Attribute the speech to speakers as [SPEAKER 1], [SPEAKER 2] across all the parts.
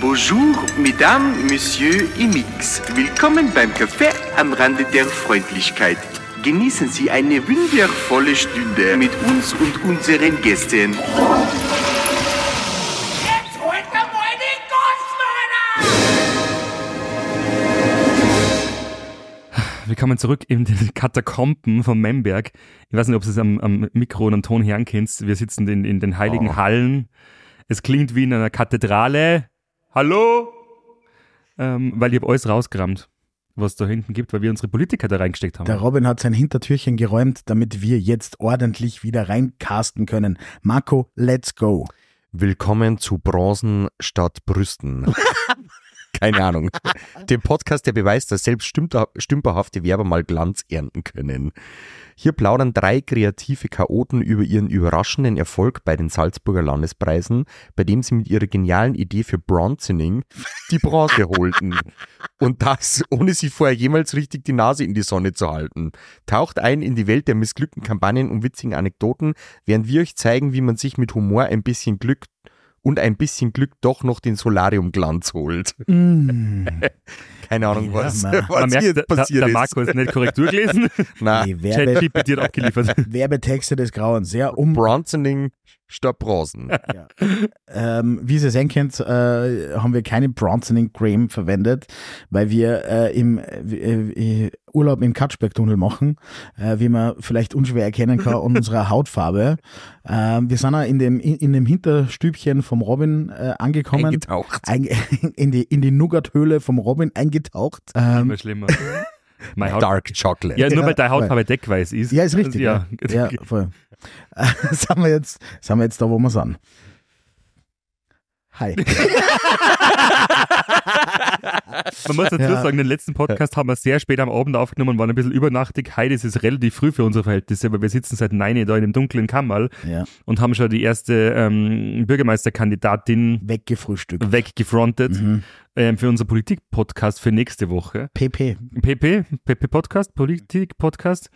[SPEAKER 1] Bonjour, Mesdames, Monsieur Imix. Willkommen beim Café am Rande der Freundlichkeit. Genießen Sie eine wundervolle Stunde mit uns und unseren Gästen.
[SPEAKER 2] Jetzt holt er wohl den Goldmörder!
[SPEAKER 3] Willkommen zurück in den Katakomben von Memberg. Ich weiß nicht, ob du es am, am Mikro und am Ton hören kannst. Wir sitzen in, in den heiligen Hallen. Es klingt wie in einer Kathedrale. Hallo? Ähm, weil ich habe alles rausgerammt, was es da hinten gibt, weil wir unsere Politiker da reingesteckt haben.
[SPEAKER 4] Der Robin hat sein Hintertürchen geräumt, damit wir jetzt ordentlich wieder reincasten können. Marco, let's go.
[SPEAKER 5] Willkommen zu Bronzen statt Brüsten. Keine Ahnung. Dem Podcast, der beweist, dass selbst stümper- stümperhafte Werber mal Glanz ernten können. Hier plaudern drei kreative Chaoten über ihren überraschenden Erfolg bei den Salzburger Landespreisen, bei dem sie mit ihrer genialen Idee für Bronzening die Bronze holten. Und das, ohne sie vorher jemals richtig die Nase in die Sonne zu halten. Taucht ein in die Welt der missglückten Kampagnen und witzigen Anekdoten, während wir euch zeigen, wie man sich mit Humor ein bisschen Glück und ein bisschen Glück doch noch den Solariumglanz holt. Keine Ahnung, was,
[SPEAKER 4] man-
[SPEAKER 5] was
[SPEAKER 3] Mm. Man merkt,
[SPEAKER 5] hier
[SPEAKER 3] der, der,
[SPEAKER 5] passiert
[SPEAKER 3] der
[SPEAKER 5] ist.
[SPEAKER 3] Marco ist nicht korrekt durchgelesen.
[SPEAKER 5] Na,
[SPEAKER 4] Die Werbe
[SPEAKER 3] ChatGPT hat abgeliefert.
[SPEAKER 4] Werbetexte des Grauens. Ja, um,
[SPEAKER 5] Bronzening statt Bronzen.
[SPEAKER 4] ähm, wie ihr sehen könnt, äh, haben wir keine Bronzening Cream verwendet, weil wir äh, im äh, äh, Urlaub im Katschbergtunnel machen, äh, wie man vielleicht unschwer erkennen kann an unserer Hautfarbe. Äh, wir sind auch in dem, in, in dem Hinterstübchen vom Robin äh, angekommen.
[SPEAKER 5] Eingetaucht.
[SPEAKER 4] Einge in die, in die Nougat-Höhle vom Robin eingetaucht. Ähm,
[SPEAKER 3] Immer schlimmer. Meine Haut.
[SPEAKER 5] Dark Chocolate.
[SPEAKER 3] Ja, nur weil deine Hautfarbe deckweiß ist.
[SPEAKER 4] Ja, ist richtig.
[SPEAKER 3] Ja.
[SPEAKER 4] Ja, ja. voll. Äh, sind, wir jetzt, sind wir jetzt da, wo wir sind? Hi.
[SPEAKER 3] Man muss dazu
[SPEAKER 4] Ja.
[SPEAKER 3] sagen, den letzten Podcast haben wir sehr spät am Abend aufgenommen, waren ein bisschen übernachtig. Heute ist es relativ früh für unsere Verhältnisse, weil wir sitzen seit 9 Uhr da in dem dunklen Kammerl
[SPEAKER 4] Ja,
[SPEAKER 3] und haben schon die erste ähm, Bürgermeisterkandidatin
[SPEAKER 4] weggefrühstückt. Mhm.
[SPEAKER 3] weggefrontet
[SPEAKER 5] Mhm.
[SPEAKER 3] ähm, für unser Politik-Podcast für nächste Woche.
[SPEAKER 4] PP.
[SPEAKER 3] PP, PP-Podcast, Politik-Podcast.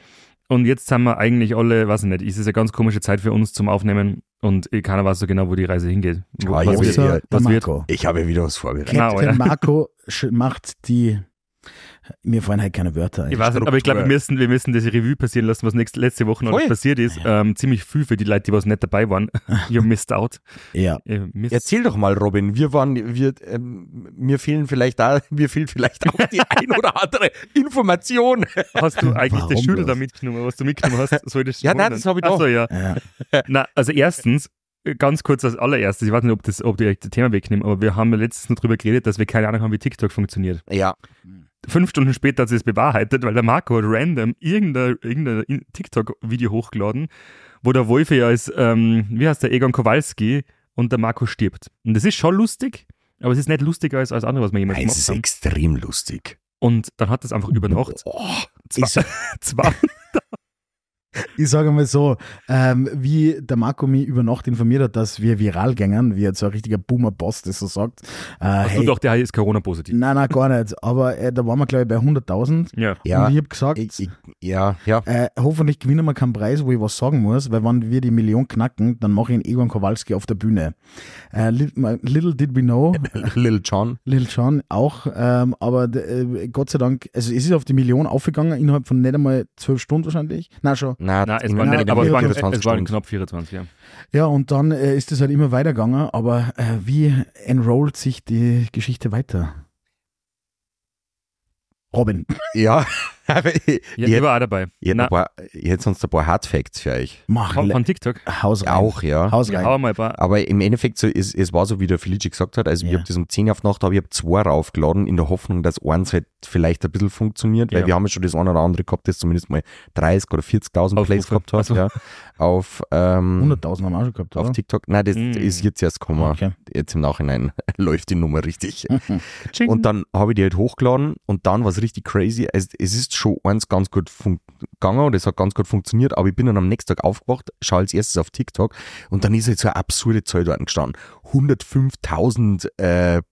[SPEAKER 3] Und jetzt haben wir eigentlich alle, weiß ich nicht, es ist eine ganz komische Zeit für uns zum Aufnehmen und eh keiner weiß so genau, wo die Reise hingeht. Wo-
[SPEAKER 5] Ah,
[SPEAKER 3] was
[SPEAKER 5] jetzt
[SPEAKER 3] wir-
[SPEAKER 5] ja,
[SPEAKER 4] Außer der
[SPEAKER 3] was wird?
[SPEAKER 4] Marco.
[SPEAKER 5] Ich habe wieder was vorbereitet.
[SPEAKER 3] Genau,
[SPEAKER 4] Captain
[SPEAKER 3] ja.
[SPEAKER 4] Marco sch- macht die. Mir fallen halt keine Wörter ein.
[SPEAKER 3] Ich weiß nicht, Also, aber ich glaube, wir
[SPEAKER 5] Struktur.
[SPEAKER 3] müssen, wir müssen das Revue passieren lassen, was nächste, letzte Woche noch
[SPEAKER 5] Voll.
[SPEAKER 3] passiert ist. Ähm, ziemlich viel für die Leute, die was nicht dabei waren. you missed out.
[SPEAKER 4] Ja.
[SPEAKER 3] Ihr missed-
[SPEAKER 5] Erzähl doch mal, Robin. Wir waren, wir, ähm, mir fehlen vielleicht da, mir fehlt vielleicht auch die ein oder andere Information.
[SPEAKER 3] hast du eigentlich
[SPEAKER 4] Warum
[SPEAKER 3] das Schüler da
[SPEAKER 4] bloß?
[SPEAKER 3] mitgenommen, was du mitgenommen hast? Soll ich das
[SPEAKER 5] Ja, nein,
[SPEAKER 3] spoilern?
[SPEAKER 5] das habe ich
[SPEAKER 3] Ach so,
[SPEAKER 5] doch.
[SPEAKER 3] ja.
[SPEAKER 4] Ja.
[SPEAKER 3] Na, also erstens, ganz kurz als allererstes, ich weiß nicht, ob, das, ob ich das Thema wegnehme, aber wir haben ja letztens noch drüber geredet, dass wir keine Ahnung haben, wie TikTok funktioniert.
[SPEAKER 5] Ja,
[SPEAKER 3] Fünf Stunden später hat sie es bewahrheitet, weil der Marco hat random irgendein, irgendein In- TikTok-Video hochgeladen, wo der Wolfe ja als, ähm, wie heißt der, Egon Kowalski und der Marco stirbt. Und das ist schon lustig, aber es ist nicht lustiger als alles andere, was wir jemals
[SPEAKER 5] eins
[SPEAKER 3] gemacht
[SPEAKER 5] ist
[SPEAKER 3] haben.
[SPEAKER 5] extrem lustig.
[SPEAKER 3] Und dann hat das einfach über Nacht
[SPEAKER 5] Oh,
[SPEAKER 3] zwei,
[SPEAKER 4] Ich,
[SPEAKER 3] zwei,
[SPEAKER 4] ich sage mal so, ähm, wie der Marco mich über Nacht informiert hat, dass wir viral gängen, wie jetzt so ein richtiger Boomer-Boss das so sagt. Äh,
[SPEAKER 3] hey.
[SPEAKER 4] hey,
[SPEAKER 3] doch, der ist Corona-positiv.
[SPEAKER 4] Nein, nein, gar nicht. Aber äh, da waren wir, glaube ich, bei 100.000.
[SPEAKER 3] Ja.
[SPEAKER 5] ja,
[SPEAKER 4] Und ich habe gesagt,
[SPEAKER 5] ich, ich, ja, ja.
[SPEAKER 4] äh, hoffentlich gewinnen wir keinen Preis, wo ich was sagen muss, weil wenn wir die Million knacken, dann mache ich einen Egon Kowalski auf der Bühne. Äh, li- little did we know,
[SPEAKER 5] Little John.
[SPEAKER 4] Little John auch, ähm, aber d- äh, Gott sei Dank, also es ist auf die Million aufgegangen innerhalb von nicht einmal zwölf Stunden wahrscheinlich. Na schon.
[SPEAKER 5] Na,
[SPEAKER 3] Nein, es
[SPEAKER 5] in-
[SPEAKER 3] waren,
[SPEAKER 4] Nein,
[SPEAKER 3] nicht, aber es
[SPEAKER 4] wir-
[SPEAKER 3] waren,
[SPEAKER 4] wir-
[SPEAKER 3] es waren
[SPEAKER 5] Stunden.
[SPEAKER 3] knapp 24, ja.
[SPEAKER 4] Ja, und dann äh, ist es halt immer weitergegangen, aber äh, wie enrollt sich die Geschichte weiter? Robin.
[SPEAKER 5] Ja, aber ich,
[SPEAKER 3] Ja,
[SPEAKER 5] ich
[SPEAKER 3] ich
[SPEAKER 5] hätte-
[SPEAKER 3] war auch dabei.
[SPEAKER 5] ich hätte
[SPEAKER 3] Na,
[SPEAKER 5] ein paar- ich hätte sonst ein paar Hardfacts für euch.
[SPEAKER 4] Mach
[SPEAKER 3] von,
[SPEAKER 4] le-
[SPEAKER 3] von TikTok.
[SPEAKER 4] Haus rein.
[SPEAKER 5] Auch, ja.
[SPEAKER 4] Haus
[SPEAKER 3] Ja,
[SPEAKER 4] rein.
[SPEAKER 3] hau mal ein paar.
[SPEAKER 5] Aber im Endeffekt, so, es, es war so, wie der Felici gesagt hat, also ich
[SPEAKER 4] Ja.
[SPEAKER 5] habe das um 10 auf Nacht, habe ich hab zwei raufgeladen, in der Hoffnung, dass eins halt vielleicht ein bisschen funktioniert, weil
[SPEAKER 3] Ja.
[SPEAKER 5] wir haben ja schon das eine oder andere gehabt, das zumindest mal 30 oder 40.000 Plays
[SPEAKER 3] Aufrufe.
[SPEAKER 5] gehabt hat,
[SPEAKER 3] Also.
[SPEAKER 5] ja, auf, ähm,
[SPEAKER 4] 100.000 haben wir auch schon gehabt,
[SPEAKER 5] auf
[SPEAKER 4] oder? Mhm.
[SPEAKER 5] TikTok. Nein, das
[SPEAKER 3] Mm.
[SPEAKER 5] ist jetzt erst gekommen,
[SPEAKER 4] Okay.
[SPEAKER 5] jetzt im Nachhinein läuft die Nummer richtig.
[SPEAKER 3] Tsching.
[SPEAKER 5] Und dann habe ich die halt hochgeladen und dann war es richtig crazy. Es, es ist schon eins ganz gut fun- gegangen und es hat ganz gut funktioniert, aber ich bin dann am nächsten Tag aufgewacht, schaue als erstes auf TikTok und dann ist halt so eine absurde Zahl dort gestanden. 105.000 äh,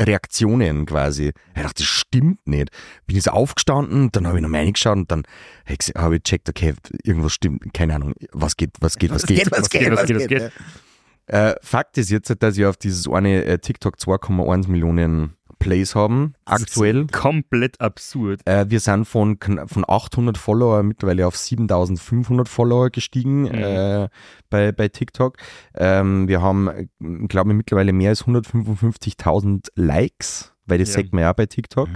[SPEAKER 5] Reaktionen quasi. Ich dachte, das stimmt nicht. Bin ich so aufgestanden, dann habe ich noch mal reingeschaut und dann habe ich gese- habe ich gecheckt, okay, irgendwas stimmt, keine Ahnung, was geht, was geht, was, geht,
[SPEAKER 4] was
[SPEAKER 3] geht, was geht, was geht.
[SPEAKER 5] Äh, Fakt ist jetzt, dass wir auf dieses eine äh, TikTok 2,1 Millionen Plays haben, aktuell.
[SPEAKER 3] Komplett absurd.
[SPEAKER 5] Äh, wir sind von, kn- von 800 Follower mittlerweile auf 7500 Follower gestiegen
[SPEAKER 3] Mhm.
[SPEAKER 5] äh, bei, bei TikTok. Ähm, wir haben, glaube ich, mittlerweile mehr als 155.000 Likes, weil das
[SPEAKER 3] Ja. Mhm.
[SPEAKER 5] sagt man ja bei TikTok.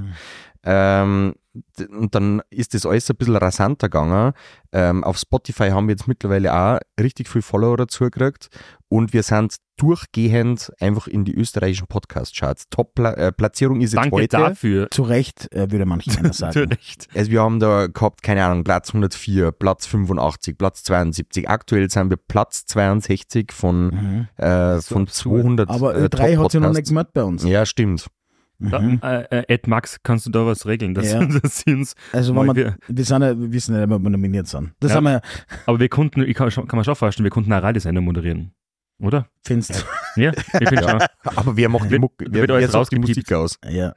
[SPEAKER 5] Ähm, d- und dann ist das alles ein bisschen rasanter gegangen. Ähm, auf Spotify haben wir jetzt mittlerweile auch richtig viel Follower dazu gekriegt und wir sind durchgehend einfach in die österreichischen Podcast-Charts. Top-Platzierung ist jetzt
[SPEAKER 3] Danke
[SPEAKER 5] heute.
[SPEAKER 3] dafür.
[SPEAKER 4] Zu Recht äh, würde manch einer
[SPEAKER 3] Zu
[SPEAKER 4] sagen.
[SPEAKER 3] Recht.
[SPEAKER 5] Also wir haben da gehabt, keine Ahnung, Platz 104, Platz 85, Platz 72. Aktuell sind wir Platz 62 von,
[SPEAKER 4] Mhm.
[SPEAKER 5] äh, von 200
[SPEAKER 4] Aber
[SPEAKER 5] äh,
[SPEAKER 4] Ö3 hat sie noch nicht
[SPEAKER 5] Top-Podcasts.
[SPEAKER 4] gemacht bei uns.
[SPEAKER 5] Ja, stimmt.
[SPEAKER 3] Da,
[SPEAKER 4] Mhm.
[SPEAKER 3] äh, äh, Ed Max, kannst du da was regeln? Das,
[SPEAKER 4] Ja.
[SPEAKER 3] das sind's.
[SPEAKER 4] Also
[SPEAKER 3] Mal
[SPEAKER 4] wenn man,
[SPEAKER 3] wir-
[SPEAKER 4] wir, sind ja, wir wissen ja, nicht, ob wir nominiert sind. Das
[SPEAKER 3] Ja.
[SPEAKER 4] haben wir
[SPEAKER 3] Aber wir konnten, ich kann, schon- kann man schon vorstellen, wir konnten eine Radiosendung moderieren. Oder?
[SPEAKER 4] finst.
[SPEAKER 3] Ja, ich bin schon.
[SPEAKER 5] Aber wer macht die
[SPEAKER 3] Wird-
[SPEAKER 5] Mucke? Wer,
[SPEAKER 3] wird alles
[SPEAKER 5] wer sagt die
[SPEAKER 3] rausgepiept.
[SPEAKER 5] Musik aus?
[SPEAKER 4] Ja.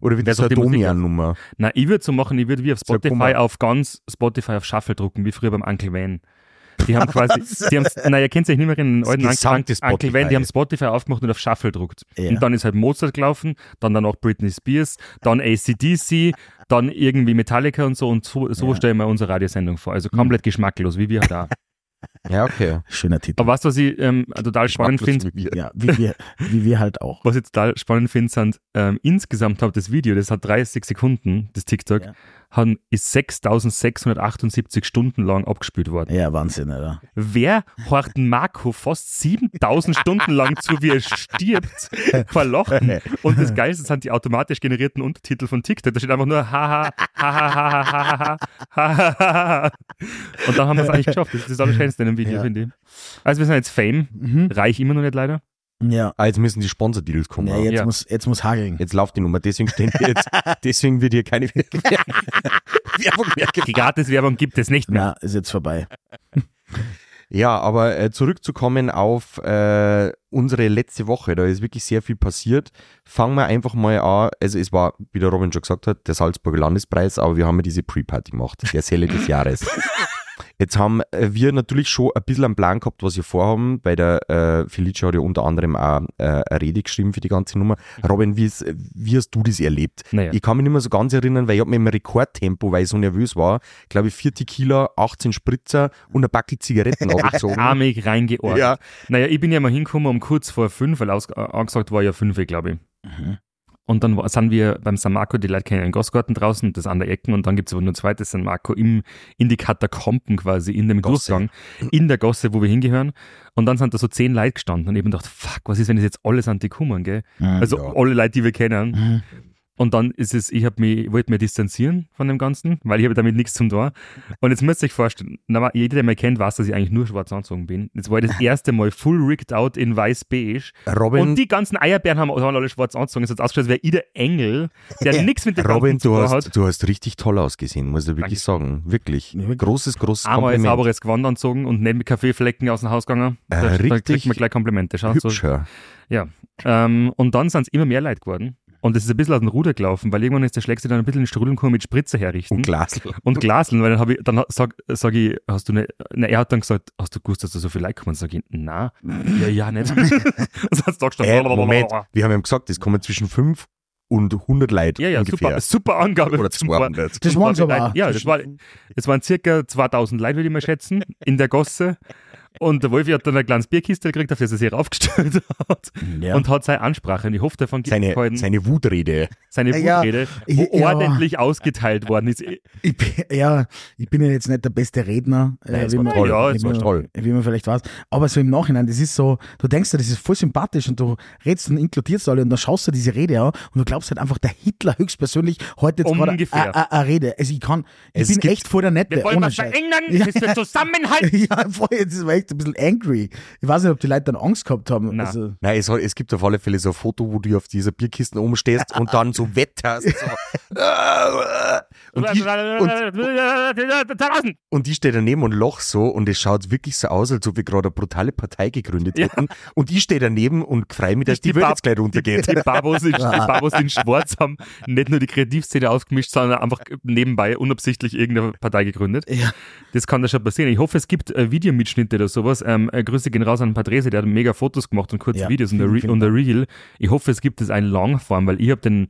[SPEAKER 5] Oder wird
[SPEAKER 3] Wer
[SPEAKER 5] das eine
[SPEAKER 3] sagt die Musik
[SPEAKER 5] Domian-Nummer?
[SPEAKER 3] Nein, ich würde so machen, ich würde wie auf
[SPEAKER 5] So, guck
[SPEAKER 3] Spotify
[SPEAKER 5] mal.
[SPEAKER 3] auf ganz Spotify auf Shuffle drucken, wie früher beim Uncle Van. Die haben quasi, die haben, na, ihr kennt sich nicht mehr in den
[SPEAKER 5] Das
[SPEAKER 3] alten
[SPEAKER 5] gesamte
[SPEAKER 3] Uncle, Uncle Van,
[SPEAKER 5] Spotify.
[SPEAKER 3] die haben Spotify aufgemacht und auf Shuffle druckt.
[SPEAKER 4] Ja.
[SPEAKER 3] Und dann ist halt Mozart gelaufen, dann danach Britney Spears, dann ACDC, dann irgendwie Metallica und so und so, so stellen wir unsere Radiosendung vor. Also komplett geschmacklos, wie wir halt auch.
[SPEAKER 5] Ja, okay.
[SPEAKER 4] Schöner Titel.
[SPEAKER 3] Aber was, was ich ähm, total spannend
[SPEAKER 5] Geschmacklos
[SPEAKER 3] finde,
[SPEAKER 5] wie wir.
[SPEAKER 4] ja, wie wir, wie wir halt auch.
[SPEAKER 3] was ich total spannend finde, sind ähm, insgesamt hat das Video, das hat 30 Sekunden, das TikTok,
[SPEAKER 4] Ja.
[SPEAKER 3] haben, ist 6.678 Stunden lang abgespielt worden.
[SPEAKER 4] Ja, Wahnsinn, oder?
[SPEAKER 3] Wer horcht Marco fast 7.000 Stunden lang zu, wie er stirbt, verlochen? Und das Geilste sind die automatisch generierten Untertitel von TikTok. Da steht einfach nur haha, haha, haha, haha, haha, haha. Und dann haben wir es eigentlich geschafft. Das ist das Allerschönste in einem Video,
[SPEAKER 4] Ja.
[SPEAKER 3] finde ich. Also wir sind jetzt Fame, reich immer noch nicht leider.
[SPEAKER 4] Mhm. Ja.
[SPEAKER 5] Ah, jetzt müssen die Sponsor-Deals kommen.
[SPEAKER 4] ja, jetzt,
[SPEAKER 3] Ja.
[SPEAKER 4] Muss, jetzt muss hageln.
[SPEAKER 5] Jetzt läuft die Nummer, deswegen stehen wir jetzt, deswegen wird hier keine Werbung mehr gemacht.
[SPEAKER 3] Die Gratiswerbung gibt es nicht mehr.
[SPEAKER 4] Na, ist jetzt vorbei.
[SPEAKER 5] Ja, aber äh, zurückzukommen auf äh, unsere letzte Woche, da ist wirklich sehr viel passiert. Fangen wir einfach mal an. Also es war, wie der Robin schon gesagt hat, der Salzburger Landespreis, aber wir haben ja diese Pre-Party gemacht, der Selle des Jahres. Jetzt haben äh, wir natürlich schon ein bisschen einen Plan gehabt, was wir vorhaben. Bei der äh, Felice hat ja unter anderem auch äh, eine Rede geschrieben für die ganze Nummer. Robin, wie, ist, wie hast du das erlebt?
[SPEAKER 3] Naja.
[SPEAKER 5] Ich kann mich nicht mehr so ganz erinnern, weil ich habe mir im Rekordtempo, weil ich so nervös war, glaube ich, vier Tequila, 18 Spritzer und ein Backel Zigaretten abgezogen.
[SPEAKER 3] armig reingeordnet.
[SPEAKER 5] Ja.
[SPEAKER 3] Naja, ich bin ja mal hingekommen um kurz vor fünf, weil aus, äh, angesagt war ja fünf, glaube ich.
[SPEAKER 5] Mhm.
[SPEAKER 3] Und dann war- sind wir beim San Marco, die Leute kennen den Gossgarten draußen, das an der Ecken, und dann gibt es aber nur ein zweites San Marco im, in die Katakomben quasi, in dem
[SPEAKER 5] Gosse.
[SPEAKER 3] Durchgang, in der Gosse, wo wir hingehören. Und dann sind da so zehn Leute gestanden und ich hab mir gedacht, fuck, was ist, wenn das jetzt alles an die kommen, gell? Also
[SPEAKER 5] ja.
[SPEAKER 3] alle Leute, die wir kennen.
[SPEAKER 4] Mhm.
[SPEAKER 3] Und dann ist es, ich hab mich, wollte mir distanzieren von dem Ganzen, weil ich habe damit nichts zum Tor. Und jetzt müsst ihr euch vorstellen, na, jeder, der mich kennt, weiß, dass ich eigentlich nur schwarz anzogen bin. Jetzt war ich das erste Mal full rigged out in weiß-beige.
[SPEAKER 5] Robin,
[SPEAKER 3] Und die ganzen Eierbären haben, haben alle schwarz anzogen. Es hat ausgeschaut, als wäre ich der Engel, der nichts mit dem
[SPEAKER 5] Robin
[SPEAKER 3] Ganzen zu
[SPEAKER 5] du,
[SPEAKER 3] tun
[SPEAKER 5] hast,
[SPEAKER 3] hat.
[SPEAKER 5] du hast richtig toll ausgesehen, muss ich wirklich sagen. Wirklich.
[SPEAKER 4] wirklich.
[SPEAKER 5] Großes, großes
[SPEAKER 3] Einmal ein
[SPEAKER 5] Kompliment.
[SPEAKER 3] sauberes Gewand anzogen und nicht mit Kaffeeflecken aus dem Haus gegangen. da,
[SPEAKER 5] Äh,
[SPEAKER 3] da
[SPEAKER 5] richtig
[SPEAKER 3] kriegt man gleich Komplimente. Schau, so,
[SPEAKER 5] Hübscher.
[SPEAKER 3] Ja. Ähm, und dann sind es immer mehr Leute geworden. Und es ist ein bisschen aus dem Ruder gelaufen, weil irgendwann ist der Schlägste dann ein bisschen in Strudelnkur mit Spritze herrichten.
[SPEAKER 5] Und Glasl.
[SPEAKER 3] und Glaseln, weil dann habe ich, dann sag, sag ich, hast du ne, na, er hat dann gesagt, hast du gewusst, dass da so viel Leute kommen? Sag ich, na, ja, ja, nicht. das hat's doch schon.
[SPEAKER 5] Äh, Moment, wir haben ihm gesagt, es kommen zwischen 5 und 100 Leute
[SPEAKER 3] Ja, ja, super,
[SPEAKER 5] ungefähr.
[SPEAKER 3] super Angabe.
[SPEAKER 5] Oder
[SPEAKER 3] zum Wort.
[SPEAKER 5] 200.
[SPEAKER 4] Das
[SPEAKER 3] Zum
[SPEAKER 4] waren's
[SPEAKER 3] Wort.
[SPEAKER 4] aber auch.
[SPEAKER 3] Ja, das war, es waren circa 2000 Leute, würde ich mal schätzen, in der Gosse. Und der Wolfi hat dann eine kleine Bierkiste gekriegt, auf das er sich raufgestellt hat.
[SPEAKER 4] Mhm. Ja.
[SPEAKER 3] Und hat seine Ansprache, und ich hoffe, davon gibt es
[SPEAKER 5] Seine,
[SPEAKER 3] seine,
[SPEAKER 5] seine Wutrede.
[SPEAKER 3] seine
[SPEAKER 4] Ja,
[SPEAKER 3] Wutrede,
[SPEAKER 4] ich-
[SPEAKER 3] wo
[SPEAKER 4] ja.
[SPEAKER 3] ordentlich ausgeteilt worden ist. Äh,
[SPEAKER 4] Ich bin, ja, ich bin ja jetzt nicht der beste Redner, äh,
[SPEAKER 5] Nein, es
[SPEAKER 4] wie,
[SPEAKER 5] war
[SPEAKER 4] man,
[SPEAKER 5] toll.
[SPEAKER 3] Ja,
[SPEAKER 4] wie,
[SPEAKER 3] es
[SPEAKER 5] war
[SPEAKER 4] man,
[SPEAKER 5] toll.
[SPEAKER 4] wie man vielleicht weiß. Aber so im Nachhinein, das ist so, du denkst dir, das ist voll sympathisch und du redest und inkludierst alle und dann schaust du diese Rede an und du glaubst halt einfach, der Hitler höchstpersönlich heute jetzt gerade
[SPEAKER 3] Ungefähr.
[SPEAKER 4] eine- eine- eine Rede. Also ich kann, ich
[SPEAKER 5] Es
[SPEAKER 4] bin
[SPEAKER 5] gibt-
[SPEAKER 4] echt voll der Nette,
[SPEAKER 3] Wir wollen
[SPEAKER 4] ohne
[SPEAKER 3] was
[SPEAKER 4] Scheiß.
[SPEAKER 3] verändern, bis wir zusammenhalten.
[SPEAKER 4] Ja, voll, jetzt war ich echt ein bisschen angry. Ich weiß nicht, ob die Leute dann Angst gehabt haben.
[SPEAKER 3] Nein.
[SPEAKER 4] Also,
[SPEAKER 5] Nein, es, hat- es gibt auf alle Fälle so ein Foto, wo du auf dieser Bierkiste oben stehst und dann so wetterst. So. und, die, und,
[SPEAKER 3] draußen.
[SPEAKER 5] und die steht daneben und lacht so und es schaut wirklich so aus, als ob wir gerade eine brutale Partei gegründet hätten. Und ich stehe daneben und freue mich, dass die,
[SPEAKER 3] Die
[SPEAKER 5] Welt
[SPEAKER 3] Bab-
[SPEAKER 5] jetzt gleich runtergeht.
[SPEAKER 3] Die Babos, in, die Babos in Schwarz haben nicht nur die Kreativszene aufgemischt, sondern einfach nebenbei unabsichtlich irgendeine Partei gegründet.
[SPEAKER 4] Ja.
[SPEAKER 3] Das kann da schon passieren. Ich hoffe, es gibt äh, Videomitschnitte oder sowas. Ähm, äh, Grüße gehen raus an Patrese, der hat mega Fotos gemacht und kurze
[SPEAKER 4] Ja,
[SPEAKER 3] Videos und der,
[SPEAKER 4] vielen,
[SPEAKER 3] Re
[SPEAKER 4] vielen
[SPEAKER 3] und der Reel. Ich hoffe, es gibt es eine Longform, weil ich habe den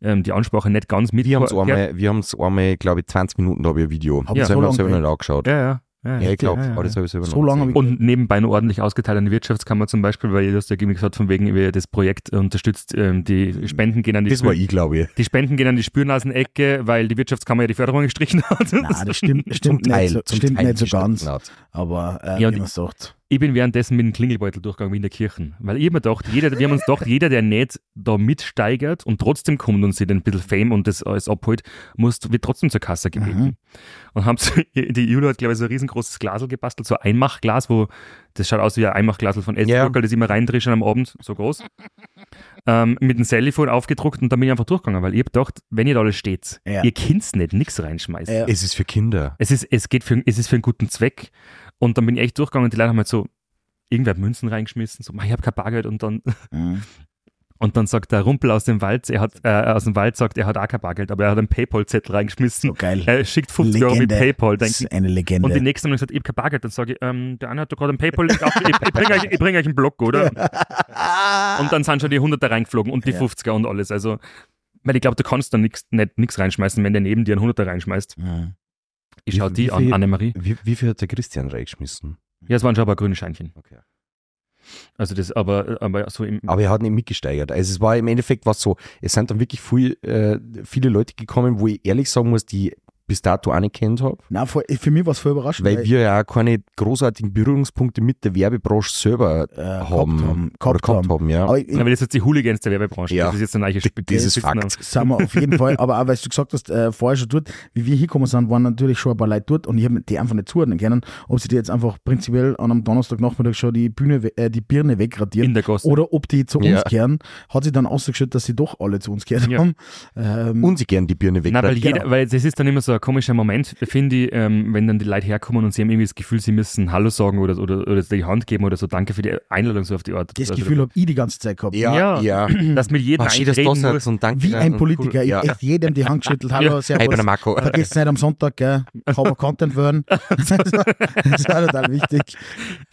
[SPEAKER 3] ähm, die Ansprache nicht ganz mit.
[SPEAKER 5] Wir haben es einmal, wir haben's einmal glaube ich, 20 Minuten, da habe ich ein Video. Hab
[SPEAKER 4] Ja.
[SPEAKER 5] ich
[SPEAKER 4] So
[SPEAKER 5] selber,
[SPEAKER 4] lang
[SPEAKER 5] selber
[SPEAKER 4] gesehen.
[SPEAKER 5] nicht angeschaut.
[SPEAKER 3] Ja, ja. ja,
[SPEAKER 5] Ja, ich glaube,
[SPEAKER 3] Ja, ja,
[SPEAKER 5] aber das
[SPEAKER 3] ja.
[SPEAKER 5] habe ich selber
[SPEAKER 4] So
[SPEAKER 5] noch
[SPEAKER 4] lange
[SPEAKER 5] gesehen.
[SPEAKER 4] habe
[SPEAKER 3] Und nebenbei noch ordentlich ausgeteilt an die Wirtschaftskammer zum Beispiel, weil ihr das ja irgendwie gesagt von wegen, wie ihr das Projekt unterstützt, ähm, die Spenden gehen an die
[SPEAKER 5] Das war ich, glaube ich.
[SPEAKER 3] Die Spenden gehen an die Spürnasenecke, weil die Wirtschaftskammer ja die Förderung gestrichen hat.
[SPEAKER 4] Nein, das stimmt, stimmt nicht so,
[SPEAKER 5] zum
[SPEAKER 4] stimmt
[SPEAKER 5] Teil genau.
[SPEAKER 4] nicht so
[SPEAKER 5] gestanden
[SPEAKER 4] ganz.
[SPEAKER 5] hat.
[SPEAKER 4] Aber äh,
[SPEAKER 3] Ja, und
[SPEAKER 4] wie man sagt.
[SPEAKER 3] Ich bin währenddessen mit dem Klingelbeutel durchgegangen wie in der Kirche. Weil ich hab mir gedacht, jeder, wir haben uns gedacht, jeder, der nicht da mitsteigert und trotzdem kommt und sich ein bisschen Fame und das alles abholt, muss, wird trotzdem zur Kasse gebeten. Und haben so, die Julia hat, glaube ich, so ein riesengroßes Glasel gebastelt, so ein Einmachglas, wo, das schaut aus wie ein Einmachglasel von Essburger, das ich immer reindrischen am Abend, so groß. Ähm, mit einem Cellphone aufgedruckt und dann bin ich einfach durchgegangen, weil ich hab gedacht, wenn ihr da alles steht,
[SPEAKER 4] Ja.
[SPEAKER 3] ihr kind's nicht, nix reinschmeißen.
[SPEAKER 4] Ja.
[SPEAKER 5] Es ist für Kinder.
[SPEAKER 3] Es ist, es geht für, es ist für einen guten Zweck. Und dann bin ich echt durchgegangen und die Leute haben halt so, irgendwer hat Münzen reingeschmissen, so, "Ma, ich habe kein Bargeld und dann,
[SPEAKER 4] Mhm.
[SPEAKER 3] und dann sagt der Rumpel aus dem Wald, er hat, äh, aus dem Wald sagt, er hat auch kein Bargeld, aber er hat einen Paypal-Zettel reingeschmissen.
[SPEAKER 4] So geil.
[SPEAKER 3] Er schickt 50 Euro mit
[SPEAKER 4] Legende.
[SPEAKER 3] Paypal,
[SPEAKER 4] Das
[SPEAKER 3] denkt,
[SPEAKER 4] ist eine Legende.
[SPEAKER 3] und die nächsten haben gesagt, ich hab kein Bargeld. Dann sage ich, ähm, der eine hat doch gerade einen Paypal, ich, glaub, ich, ich bringe euch, ich bring euch einen Block, oder?
[SPEAKER 5] Ah.
[SPEAKER 3] Und dann sind schon die 100er reingeflogen und die
[SPEAKER 4] Ja.
[SPEAKER 3] 50er und alles. Also, weil ich glaube, du kannst da nichts nicht, nix reinschmeißen, wenn der neben dir einen 100er reinschmeißt.
[SPEAKER 4] Mhm.
[SPEAKER 3] Ich schau
[SPEAKER 5] Wie-
[SPEAKER 3] die
[SPEAKER 5] wie
[SPEAKER 3] an,
[SPEAKER 5] viel-
[SPEAKER 3] Annemarie.
[SPEAKER 5] Wie, wie viel hat der Christian reingeschmissen?
[SPEAKER 3] Ja, es waren schon aber grüne Scheinchen.
[SPEAKER 5] Okay.
[SPEAKER 3] Also das, aber, aber so im,
[SPEAKER 5] Mhm. Aber er hat nicht mitgesteigert. Also es war im Endeffekt was so, es sind dann wirklich viel, äh, viele Leute gekommen, wo ich ehrlich sagen muss, die ich bis dato auch nicht kennt habe.
[SPEAKER 4] Nein, voll, für mich war es voll überraschend.
[SPEAKER 5] Weil wir ja auch keine großartigen Berührungspunkte mit der Werbebranche selber
[SPEAKER 4] äh,
[SPEAKER 5] haben.
[SPEAKER 4] gehabt haben.
[SPEAKER 5] oder
[SPEAKER 4] Gehabt haben.
[SPEAKER 5] ja.
[SPEAKER 4] Aber ich, ich,
[SPEAKER 3] aber das ist jetzt die Hooligans der Werbebranche.
[SPEAKER 5] Ja.
[SPEAKER 3] Das ist jetzt eine neue
[SPEAKER 5] D-
[SPEAKER 3] Spitze.
[SPEAKER 5] das ist Fakt.
[SPEAKER 4] sind wir auf jeden Fall, aber auch, weil du gesagt hast, äh, vorher schon dort, wie wir hingekommen sind, waren natürlich schon ein paar Leute dort und ich habe die einfach nicht zuordnen können, ob sie die jetzt einfach prinzipiell an einem Donnerstagnachmittag schon die, Bühne, we- äh, die Birne wegradieren
[SPEAKER 3] In der Gosse.
[SPEAKER 4] oder ob die zu uns
[SPEAKER 5] Ja.
[SPEAKER 4] kehren, hat sich dann ausgeschüttet, dass sie doch alle zu uns gehört
[SPEAKER 3] Ja.
[SPEAKER 4] haben. Ähm,
[SPEAKER 5] Und sie gern die Birne weg.
[SPEAKER 3] Nein, weil, jeder,
[SPEAKER 4] Genau.
[SPEAKER 3] weil das ist dann immer so ein komischer Moment, finde ich, ähm, wenn dann die Leute herkommen und sie haben irgendwie das Gefühl, sie müssen Hallo sagen oder, oder, oder die Hand geben oder so, danke für die Einladung so auf die Art.
[SPEAKER 4] das
[SPEAKER 3] Also,
[SPEAKER 4] Gefühl habe ich die ganze Zeit gehabt.
[SPEAKER 5] ja, ja.
[SPEAKER 3] dass mit jedem
[SPEAKER 5] Ach, Ah, schön, dass du da
[SPEAKER 3] einreden muss.
[SPEAKER 5] sagst und danke.
[SPEAKER 4] Wie ein Politiker.
[SPEAKER 5] Cool.
[SPEAKER 4] Ich
[SPEAKER 5] Ja.
[SPEAKER 4] hab echt jedem die Hand geschüttelt. Hallo,
[SPEAKER 3] Ja.
[SPEAKER 5] Hey, bei der
[SPEAKER 4] servus.
[SPEAKER 5] Marco. äh,
[SPEAKER 4] Vergesst nicht am Sonntag, gell? Cover Content werden. das ist auch total wichtig.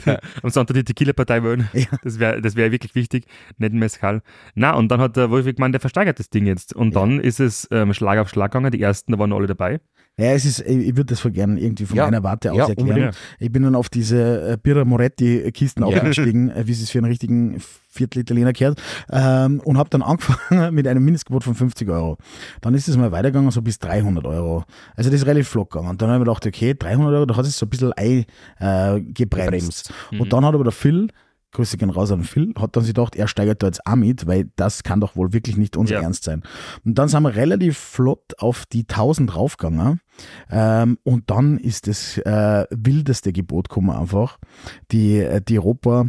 [SPEAKER 3] Am Sonntag die Tequila-Partei wollen.
[SPEAKER 4] Ja.
[SPEAKER 3] Das wäre das wär wirklich wichtig. Nicht ein Mescal. Na, und dann hat der Wolfgang gemeint, der versteigert das Ding jetzt. Und dann ist es ähm, Schlag auf Schlag gegangen. Die ersten, da waren alle dabei.
[SPEAKER 4] Ja, es ist, ich würde das voll gerne irgendwie von
[SPEAKER 5] Ja.
[SPEAKER 4] meiner Warte aus
[SPEAKER 5] Ja,
[SPEAKER 4] erklären.
[SPEAKER 3] unbedingt.
[SPEAKER 4] Ich bin dann auf diese äh, Birra Moretti-Kisten
[SPEAKER 5] Ja.
[SPEAKER 4] aufgestiegen, äh, wie es sich für einen richtigen Viertel-Italiener gehört, ähm, und habe dann angefangen mit einem Mindestgebot von 50 Euro. Dann ist es mal weitergegangen, so bis 300 Euro. Also das ist relativ flott gegangen. Und dann habe ich mir gedacht, okay, 300 Euro, da hat es so ein bisschen ei, äh, gebremst.
[SPEAKER 5] Gebremst. Mhm.
[SPEAKER 4] Und dann hat aber der Phil, Grüße gehen raus an den Phil, hat dann sich gedacht, er steigert da jetzt auch mit, weil das kann doch wohl wirklich nicht unser
[SPEAKER 3] Ja.
[SPEAKER 4] Ernst sein. Und dann sind wir relativ flott auf die 1000 raufgegangen. Ähm, und dann ist das äh, wildeste Gebot gekommen einfach. Die, äh, die Europa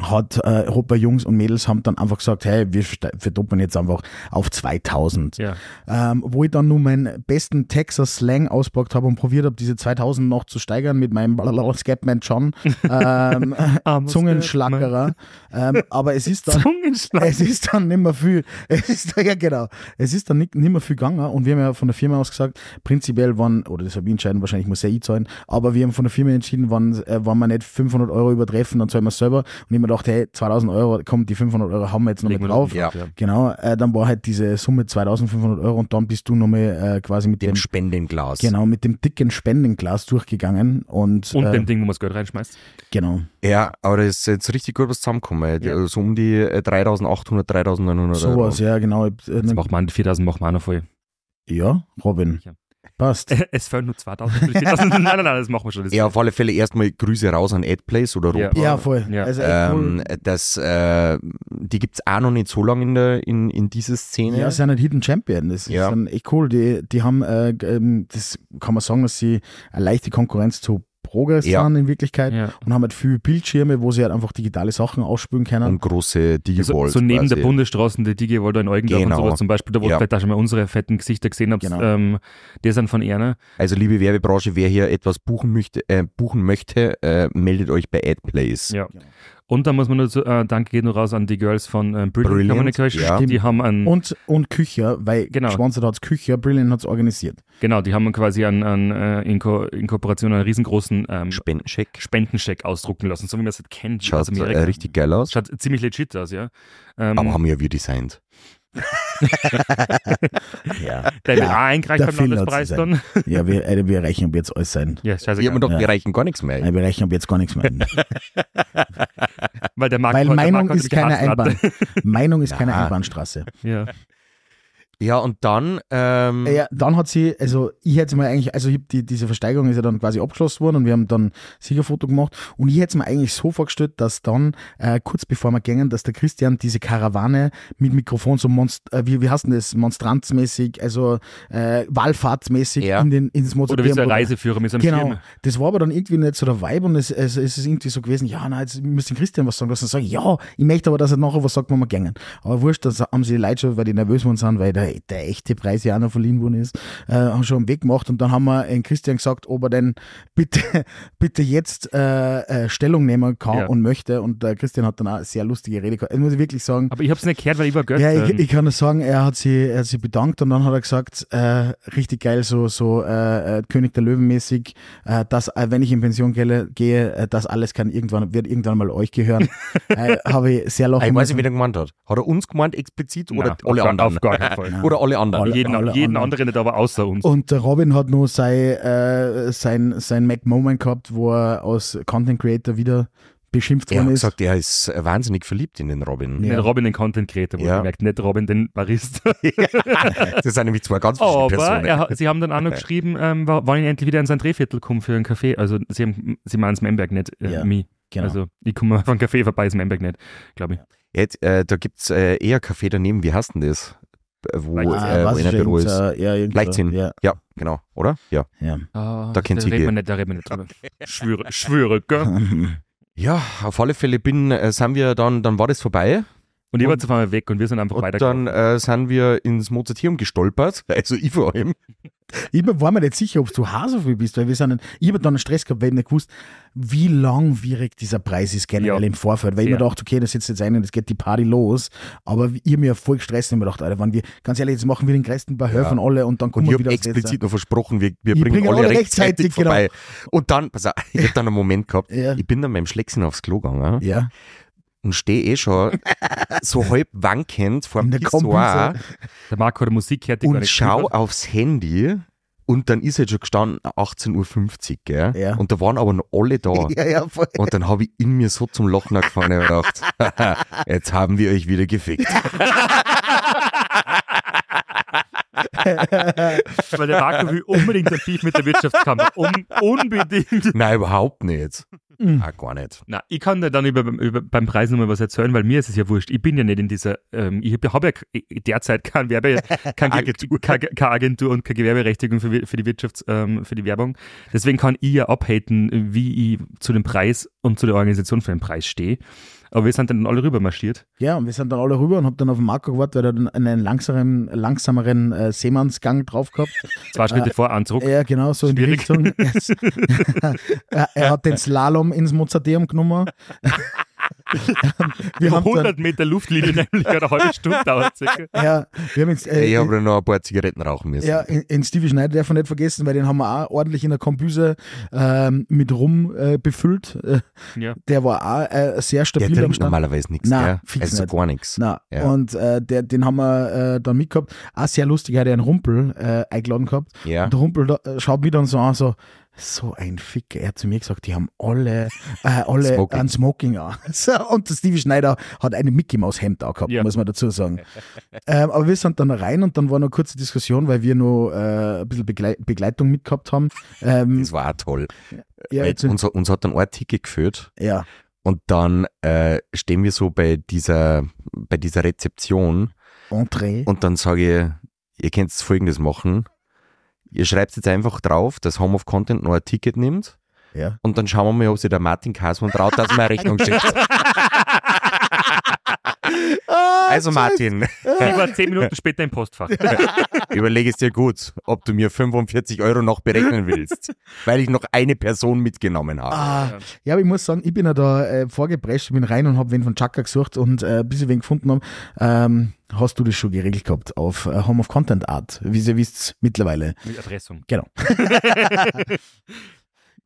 [SPEAKER 4] hat äh, Europa Jungs und Mädels haben dann einfach gesagt, hey, wir ste- verdoppeln jetzt einfach auf 2000.
[SPEAKER 3] Ja.
[SPEAKER 4] Ähm, wo ich dann nur meinen besten Texas Slang auspackt habe und probiert habe, diese 2000 noch zu steigern mit meinem blablabla Scatman John
[SPEAKER 3] Ah,
[SPEAKER 4] ähm,
[SPEAKER 3] Armer
[SPEAKER 4] Zungenschlackerer. Ähm, aber es ist dann
[SPEAKER 3] Zungenschlag.
[SPEAKER 4] es ist dann nimmer viel, es ist ja genau, es ist dann nicht, nimmer viel gegangen und wir haben ja von der Firma aus gesagt, prinzipiell waren, oder das habe ich entschieden, wahrscheinlich muss ja ich zahlen, aber wir haben von der Firma entschieden, wann, äh, wann wir nicht 500 Euro übertreffen, dann zahlen wir selber und ich mir gedacht, hey, 2000 Euro, komm, die 500 Euro haben wir jetzt noch mit
[SPEAKER 3] Legen wir
[SPEAKER 4] drauf.
[SPEAKER 5] Ja.
[SPEAKER 4] Genau, äh, dann war halt diese Summe 2500 Euro und dann bist du nochmal äh, quasi mit dem,
[SPEAKER 5] Dem Spendenglas.
[SPEAKER 4] genau, mit dem dicken Spendenglas durchgegangen und,
[SPEAKER 3] Und
[SPEAKER 4] äh,
[SPEAKER 3] dem Ding, wo man das Geld reinschmeißt.
[SPEAKER 4] genau.
[SPEAKER 5] Ja, aber das ist jetzt richtig gut was zusammengekommen.
[SPEAKER 3] Ja.
[SPEAKER 5] So um die äh, 3800, 3900 Euro.
[SPEAKER 4] Sowas, ja, genau. Ich- äh,
[SPEAKER 3] Das macht man, 4000 macht man auch noch voll.
[SPEAKER 4] Ja, Robin.
[SPEAKER 3] Ja.
[SPEAKER 4] Passt.
[SPEAKER 3] Es fehlen nur 2000. für die 4000. nein, nein, nein, das machen wir schon. Das
[SPEAKER 5] Ja, auf alle Fälle erstmal Grüße raus an AdPlace oder
[SPEAKER 3] Ja.
[SPEAKER 5] Ropa.
[SPEAKER 4] Ja, voll.
[SPEAKER 3] Ja.
[SPEAKER 4] Also echt cool.
[SPEAKER 5] Ähm, das, äh, die gibt's auch noch nicht so lange in, der, in, in dieser Szene.
[SPEAKER 4] Ja, sie sind halt Hidden Champion. Das
[SPEAKER 5] Ja.
[SPEAKER 4] ist dann echt cool. Die, die haben, äh, g- ähm, das kann man sagen, dass sie eine leichte Konkurrenz zu Progress
[SPEAKER 5] Ja.
[SPEAKER 4] sind in Wirklichkeit
[SPEAKER 3] Ja.
[SPEAKER 4] und haben halt viele Bildschirme, wo sie halt einfach digitale Sachen ausspülen können.
[SPEAKER 5] und große
[SPEAKER 3] Also, so,
[SPEAKER 5] Digi-Walls.
[SPEAKER 3] so neben
[SPEAKER 5] quasi.
[SPEAKER 3] der Bundesstraße, die Digi-Wall da in Eugendorf
[SPEAKER 5] Genau.
[SPEAKER 3] und sowas zum Beispiel, da wo
[SPEAKER 5] Ja.
[SPEAKER 3] ihr vielleicht auch schon mal unsere fetten Gesichter gesehen habt,
[SPEAKER 4] Genau.
[SPEAKER 3] ähm, die sind von Erna.
[SPEAKER 5] Also liebe Werbebranche, wer hier etwas buchen möchte, äh, buchen möchte äh, meldet euch bei AdPlace.
[SPEAKER 3] Ja. Und da muss man nur so, äh, Dank geht nur raus an die Girls von äh, Brilliant,
[SPEAKER 5] Brilliant,
[SPEAKER 3] Communication.
[SPEAKER 5] ja.
[SPEAKER 3] Die haben einen,
[SPEAKER 4] Und, und Kücher, weil
[SPEAKER 3] Genau.
[SPEAKER 4] gesponsert hat Kücher, Brilliant hat es organisiert.
[SPEAKER 3] genau, die haben quasi einen, einen, äh, in, Ko in Kooperation einen riesengroßen ähm,
[SPEAKER 5] Spendencheck.
[SPEAKER 3] Spendencheck ausdrucken lassen, so wie man es halt kennt aus
[SPEAKER 5] Schaut
[SPEAKER 3] Amerika.
[SPEAKER 5] äh, richtig geil aus.
[SPEAKER 3] Schaut ziemlich legit aus, ja. Ähm,
[SPEAKER 5] Aber haben ja wir designt.
[SPEAKER 4] Ja,
[SPEAKER 3] der wird auch eingereicht
[SPEAKER 4] der
[SPEAKER 3] beim
[SPEAKER 4] Phil hat's
[SPEAKER 3] Landespreis
[SPEAKER 4] designt.
[SPEAKER 3] dann.
[SPEAKER 4] ja wir, äh, wir erreichen ab jetzt alles sein.
[SPEAKER 3] Ja, scheißegal.
[SPEAKER 5] Wir haben doch,
[SPEAKER 4] Ja.
[SPEAKER 5] wir reichen gar nichts mehr.
[SPEAKER 4] Äh, Wir erreichen ab jetzt gar nichts mehr.
[SPEAKER 3] weil der Markt
[SPEAKER 4] Weil
[SPEAKER 3] heute- der
[SPEAKER 4] Meinung
[SPEAKER 3] Markt heute
[SPEAKER 4] ist keine
[SPEAKER 3] gehasst hat.
[SPEAKER 4] Einbahn. Meinung ist keine
[SPEAKER 5] Na.
[SPEAKER 4] Einbahnstraße.
[SPEAKER 3] Ja.
[SPEAKER 5] Ja, und dann, ähm,
[SPEAKER 4] Ja, dann hat sie, also ich hätte mir eigentlich, also ich hab die, diese Versteigerung ist ja dann quasi abgeschlossen worden und wir haben dann Siegerfoto gemacht und ich hätte mir eigentlich so vorgestellt, dass dann äh, kurz bevor wir gingen, dass der Christian diese Karawane mit Mikrofon so monst, äh, wie, wie heißt denn das, monstranzmäßig, also äh, wallfahrtsmäßig
[SPEAKER 5] Ja.
[SPEAKER 4] in den, ins Mozart
[SPEAKER 3] Oder wie so ein Reiseführer mit so einem
[SPEAKER 4] Genau,
[SPEAKER 3] Schirm.
[SPEAKER 4] das war aber dann irgendwie nicht so der Vibe und es, es, es ist irgendwie so gewesen, ja, na, jetzt müsste den Christian was sagen lassen. Sagen, ja, ich möchte aber, dass er nachher was sagt, wenn wir gängen. Aber wurscht, das haben sie die Leute schon, weil die nervös waren, sind, weil der, der echte Preis ja auch noch verliehen worden ist, äh, haben schon einen Weg gemacht und dann haben wir den Christian gesagt, ob er denn bitte, bitte jetzt äh, äh, Stellung nehmen kann
[SPEAKER 3] Ja.
[SPEAKER 4] und möchte. Und der Christian hat dann auch eine sehr lustige Rede gehabt. Ich muss wirklich sagen,
[SPEAKER 3] Aber ich hab's nicht gehört, weil ich war Götze.
[SPEAKER 4] ja, ich, ich kann nur sagen, er hat sie, er hat sie bedankt und dann hat er gesagt, äh, richtig geil, so, so äh, äh, König der Löwen mäßig, äh, dass äh, wenn ich in Pension gehe, gehe äh, das alles kann irgendwann, wird irgendwann mal euch gehören. äh, Habe ich sehr lachen
[SPEAKER 5] Ah, ich weiß nicht,
[SPEAKER 4] müssen.
[SPEAKER 5] wen er gemeint hat. Hat er uns gemeint explizit
[SPEAKER 3] Nein,
[SPEAKER 5] oder
[SPEAKER 3] auf
[SPEAKER 5] alle
[SPEAKER 3] gar-
[SPEAKER 5] anderen?
[SPEAKER 3] Auf gar keinen Fall.
[SPEAKER 5] Oder alle anderen.
[SPEAKER 4] Alle-
[SPEAKER 3] jeden jeden anderen nicht, aber außer uns.
[SPEAKER 4] Und der Robin hat nur sein, äh, sein, sein Mac-Moment gehabt, wo er aus Content Creator wieder beschimpft
[SPEAKER 5] Er hat
[SPEAKER 4] worden ist.
[SPEAKER 5] gesagt, er ist äh, wahnsinnig verliebt in den Robin.
[SPEAKER 4] Ja.
[SPEAKER 3] Nicht Robin den Content Creator, wo
[SPEAKER 5] Ja.
[SPEAKER 3] ja. gemerkt, nicht Robin den Barista.
[SPEAKER 5] Das sind nämlich zwei ganz verschiedene
[SPEAKER 3] Aber
[SPEAKER 5] Personen.
[SPEAKER 3] er, hat- sie haben dann auch noch geschrieben, ähm, wa- wann ich endlich wieder in sein Drehviertel komme für einen Kaffee. Also sie, haben- sie meinen es Memberg nicht, äh,
[SPEAKER 4] Ja,
[SPEAKER 3] mich.
[SPEAKER 4] genau.
[SPEAKER 3] Also ich komme auf einen Kaffee vorbei, ist Memberg nicht, glaube ich.
[SPEAKER 5] Jetzt, äh, da gibt es äh, eher Kaffee daneben. Wie heißt denn das? Äh, Wo,
[SPEAKER 3] Leichtsinn.
[SPEAKER 5] äh, wo
[SPEAKER 4] Ah, was
[SPEAKER 5] in der
[SPEAKER 4] ist
[SPEAKER 5] Büro
[SPEAKER 4] irgend-
[SPEAKER 5] ist.
[SPEAKER 4] äh, ja, irgend so.
[SPEAKER 5] Leichtsinn.
[SPEAKER 4] Ja,
[SPEAKER 5] Ja, genau. Oder? Ja.
[SPEAKER 4] ja.
[SPEAKER 3] Ah,
[SPEAKER 5] Da kennt sie
[SPEAKER 3] reden
[SPEAKER 5] jeder.
[SPEAKER 3] wir nicht, da reden wir nicht drüber. Schwöre, schwöre, gell?
[SPEAKER 5] Ja, auf alle Fälle bin, äh, sind wir dann, dann war das vorbei.
[SPEAKER 3] Und ich war zu fahren weg und wir sind einfach
[SPEAKER 5] Und
[SPEAKER 3] weitergegangen.
[SPEAKER 5] dann äh, sind wir ins Mozarteum gestolpert. Also ich vor allem.
[SPEAKER 4] Ich war mir nicht sicher, ob du Haselfiel bist, weil wir sind, ich habe dann Stress gehabt, weil ich nicht gewusst, wie langwierig dieser Preis ist generell
[SPEAKER 3] Ja.
[SPEAKER 4] im Vorfeld, weil ich
[SPEAKER 3] Ja.
[SPEAKER 4] mir dachte, okay, das setzt jetzt ein und jetzt geht die Party los, aber ihr mir voll gestresst und ich mir gedacht, Alter, wenn wir, ganz ehrlich, jetzt machen wir den größten paar Hörfern alle und dann
[SPEAKER 5] Und
[SPEAKER 4] kommen
[SPEAKER 5] ich
[SPEAKER 4] wir
[SPEAKER 5] habe
[SPEAKER 4] wieder aufs
[SPEAKER 5] explizit noch versprochen, wir, wir
[SPEAKER 4] Ich
[SPEAKER 5] bringen
[SPEAKER 4] bringe
[SPEAKER 5] alle
[SPEAKER 4] alle
[SPEAKER 5] rechtzeitig,
[SPEAKER 4] rechtzeitig, genau.
[SPEAKER 5] vorbei. Und dann, pass auf, ich habe dann einen Moment gehabt.
[SPEAKER 4] Ja.
[SPEAKER 5] Ich bin dann beim Schlecksen aufs Klo gegangen
[SPEAKER 4] Letzte. Ja,
[SPEAKER 5] und stehe eh schon so halb wankend vor dem
[SPEAKER 4] In der
[SPEAKER 5] Pissoir
[SPEAKER 3] der Marco hat Musik gehört, die gar
[SPEAKER 5] und
[SPEAKER 3] nicht
[SPEAKER 5] schau
[SPEAKER 3] gehört hat.
[SPEAKER 5] aufs Handy und dann ist jetzt schon gestanden 18.50 Uhr, gell?
[SPEAKER 4] Ja.
[SPEAKER 5] Und da waren aber noch alle da.
[SPEAKER 4] ja, ja, voll.
[SPEAKER 5] Und dann habe ich in mir so zum Lachen angefangen und gedacht, jetzt haben wir euch wieder gefickt.
[SPEAKER 3] Weil der Marco will unbedingt ein Beef mit der Wirtschaftskammer. Un unbedingt.
[SPEAKER 5] Nein, überhaupt nicht.
[SPEAKER 4] Mhm.
[SPEAKER 5] Ah, gar nicht.
[SPEAKER 3] Na, ich kann dir dann über, über, beim Preis nochmal was erzählen, weil mir ist es ja wurscht. Ich bin ja nicht in dieser, ähm, ich habe ja k- derzeit kein Werbe, kein Ge-
[SPEAKER 5] Agentur.
[SPEAKER 3] Keine keine Agentur und keine Gewerberechtigung für, wir- für die Wirtschafts, ähm, für die Werbung. Deswegen kann ich ja abhaten, wie ich zu dem Preis und zu der Organisation für den Preis stehe. Aber wir sind dann alle rüber marschiert.
[SPEAKER 4] Ja, und wir sind dann alle rüber und hab dann auf den Marco gewartet, weil er dann einen langsameren, langsameren äh, Seemannsgang drauf gehabt.
[SPEAKER 3] Zwei Schritte vor Anzug.
[SPEAKER 4] Ja, genau, so in die
[SPEAKER 3] Schwierig.
[SPEAKER 4] Richtung. er, er hat den Slalom ins Mozarteum genommen. wir haben dann,
[SPEAKER 3] 100 Meter Luftlinie, nämlich eine halbe Stunde dauert circa.
[SPEAKER 4] Ja, wir haben jetzt, äh,
[SPEAKER 5] Ich habe noch ein paar Zigaretten rauchen müssen.
[SPEAKER 4] ja, in, in Stevie Schneider darf man nicht vergessen, weil den haben wir auch ordentlich in der Kombüse ähm, mit rum äh, befüllt. Äh,
[SPEAKER 3] Ja.
[SPEAKER 4] Der war auch äh, sehr
[SPEAKER 5] Der
[SPEAKER 4] stabil am
[SPEAKER 5] trinkt
[SPEAKER 4] Stand.
[SPEAKER 5] normalerweise nichts,
[SPEAKER 4] Nein,
[SPEAKER 5] gell?
[SPEAKER 4] fix
[SPEAKER 5] Also
[SPEAKER 4] nicht.
[SPEAKER 5] gar nichts.
[SPEAKER 4] Na,
[SPEAKER 5] Ja.
[SPEAKER 4] und äh, der, den haben wir äh, dann mitgehabt. Auch sehr lustig, hat er einen Rumpel äh, eingeladen gehabt.
[SPEAKER 5] Ja.
[SPEAKER 4] Und der Rumpel da, äh, schaut mich dann so an, so, so ein Fick. Er hat zu mir gesagt, die haben alle, äh, alle
[SPEAKER 5] Smoking.
[SPEAKER 4] ein Smoking an. So, und der Stevie Schneider hat eine Mickey Maus Hemd auch gehabt,
[SPEAKER 3] Ja.
[SPEAKER 4] muss man dazu sagen. ähm, aber wir sind dann rein und dann war noch eine kurze Diskussion, weil wir noch äh, ein bisschen Begle Begleitung mitgehabt haben. Ähm,
[SPEAKER 5] Das war auch toll.
[SPEAKER 4] ja,
[SPEAKER 5] Weil
[SPEAKER 4] jetzt,
[SPEAKER 5] uns, uns hat dann ein Ticket geführt
[SPEAKER 4] ja,
[SPEAKER 5] und dann äh, stehen wir so bei dieser, bei dieser Rezeption
[SPEAKER 4] Entree.
[SPEAKER 5] und dann sage ich, ihr könnt folgendes machen. Ihr schreibt jetzt einfach drauf, dass Home of Content noch ein Ticket nimmt
[SPEAKER 4] Ja.
[SPEAKER 5] und dann schauen wir mal, ob sich der Martin Kasmann traut, dass man eine Rechnung schickt. Also Martin,
[SPEAKER 3] Ich war zehn Minuten später im Postfach.
[SPEAKER 5] überlege es dir gut, ob du mir 45 Euro noch berechnen willst, weil ich noch eine Person mitgenommen habe.
[SPEAKER 4] Ah, ja, aber ich muss sagen, ich bin ja da äh, vorgeprescht, bin rein und habe wen von Chaka gesucht und äh, bis ich wen gefunden habe, ähm, hast du das schon geregelt gehabt auf äh, Home of Content Art, wie ihr wisst mittlerweile.
[SPEAKER 3] Mit Adressum.
[SPEAKER 4] Genau.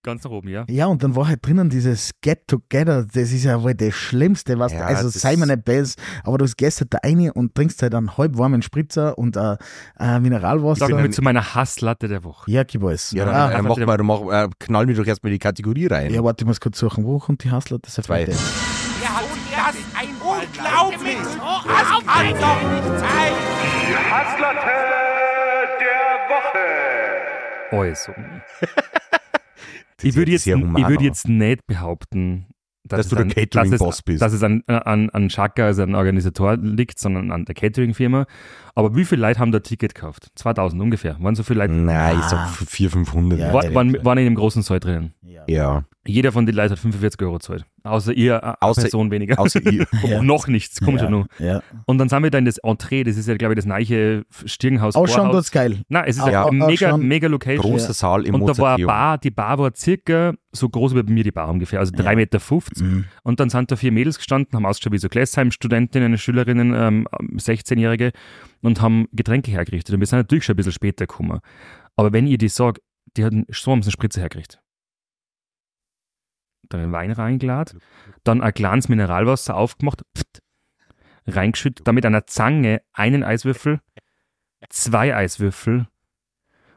[SPEAKER 3] Ganz nach oben, ja.
[SPEAKER 4] Ja, und dann war halt drinnen dieses Get Together, das ist ja wohl das Schlimmste, was
[SPEAKER 5] Ja,
[SPEAKER 4] da, also
[SPEAKER 5] das-
[SPEAKER 4] sei mir nicht best, aber du gehst halt da eine und trinkst halt einen halb warmen Spritzer und äh, äh, Mineralwasser.
[SPEAKER 3] Sag
[SPEAKER 5] bin
[SPEAKER 3] mal
[SPEAKER 5] ein-
[SPEAKER 3] zu meiner Hasslatte der Woche.
[SPEAKER 4] Ja, gib alles.
[SPEAKER 5] Ja, dann,
[SPEAKER 4] ah,
[SPEAKER 5] dann mach mal, dann mach, äh, knall mir doch erstmal die Kategorie rein.
[SPEAKER 4] ja, warte, ich muss kurz suchen. Wo kommt die Hassler? Das ist
[SPEAKER 5] Zwei.
[SPEAKER 4] ja
[SPEAKER 2] Ihr habt das unglaublich. Oh, Das kann doch nicht sein.
[SPEAKER 3] Äußerung.
[SPEAKER 5] Das
[SPEAKER 3] Ich
[SPEAKER 5] ist
[SPEAKER 3] Also. würde
[SPEAKER 5] ja
[SPEAKER 3] jetzt, ich
[SPEAKER 5] sehr human,
[SPEAKER 3] würde
[SPEAKER 5] aber.
[SPEAKER 3] jetzt nicht behaupten,
[SPEAKER 5] Dass
[SPEAKER 3] es
[SPEAKER 5] du der
[SPEAKER 3] an-
[SPEAKER 5] Catering-Boss
[SPEAKER 3] dass es-
[SPEAKER 5] bist.
[SPEAKER 3] Dass es an, an, an Chaka, also an Organisator liegt, sondern an der Catering-Firma. Aber wie viele Leute haben da Ticket gekauft? 2000 ungefähr. Waren so viele Leute?
[SPEAKER 5] Nein, ich sag 400, 500.
[SPEAKER 4] Ja,
[SPEAKER 5] Hm. Ja.
[SPEAKER 3] Wa-
[SPEAKER 4] ehrlich
[SPEAKER 3] waren,
[SPEAKER 4] gesagt.
[SPEAKER 3] waren in dem großen Zoll drinnen.
[SPEAKER 5] ja.
[SPEAKER 3] Jeder von den Leuten hat 45 Euro gezahlt. Außer ihr, eine
[SPEAKER 5] Außer-
[SPEAKER 3] Person weniger.
[SPEAKER 5] Außer ihr.
[SPEAKER 4] Ja.
[SPEAKER 3] Noch nichts, kommt schon noch.
[SPEAKER 4] Ja.
[SPEAKER 3] Und dann sind wir da in das Entree, das ist ja, glaube ich, das neiche Stirnhaus.
[SPEAKER 4] Ausschauen
[SPEAKER 3] Vorhaus.
[SPEAKER 4] tut's geil.
[SPEAKER 3] Nein, es ist
[SPEAKER 5] Ja.
[SPEAKER 3] eine
[SPEAKER 4] Au-
[SPEAKER 3] mega,
[SPEAKER 4] ausschauen.
[SPEAKER 3] mega Location.
[SPEAKER 5] Großer Saal im
[SPEAKER 3] Und da war eine
[SPEAKER 5] Mozarteum.
[SPEAKER 3] Bar, die Bar war circa so groß wie bei mir die Bar ungefähr, also 3,50 Meter.
[SPEAKER 4] Mhm.
[SPEAKER 3] Und dann sind da vier Mädels gestanden, haben ausgeschaut wie so Gläsheim-Studentinnen, Schülerinnen, ähm, 16-Jährige und haben Getränke hergerichtet. Und wir sind natürlich schon ein bisschen später gekommen. Aber wenn ihr die sagt, die hatten so haben sie einen Spritzer hergerichtet. Dann einen Wein reingeladen, dann ein Glanz Mineralwasser aufgemacht, pft, reingeschüttet, dann mit einer Zange einen Eiswürfel, zwei Eiswürfel.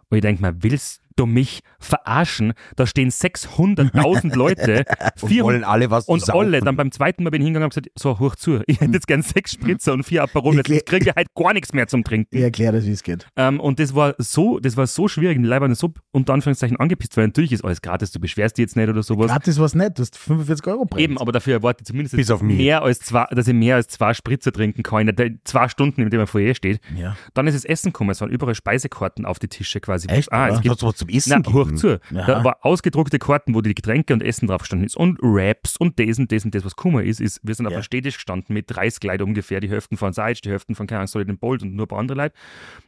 [SPEAKER 3] Und ich denke mir, willst du mich verarschen? Da stehen 600.000 Leute,
[SPEAKER 5] Und
[SPEAKER 3] 400
[SPEAKER 5] wollen alle was
[SPEAKER 3] und
[SPEAKER 5] saufen.
[SPEAKER 3] alle, dann beim zweiten Mal bin ich hingegangen und hab gesagt, so, hoch zu, ich hätte jetzt gern sechs Spritzer und vier Aperol, jetzt
[SPEAKER 4] Ich-
[SPEAKER 3] kriege ich halt gar nichts mehr zum Trinken.
[SPEAKER 4] Ich erkläre das, wie es geht.
[SPEAKER 3] Ähm, und das war so, das war so schwierig, die Leute waren so unter Anführungszeichen angepisst, weil natürlich ist alles gratis, du beschwerst dich jetzt nicht oder sowas.
[SPEAKER 4] Gratis was nicht, du hast 45 Euro Preis.
[SPEAKER 3] Eben, aber dafür erwarte ich zumindest
[SPEAKER 5] Bis auf mich.
[SPEAKER 3] mehr als zwei, dass ich mehr als zwei Spritzer trinken kann, in der- zwei Stunden, in dem man vorher steht.
[SPEAKER 4] Ja.
[SPEAKER 3] Dann ist das Essen gekommen, es waren überall Speisekarten auf die Tische quasi.
[SPEAKER 4] Echt?
[SPEAKER 3] Ah, es
[SPEAKER 4] Ja.
[SPEAKER 3] gibt
[SPEAKER 5] Hat's was zum Essen
[SPEAKER 3] na,
[SPEAKER 5] gegeben?
[SPEAKER 3] hoch zu.
[SPEAKER 4] Aha.
[SPEAKER 3] Da war ausgedruckte Karten, wo die Getränke und Essen drauf standen ist. Und Raps und das und das und das, was Kummer ist, ist, wir sind auf
[SPEAKER 4] Ja.
[SPEAKER 3] einem Städtisch gestanden mit 30 Leuten ungefähr, die Hälften von Seitsch, die Hälften von, keine Ahnung, Solid Bold und nur ein paar andere Leute.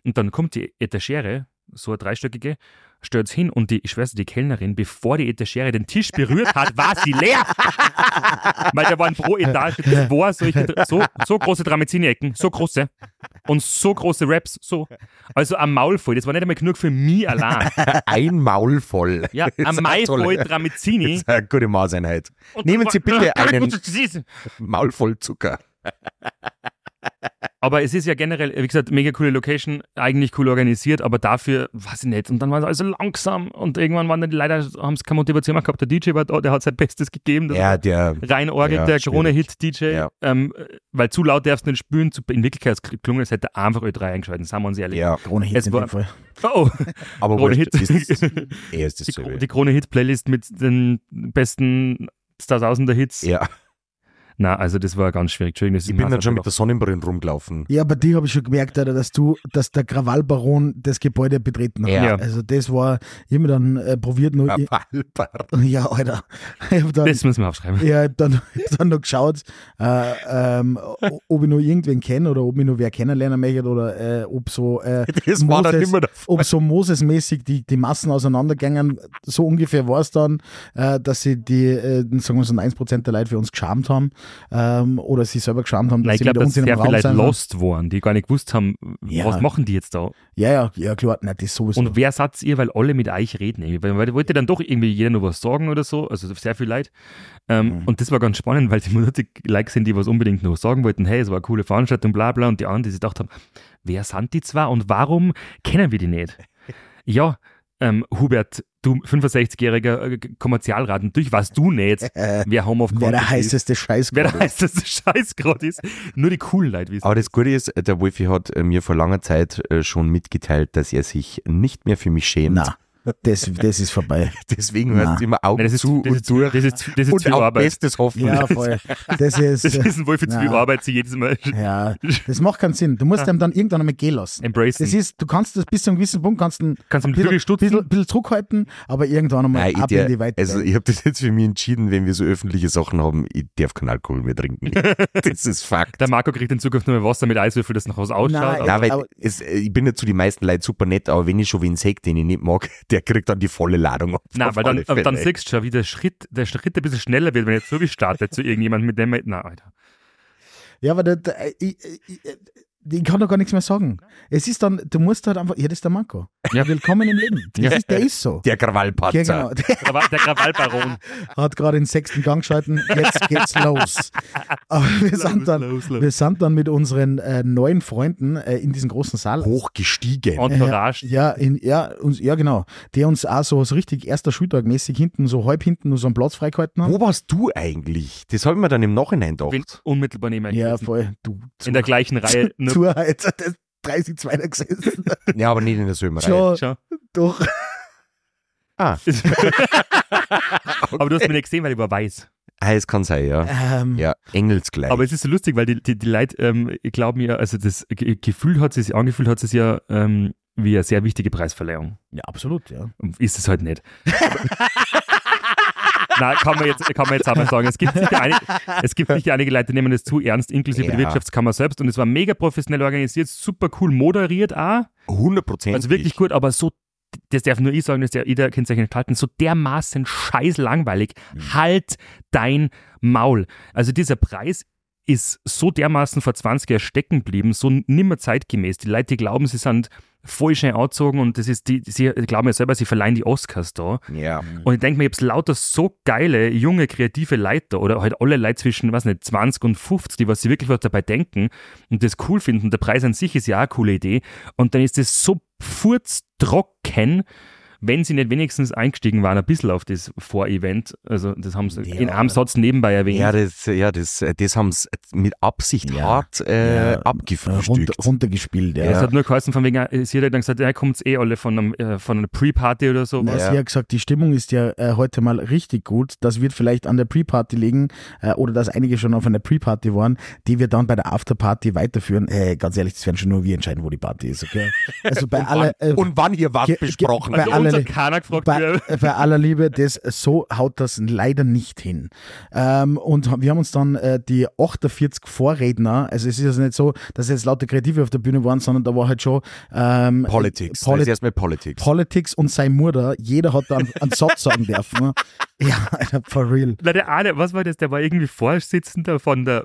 [SPEAKER 3] Und dann kommt die Etagere, so eine dreistöckige, stellt hin und die, ich schwör's, dir, die Kellnerin, bevor die Etagere den Tisch berührt hat, war sie leer. Weil da waren pro Etage zwei solche, so, so große Dramazini-Ecken, so große. Und so große Raps, so. Also am Maul voll. Das war nicht einmal genug für mich allein.
[SPEAKER 5] Ein Maul voll.
[SPEAKER 3] Ja,
[SPEAKER 5] Das ist
[SPEAKER 3] am
[SPEAKER 5] eine
[SPEAKER 3] Mai
[SPEAKER 5] tolle-
[SPEAKER 3] voll
[SPEAKER 5] Das
[SPEAKER 3] Dramizini.
[SPEAKER 5] ist eine gute Maßeinheit. Nehmen Sie bitte einen Maul voll Zucker.
[SPEAKER 3] Aber es ist ja generell, wie gesagt, mega coole Location, eigentlich cool organisiert, aber dafür, weiß ich nicht. Und dann war es alles so langsam und irgendwann waren dann die leider, haben sie keine Motivation mehr gehabt. Der DJ war da, der hat sein Bestes gegeben. Das
[SPEAKER 5] Ja,
[SPEAKER 3] war
[SPEAKER 5] der
[SPEAKER 3] Rein Orgel,
[SPEAKER 5] ja,
[SPEAKER 3] der
[SPEAKER 5] schwierig.
[SPEAKER 3] Corona-Hit-DJ,
[SPEAKER 5] Ja.
[SPEAKER 3] ähm, weil zu laut darfst du nicht spüren. Zu- In Wirklichkeit hat's geklungen, es hätte einfach Ö3 eingeschalten, sagen wir uns ehrlich.
[SPEAKER 5] ja,
[SPEAKER 4] Krone Hits
[SPEAKER 3] Es
[SPEAKER 4] in
[SPEAKER 3] war-
[SPEAKER 4] dem Fall.
[SPEAKER 3] Oh,
[SPEAKER 5] aber
[SPEAKER 3] Krone Hit.
[SPEAKER 5] wurscht, Ist, er ist
[SPEAKER 3] die, Kro-
[SPEAKER 5] dasselbe.
[SPEAKER 3] die Krone-Hit-Playlist mit den besten 2000er Hits.
[SPEAKER 5] Ja,
[SPEAKER 3] Na, also das war ganz schwierig. Entschuldigung, das ist
[SPEAKER 5] ich
[SPEAKER 3] mir
[SPEAKER 5] bin dann
[SPEAKER 3] auch
[SPEAKER 5] schon
[SPEAKER 3] so
[SPEAKER 5] mit der Sonnenbrille rumgelaufen.
[SPEAKER 4] Ja, bei dir habe ich schon gemerkt, Alter, dass du, dass der Krawallbaron das Gebäude betreten hat.
[SPEAKER 5] Ja.
[SPEAKER 3] Ja.
[SPEAKER 4] Also das war, ich hab mir dann äh, probiert noch. Ich,
[SPEAKER 5] Palper.
[SPEAKER 4] ja, Alter. Ich hab dann,
[SPEAKER 3] Das müssen wir aufschreiben.
[SPEAKER 4] ja, ich hab dann, ich hab dann noch geschaut, äh, ähm, o- ob ich noch irgendwen kenne oder ob ich noch wer kennenlernen möchte oder äh, ob so äh,
[SPEAKER 5] Das war dann immer der
[SPEAKER 4] ob so Moses-mäßig die, die Massen auseinandergegangen, so ungefähr war es dann, äh, dass sie die, äh, sagen wir so, 1% der Leute für uns geschamt haben ähm, oder sie selber geschamt haben, dass
[SPEAKER 3] Nein, ich
[SPEAKER 4] sie
[SPEAKER 3] glaube,
[SPEAKER 4] mit
[SPEAKER 3] dass
[SPEAKER 4] uns in
[SPEAKER 3] sehr
[SPEAKER 4] einem
[SPEAKER 3] viele
[SPEAKER 4] Raum
[SPEAKER 3] Leute
[SPEAKER 4] sind.
[SPEAKER 3] lost waren, die gar nicht gewusst haben,
[SPEAKER 4] Ja.
[SPEAKER 3] was machen die jetzt da?
[SPEAKER 4] Ja, ja, ja, klar, nein, das sowieso.
[SPEAKER 3] Und wer sagt ihr, weil alle mit euch reden? irgendwie? Weil weil wollte dann doch irgendwie jeder nur was sagen oder so, also sehr viel Leid. Ähm,
[SPEAKER 4] Mhm.
[SPEAKER 3] Und das war ganz spannend, weil die Leute like sind, die was unbedingt noch sagen wollten, hey, es war eine coole Veranstaltung, bla bla, und die anderen, die sich gedacht haben, wer sind die zwar und warum kennen wir die nicht? Ja, ähm, Hubert, du 65-jähriger äh, Kommerzialrat, natürlich weißt du nicht, wer Home of
[SPEAKER 4] wer
[SPEAKER 3] Content
[SPEAKER 4] der
[SPEAKER 3] ist.
[SPEAKER 4] heißeste Scheiß
[SPEAKER 3] Wer da
[SPEAKER 4] gerade ist.
[SPEAKER 3] heißt, dass das Scheiß gerade ist. Nur die coolen Leute wissen.
[SPEAKER 5] Aber das Gute ist, der Wolfi hat äh, mir vor langer Zeit äh, schon mitgeteilt, dass er sich nicht mehr für mich schämt.
[SPEAKER 4] Na. Das, das ist vorbei.
[SPEAKER 5] Deswegen hörst du immer Augen
[SPEAKER 3] Nein, das ist
[SPEAKER 5] zu
[SPEAKER 3] das
[SPEAKER 5] und
[SPEAKER 3] ist,
[SPEAKER 5] durch.
[SPEAKER 3] Das ist, das ist
[SPEAKER 5] und
[SPEAKER 3] zu viel
[SPEAKER 5] auch
[SPEAKER 3] Arbeit.
[SPEAKER 5] bestes Hoffen.
[SPEAKER 4] Ja, voll. Das ist,
[SPEAKER 3] Das ist wohl viel zu viel
[SPEAKER 4] Nein.
[SPEAKER 3] Arbeit, sie jedes Mal.
[SPEAKER 4] Ja, das macht keinen Sinn. Du musst ihm dann irgendwann einmal gehen lassen.
[SPEAKER 3] Embracen.
[SPEAKER 4] Das ist, du kannst das bis zu einem gewissen Punkt, kannst du
[SPEAKER 3] Kannst
[SPEAKER 4] ein
[SPEAKER 3] ihn wirklich
[SPEAKER 4] bisschen,
[SPEAKER 3] stutzen?
[SPEAKER 4] bisschen, bisschen zurückhalten, aber irgendwann einmal
[SPEAKER 5] Nein, ich,
[SPEAKER 4] ab in die
[SPEAKER 5] der,
[SPEAKER 4] Weite.
[SPEAKER 5] also ich habe das jetzt für mich entschieden, wenn wir so öffentliche Sachen haben, ich darf keinen Alkohol mehr trinken. das ist Fakt.
[SPEAKER 3] Der Marco kriegt in Zukunft nur mehr Wasser mit Eiswürfel, das nach was ausschaut.
[SPEAKER 4] Nein,
[SPEAKER 3] aber-
[SPEAKER 5] Ja, weil
[SPEAKER 4] Aber-
[SPEAKER 5] es, ich bin ja zu den meisten Leuten super nett, aber wenn ich schon wen sehe, den ich nicht mag, der kriegt dann die volle Ladung. ab.
[SPEAKER 3] Nein,
[SPEAKER 5] Auf
[SPEAKER 3] weil dann,
[SPEAKER 5] alle Fälle.
[SPEAKER 3] dann siehst du schon, wie der Schritt, der Schritt ein bisschen schneller wird, wenn jetzt so wie startet zu irgendjemandem, mit dem man. Nein, Alter.
[SPEAKER 4] Ja, aber da, da, ich, ich, ich kann doch gar nichts mehr sagen. Es ist dann, du musst halt einfach, ja, das ist der Marco.
[SPEAKER 3] Ja.
[SPEAKER 4] Willkommen im Leben. Das ist, der ist so.
[SPEAKER 5] Der
[SPEAKER 4] Ja,
[SPEAKER 5] Krawallpatzer.
[SPEAKER 4] genau. Der
[SPEAKER 3] Krawall, der Krawallbaron.
[SPEAKER 4] hat gerade den sechsten Gang geschalten. Jetzt geht's los. Aber wir sind dann,
[SPEAKER 3] los, los.
[SPEAKER 4] wir sind dann mit unseren äh, neuen Freunden äh, in diesen großen
[SPEAKER 3] genau.
[SPEAKER 4] Saal
[SPEAKER 5] Hochgestiegen.
[SPEAKER 3] Entourage.
[SPEAKER 4] Ja, in, ja, uns, ja, genau. Der uns auch so, so richtig erster Schultag mäßig hinten, so halb hinten, nur so einen Platz freigehalten hat.
[SPEAKER 5] Wo warst du eigentlich? Das habe ich mir dann im Nachhinein gedacht.
[SPEAKER 3] Bin unmittelbar neben mir
[SPEAKER 4] Ja,
[SPEAKER 3] gewesen.
[SPEAKER 4] voll. Du, zu,
[SPEAKER 3] In der gleichen Reihe. Nur,
[SPEAKER 4] zur Heiz hat er 30 Zweiter gesessen.
[SPEAKER 5] ja, aber nicht in der Sömerei.
[SPEAKER 4] Schon,
[SPEAKER 3] Schau.
[SPEAKER 4] doch.
[SPEAKER 5] Ah,
[SPEAKER 3] Aber du hast mich nicht gesehen, weil ich war weiß.
[SPEAKER 5] ah, es kann sein, ja.
[SPEAKER 4] Ähm,
[SPEAKER 5] Ja, engelsgleich.
[SPEAKER 3] Aber es ist so lustig, weil die, die, die Leute ähm, glauben ja, also das Ge- Gefühl hat es, angefühlt hat es ja ähm, wie eine sehr wichtige Preisverleihung.
[SPEAKER 4] ja, absolut, ja. Äh,
[SPEAKER 3] Ist es halt nicht. Na, kann man jetzt, kann man jetzt auch mal sagen. Es gibt sicher einige, es gibt sicher einige Leute, die nehmen das zu ernst, inklusive
[SPEAKER 5] Ja.
[SPEAKER 3] der Wirtschaftskammer selbst. Und es war mega professionell organisiert, super cool moderiert auch.
[SPEAKER 5] 100 Prozent.
[SPEAKER 3] Also wirklich gut, aber so, das darf nur ich sagen, das darf jeder kennt sich nicht halten, so dermaßen scheiß langweilig. Halt dein Maul. Also dieser Preis ist so dermaßen vor 20 Jahren stecken geblieben, so nimmer zeitgemäß. Die Leute, die glauben, sie sind voll schön angezogen und das ist die, sie glauben ja selber, sie verleihen die Oscars da.
[SPEAKER 5] Ja.
[SPEAKER 3] Und ich denke mir, ich habe lauter so geile, junge, kreative Leiter oder halt alle Leute zwischen, weiß nicht, 20 und 50, die was sie wirklich was dabei denken und das cool finden. Der Preis an sich ist ja auch eine coole Idee. Und dann ist das so furztrocken, wenn sie nicht wenigstens eingestiegen waren, ein bisschen auf das Vorevent. Also, das haben sie
[SPEAKER 4] Ja.
[SPEAKER 3] in einem Satz nebenbei erwähnt.
[SPEAKER 5] Ja, das, ja, das, das haben sie mit Absicht
[SPEAKER 4] Ja.
[SPEAKER 5] hart äh,
[SPEAKER 4] Ja, Äh,
[SPEAKER 5] abgefrühstückt.
[SPEAKER 4] Runter, runtergespielt, ja.
[SPEAKER 3] Es hat nur geheißen, von wegen, äh, sie hat dann gesagt, ja, kommt eh alle von, einem, äh, von einer Pre-Party oder so.
[SPEAKER 4] Na,
[SPEAKER 5] Ja.
[SPEAKER 4] Sie hat gesagt, die Stimmung ist ja äh, heute mal richtig gut. Das wird vielleicht an der Pre-Party liegen äh, oder dass einige schon auf einer Pre-Party waren, die wir dann bei der After-Party weiterführen. Äh, ganz ehrlich, das werden schon nur wir entscheiden, wo die Party ist, okay? Also bei aller... Äh,
[SPEAKER 5] Und wann hier was
[SPEAKER 4] ge- ge-
[SPEAKER 5] besprochen?
[SPEAKER 4] bei
[SPEAKER 3] Also uns
[SPEAKER 4] aller-
[SPEAKER 3] hat keiner gefragt,
[SPEAKER 4] bei, äh,
[SPEAKER 3] wer-
[SPEAKER 4] bei aller Liebe, das, so haut das leider nicht hin. Ähm, und wir haben uns dann äh, die 48 Vorredner, also es ist also nicht so, dass jetzt lauter Kreative auf der Bühne waren, sondern da war halt schon ähm,
[SPEAKER 5] Politics.
[SPEAKER 4] Poli-
[SPEAKER 5] das ist erstmal Politics.
[SPEAKER 4] Politics und sein Murder, jeder hat da einen, einen Satz sagen dürfen. ne? Ja, Alter, for real.
[SPEAKER 3] Na, der eine, was war das? Der war irgendwie Vorsitzender von der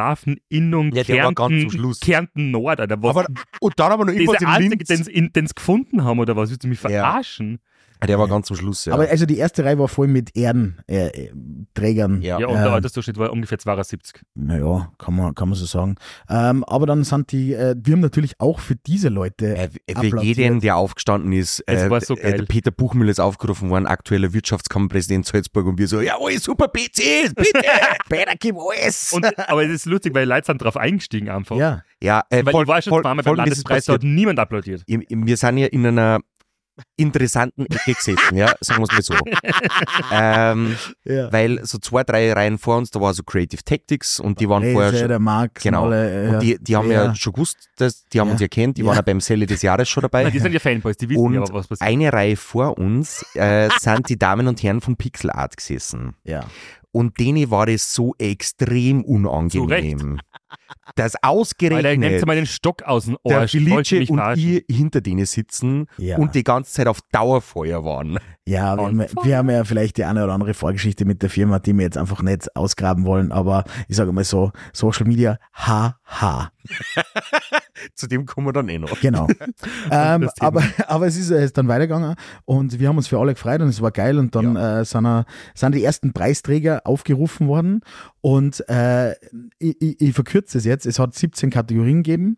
[SPEAKER 3] Fotografeninnung
[SPEAKER 5] Ja, der
[SPEAKER 3] Kärnten,
[SPEAKER 5] war ganz zum Schluss.
[SPEAKER 3] Kärnten Nord. Alter, was,
[SPEAKER 5] aber, und dann haben wir noch
[SPEAKER 3] der ist
[SPEAKER 5] irgendwas
[SPEAKER 3] der
[SPEAKER 5] im
[SPEAKER 3] Einzige,
[SPEAKER 5] Linz.
[SPEAKER 3] den's- in- den's gefunden haben, oder was? Willst du mich verarschen?
[SPEAKER 5] der war ganz zum Schluss, ja.
[SPEAKER 4] Aber also die erste Reihe war voll mit Ehrenträgern. Äh, äh, Trägern.
[SPEAKER 5] ja.
[SPEAKER 3] Ja, und der
[SPEAKER 4] Ähm.
[SPEAKER 3] Altersdurchschnitt war ungefähr 72.
[SPEAKER 4] Naja, kann man, kann man so sagen. Ähm, aber dann sind die, äh, wir haben natürlich auch für diese Leute
[SPEAKER 5] Äh, Für
[SPEAKER 4] applaudiert.
[SPEAKER 5] jeden, der aufgestanden ist,
[SPEAKER 3] Es
[SPEAKER 5] äh,
[SPEAKER 3] war so
[SPEAKER 5] äh,
[SPEAKER 3] geil.
[SPEAKER 5] der Peter Buchmüller ist aufgerufen worden, aktueller Wirtschaftskammerpräsident Salzburg und wir so, jawohl, super PC, bitte, Peter, gib alles.
[SPEAKER 3] Und, aber es ist lustig, weil die Leute sind drauf eingestiegen einfach.
[SPEAKER 4] Ja,
[SPEAKER 5] ja, äh,
[SPEAKER 3] Weil
[SPEAKER 5] voll-
[SPEAKER 3] ich war schon
[SPEAKER 5] voll-
[SPEAKER 3] zweimal beim
[SPEAKER 5] Folgendes ist
[SPEAKER 3] Landespreis, da hat
[SPEAKER 5] passiert.
[SPEAKER 3] niemand applaudiert.
[SPEAKER 5] Ich- ich- Wir sind ja in einer interessanten Ecke gesessen, ja, sagen wir es mal so. ähm,
[SPEAKER 4] ja.
[SPEAKER 5] weil so zwei, drei Reihen vor uns, da war so Creative Tactics und die waren vorher
[SPEAKER 4] Laser,
[SPEAKER 5] schon,
[SPEAKER 4] der Max,
[SPEAKER 5] Genau.
[SPEAKER 4] und alle, äh,
[SPEAKER 5] und die, die haben ja,
[SPEAKER 4] Ja.
[SPEAKER 5] schon gewusst, dass, die haben
[SPEAKER 4] Ja.
[SPEAKER 5] uns erkannt, die
[SPEAKER 4] Ja.
[SPEAKER 5] waren ja beim Selle des Jahres schon dabei.
[SPEAKER 3] Nein, die sind ja Fanboys, die wissen
[SPEAKER 5] Und
[SPEAKER 3] ja, was passiert.
[SPEAKER 5] eine Reihe vor uns äh, sind die Damen und Herren von Pixel Art gesessen.
[SPEAKER 4] ja.
[SPEAKER 5] Und denen war das so extrem
[SPEAKER 3] Zu
[SPEAKER 5] unangenehm. Das
[SPEAKER 3] Alter, nehmt
[SPEAKER 5] ausgerechnet
[SPEAKER 3] mal den Stock aus dem Ohr.
[SPEAKER 5] der
[SPEAKER 3] wollt ihr
[SPEAKER 5] Felice
[SPEAKER 3] mich
[SPEAKER 5] und
[SPEAKER 3] verarschen?
[SPEAKER 5] ich hinter denen sitzen
[SPEAKER 4] Ja.
[SPEAKER 5] und die ganze Zeit auf Dauerfeuer waren.
[SPEAKER 4] Ja, wir,
[SPEAKER 3] Und-
[SPEAKER 4] haben- wir haben ja vielleicht die eine oder andere Vorgeschichte mit der Firma, die wir jetzt einfach nicht ausgraben wollen, aber ich sage mal so, Social Media, haha.
[SPEAKER 5] Zu dem kommen wir dann eh noch.
[SPEAKER 4] Genau. ähm, aber, aber es ist, äh, ist dann weitergegangen und wir haben uns für alle gefreut und es war geil und dann äh, sind, äh, sind die ersten Preisträger aufgerufen worden und äh, ich, ich, ich verkürze es jetzt, es hat 17 Kategorien gegeben.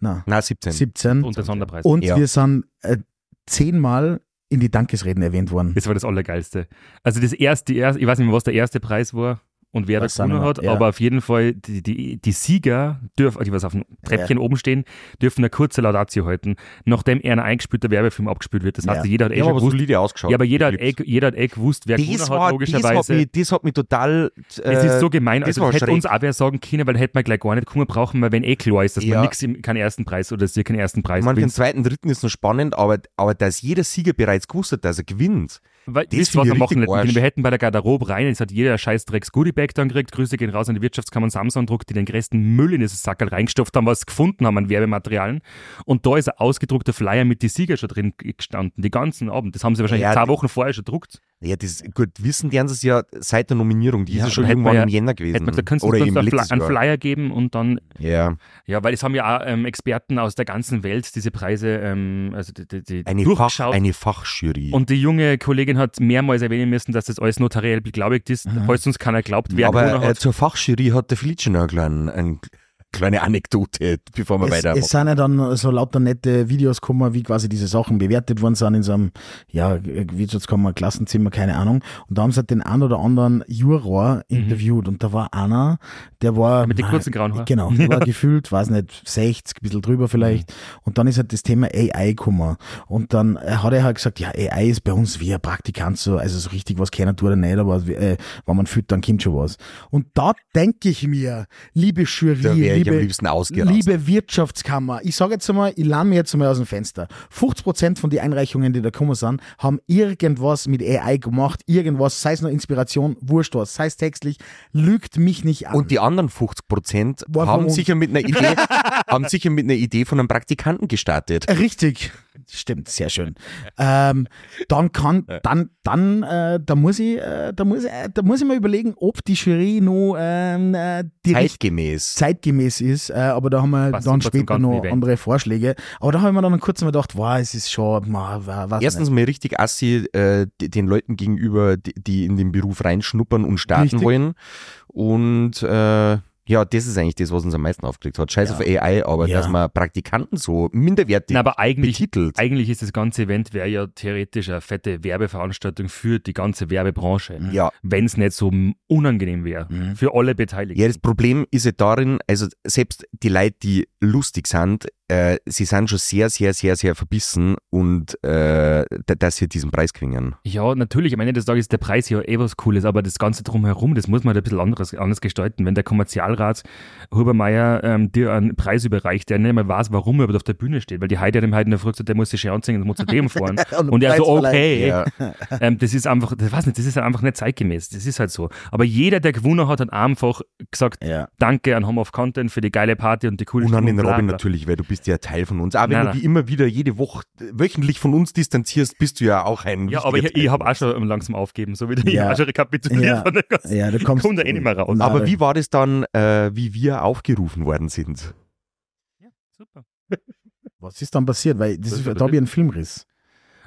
[SPEAKER 4] Na,
[SPEAKER 5] Na 17.
[SPEAKER 4] 17.
[SPEAKER 3] Und der Sonderpreis.
[SPEAKER 4] Und
[SPEAKER 5] Ja.
[SPEAKER 4] wir sind äh, zehnmal in die Dankesreden erwähnt worden.
[SPEAKER 3] Das war das Allergeilste. Also das erste, die erste, ich weiß nicht mehr, was der erste Preis war. und wer
[SPEAKER 4] Weiß
[SPEAKER 3] das gewonnen
[SPEAKER 4] auch nicht
[SPEAKER 3] hat,
[SPEAKER 4] mehr, ja.
[SPEAKER 3] aber auf jeden Fall die, die, die Sieger dürfen, die was auf dem Treppchen oben stehen, dürfen eine kurze Laudatio halten, nachdem er ein eingespielter Werbefilm abgespielt wird. Das heißt,
[SPEAKER 4] Ja.
[SPEAKER 3] jeder hat eh
[SPEAKER 5] Ja,
[SPEAKER 3] schon
[SPEAKER 5] aber
[SPEAKER 3] gewusst.
[SPEAKER 5] solide ausgeschaut.
[SPEAKER 3] Ja, aber jeder hat, eh,
[SPEAKER 5] Lieb's.
[SPEAKER 3] jeder hat eh gewusst, wer gewonnen hat,
[SPEAKER 5] das war, das hat
[SPEAKER 3] logischerweise.
[SPEAKER 5] mich, das hat mich total. Äh,
[SPEAKER 3] Es ist so gemein,
[SPEAKER 5] das
[SPEAKER 3] also
[SPEAKER 5] war
[SPEAKER 3] das hätte
[SPEAKER 5] schräg.
[SPEAKER 3] uns auch wer sagen können, weil hätten wir gleich gar nicht kommen brauchen, weil wenn eh klar ist, dass
[SPEAKER 5] Ja.
[SPEAKER 3] man nichts, keinen ersten Preis oder dass ihr keinen ersten Preis
[SPEAKER 5] Ich meine, für den
[SPEAKER 3] gewinnt.
[SPEAKER 5] zweiten, dritten ist noch spannend, aber, aber dass jeder Sieger bereits gewusst hat, dass er gewinnt.
[SPEAKER 3] Weil,
[SPEAKER 5] das
[SPEAKER 3] wisst ihr,
[SPEAKER 5] find
[SPEAKER 3] was
[SPEAKER 5] ich
[SPEAKER 3] wir machen
[SPEAKER 5] richtig
[SPEAKER 3] hätten können?
[SPEAKER 5] Arsch.
[SPEAKER 3] Wir hätten bei der Garderobe rein, jetzt hat jeder ein scheiß Drecks Goodiebag dann gekriegt, Grüße gehen raus an die Wirtschaftskammern Samsung druckt, die den größten Müll in dieses Sackerl reingestopft haben, was sie gefunden haben an Werbematerialien. Und da ist ein ausgedruckter Flyer mit die Sieger schon drin gestanden, die ganzen Abend. Das haben sie wahrscheinlich
[SPEAKER 5] Ja,
[SPEAKER 3] zwei
[SPEAKER 5] die-
[SPEAKER 3] Wochen vorher schon gedruckt.
[SPEAKER 5] Ja, das, gut, wissen die es ja seit der Nominierung, die
[SPEAKER 3] Ja,
[SPEAKER 5] ist ja schon
[SPEAKER 3] hätten wir
[SPEAKER 5] irgendwann
[SPEAKER 3] ja-
[SPEAKER 5] im Jänner gewesen.
[SPEAKER 3] Hätten wir gesagt, könntest du
[SPEAKER 5] Oder
[SPEAKER 3] uns
[SPEAKER 5] im
[SPEAKER 3] einen
[SPEAKER 5] letztes
[SPEAKER 3] Fly- einen
[SPEAKER 5] Jahr.
[SPEAKER 3] Flyer geben und dann
[SPEAKER 5] Ja.
[SPEAKER 3] Ja, weil es haben ja auch ähm, Experten aus der ganzen Welt diese Preise ähm, also die, die, die
[SPEAKER 5] Eine, Fach,
[SPEAKER 3] durchgeschaut.
[SPEAKER 5] eine Fachjury.
[SPEAKER 3] und die junge Kollegin hat mehrmals erwähnen müssen, dass das alles notariell beglaubigt ist, falls uns keiner glaubt, wer gewonnen
[SPEAKER 5] aber äh,
[SPEAKER 3] hat.
[SPEAKER 5] zur Fachjury hat der Flietschen auch klein, ein, kleine Anekdote, bevor wir
[SPEAKER 4] Es,
[SPEAKER 5] weitermachen.
[SPEAKER 4] es sind ja dann so lauter nette Videos gekommen, wie quasi diese Sachen bewertet worden sind in so einem, ja, Wirtschaftskammer, Klassenzimmer, keine Ahnung. Und da haben sie halt den einen oder anderen Juror
[SPEAKER 5] Mhm.
[SPEAKER 4] interviewt und da war einer, der war...
[SPEAKER 3] mit den
[SPEAKER 4] Nein,
[SPEAKER 3] kurzen grauen Haaren.
[SPEAKER 4] Genau, der war gefühlt, weiß nicht, 60, ein bisschen drüber
[SPEAKER 5] Mhm.
[SPEAKER 4] vielleicht. Und dann ist halt das Thema AI gekommen. Und dann äh, hat er halt gesagt, ja, AI ist bei uns wie ein Praktikant so, also so richtig was keiner tut oder nicht, aber äh, wenn man fühlt, dann kommt schon was. Und da denke ich mir, liebe Jury,
[SPEAKER 5] Da wär ich
[SPEAKER 4] liebe,
[SPEAKER 5] am liebsten ausgerastet.
[SPEAKER 4] Liebe Wirtschaftskammer, ich sage jetzt einmal, ich lerne mir jetzt einmal aus dem Fenster. 50% von den Einreichungen, die da gekommen sind, haben irgendwas mit AI gemacht, irgendwas, sei es nur Inspiration, wurscht was, sei es textlich, lügt mich nicht an.
[SPEAKER 5] Und die anderen 50 Prozent
[SPEAKER 4] War
[SPEAKER 5] haben
[SPEAKER 4] verrückt.
[SPEAKER 5] sicher, mit einer Idee, haben sicher mit einer Idee von einem Praktikanten
[SPEAKER 4] Äh,
[SPEAKER 5] gestartet.
[SPEAKER 4] Richtig. Stimmt, sehr schön. Ähm, dann kann, dann, dann, äh, da muss ich, äh, da muss, äh, da muss ich mal überlegen, ob die Jury noch ähm, äh, die richt-
[SPEAKER 5] Zeitgemäß.
[SPEAKER 4] zeitgemäß ist. Äh, aber da haben wir
[SPEAKER 3] Passt
[SPEAKER 4] dann
[SPEAKER 3] super zum
[SPEAKER 4] später
[SPEAKER 3] ganzen
[SPEAKER 4] noch
[SPEAKER 3] Event.
[SPEAKER 4] andere Vorschläge. Aber da haben wir dann kurz mal gedacht, wow, es ist schon, ma, wa- was
[SPEAKER 5] Erstens mal richtig assi äh, d- den Leuten gegenüber, die, die in den Beruf reinschnuppern und starten
[SPEAKER 4] Richtig.
[SPEAKER 5] wollen. Und äh, ja, das ist eigentlich das, was uns am meisten aufgeregt hat. Scheiß auf AI, aber
[SPEAKER 4] Ja.
[SPEAKER 5] dass man Praktikanten so minderwertig
[SPEAKER 3] Na, aber eigentlich,
[SPEAKER 5] betitelt.
[SPEAKER 3] eigentlich ist das ganze Event wäre ja theoretisch eine fette Werbeveranstaltung für die ganze Werbebranche,
[SPEAKER 5] Ja.
[SPEAKER 3] wenn es nicht so unangenehm wäre
[SPEAKER 4] Mhm.
[SPEAKER 3] für alle Beteiligten.
[SPEAKER 5] Ja, das Problem ist ja darin, also selbst die Leute, die lustig sind, äh, sie sind schon sehr, sehr, sehr, sehr verbissen und äh, d- dass sie diesen Preis gewinnen.
[SPEAKER 3] Ja, natürlich, am Ende des Tages ist der Preis ja eh was Cooles, aber das Ganze drumherum, das muss man halt ein bisschen anderes, anders gestalten. Wenn der Kommerzialrat Hubermeier ähm, dir einen Preis überreicht, der nicht mal weiß, warum er überhaupt auf der Bühne steht, weil die Heidi hat ihm halt in der Früh gesagt, der muss sich schön anziehen, der muss zu dem fahren.
[SPEAKER 4] Und
[SPEAKER 3] und, er so,
[SPEAKER 4] Preisverleih.
[SPEAKER 3] okay,
[SPEAKER 5] Ja.
[SPEAKER 3] ähm, das ist einfach, das weiß nicht, das ist halt einfach nicht zeitgemäß, das ist halt so. Aber jeder, der gewonnen hat, hat einfach gesagt,
[SPEAKER 4] nicht. Ja.
[SPEAKER 3] danke an Home of Content für die geile Party und die coole
[SPEAKER 5] Und an den
[SPEAKER 3] Stimmung, bla,
[SPEAKER 5] Robin
[SPEAKER 3] bla.
[SPEAKER 5] natürlich, weil du bist ja Teil von uns. Auch wenn
[SPEAKER 3] Nein,
[SPEAKER 5] du
[SPEAKER 3] nein.
[SPEAKER 5] die immer wieder jede Woche, wöchentlich von uns distanzierst, bist du ja auch ein
[SPEAKER 3] Ja, aber ich,
[SPEAKER 5] wichtiger Teil
[SPEAKER 3] ich habe
[SPEAKER 5] von
[SPEAKER 3] auch
[SPEAKER 5] uns.
[SPEAKER 3] schon langsam aufgeben, so wie der
[SPEAKER 4] Ja.
[SPEAKER 3] ja. schon rekapituliert
[SPEAKER 4] Ja.
[SPEAKER 3] von der ganzen
[SPEAKER 4] ja, du kommst.
[SPEAKER 3] Kommt da eh nicht mehr raus.
[SPEAKER 4] Na,
[SPEAKER 5] Aber wie war das dann, äh, wie wir aufgerufen worden sind?
[SPEAKER 3] Super.
[SPEAKER 4] Was ist dann passiert? Weil
[SPEAKER 3] Was
[SPEAKER 4] das ist,
[SPEAKER 3] ist
[SPEAKER 4] da
[SPEAKER 3] da
[SPEAKER 4] habe ich einen Filmriss.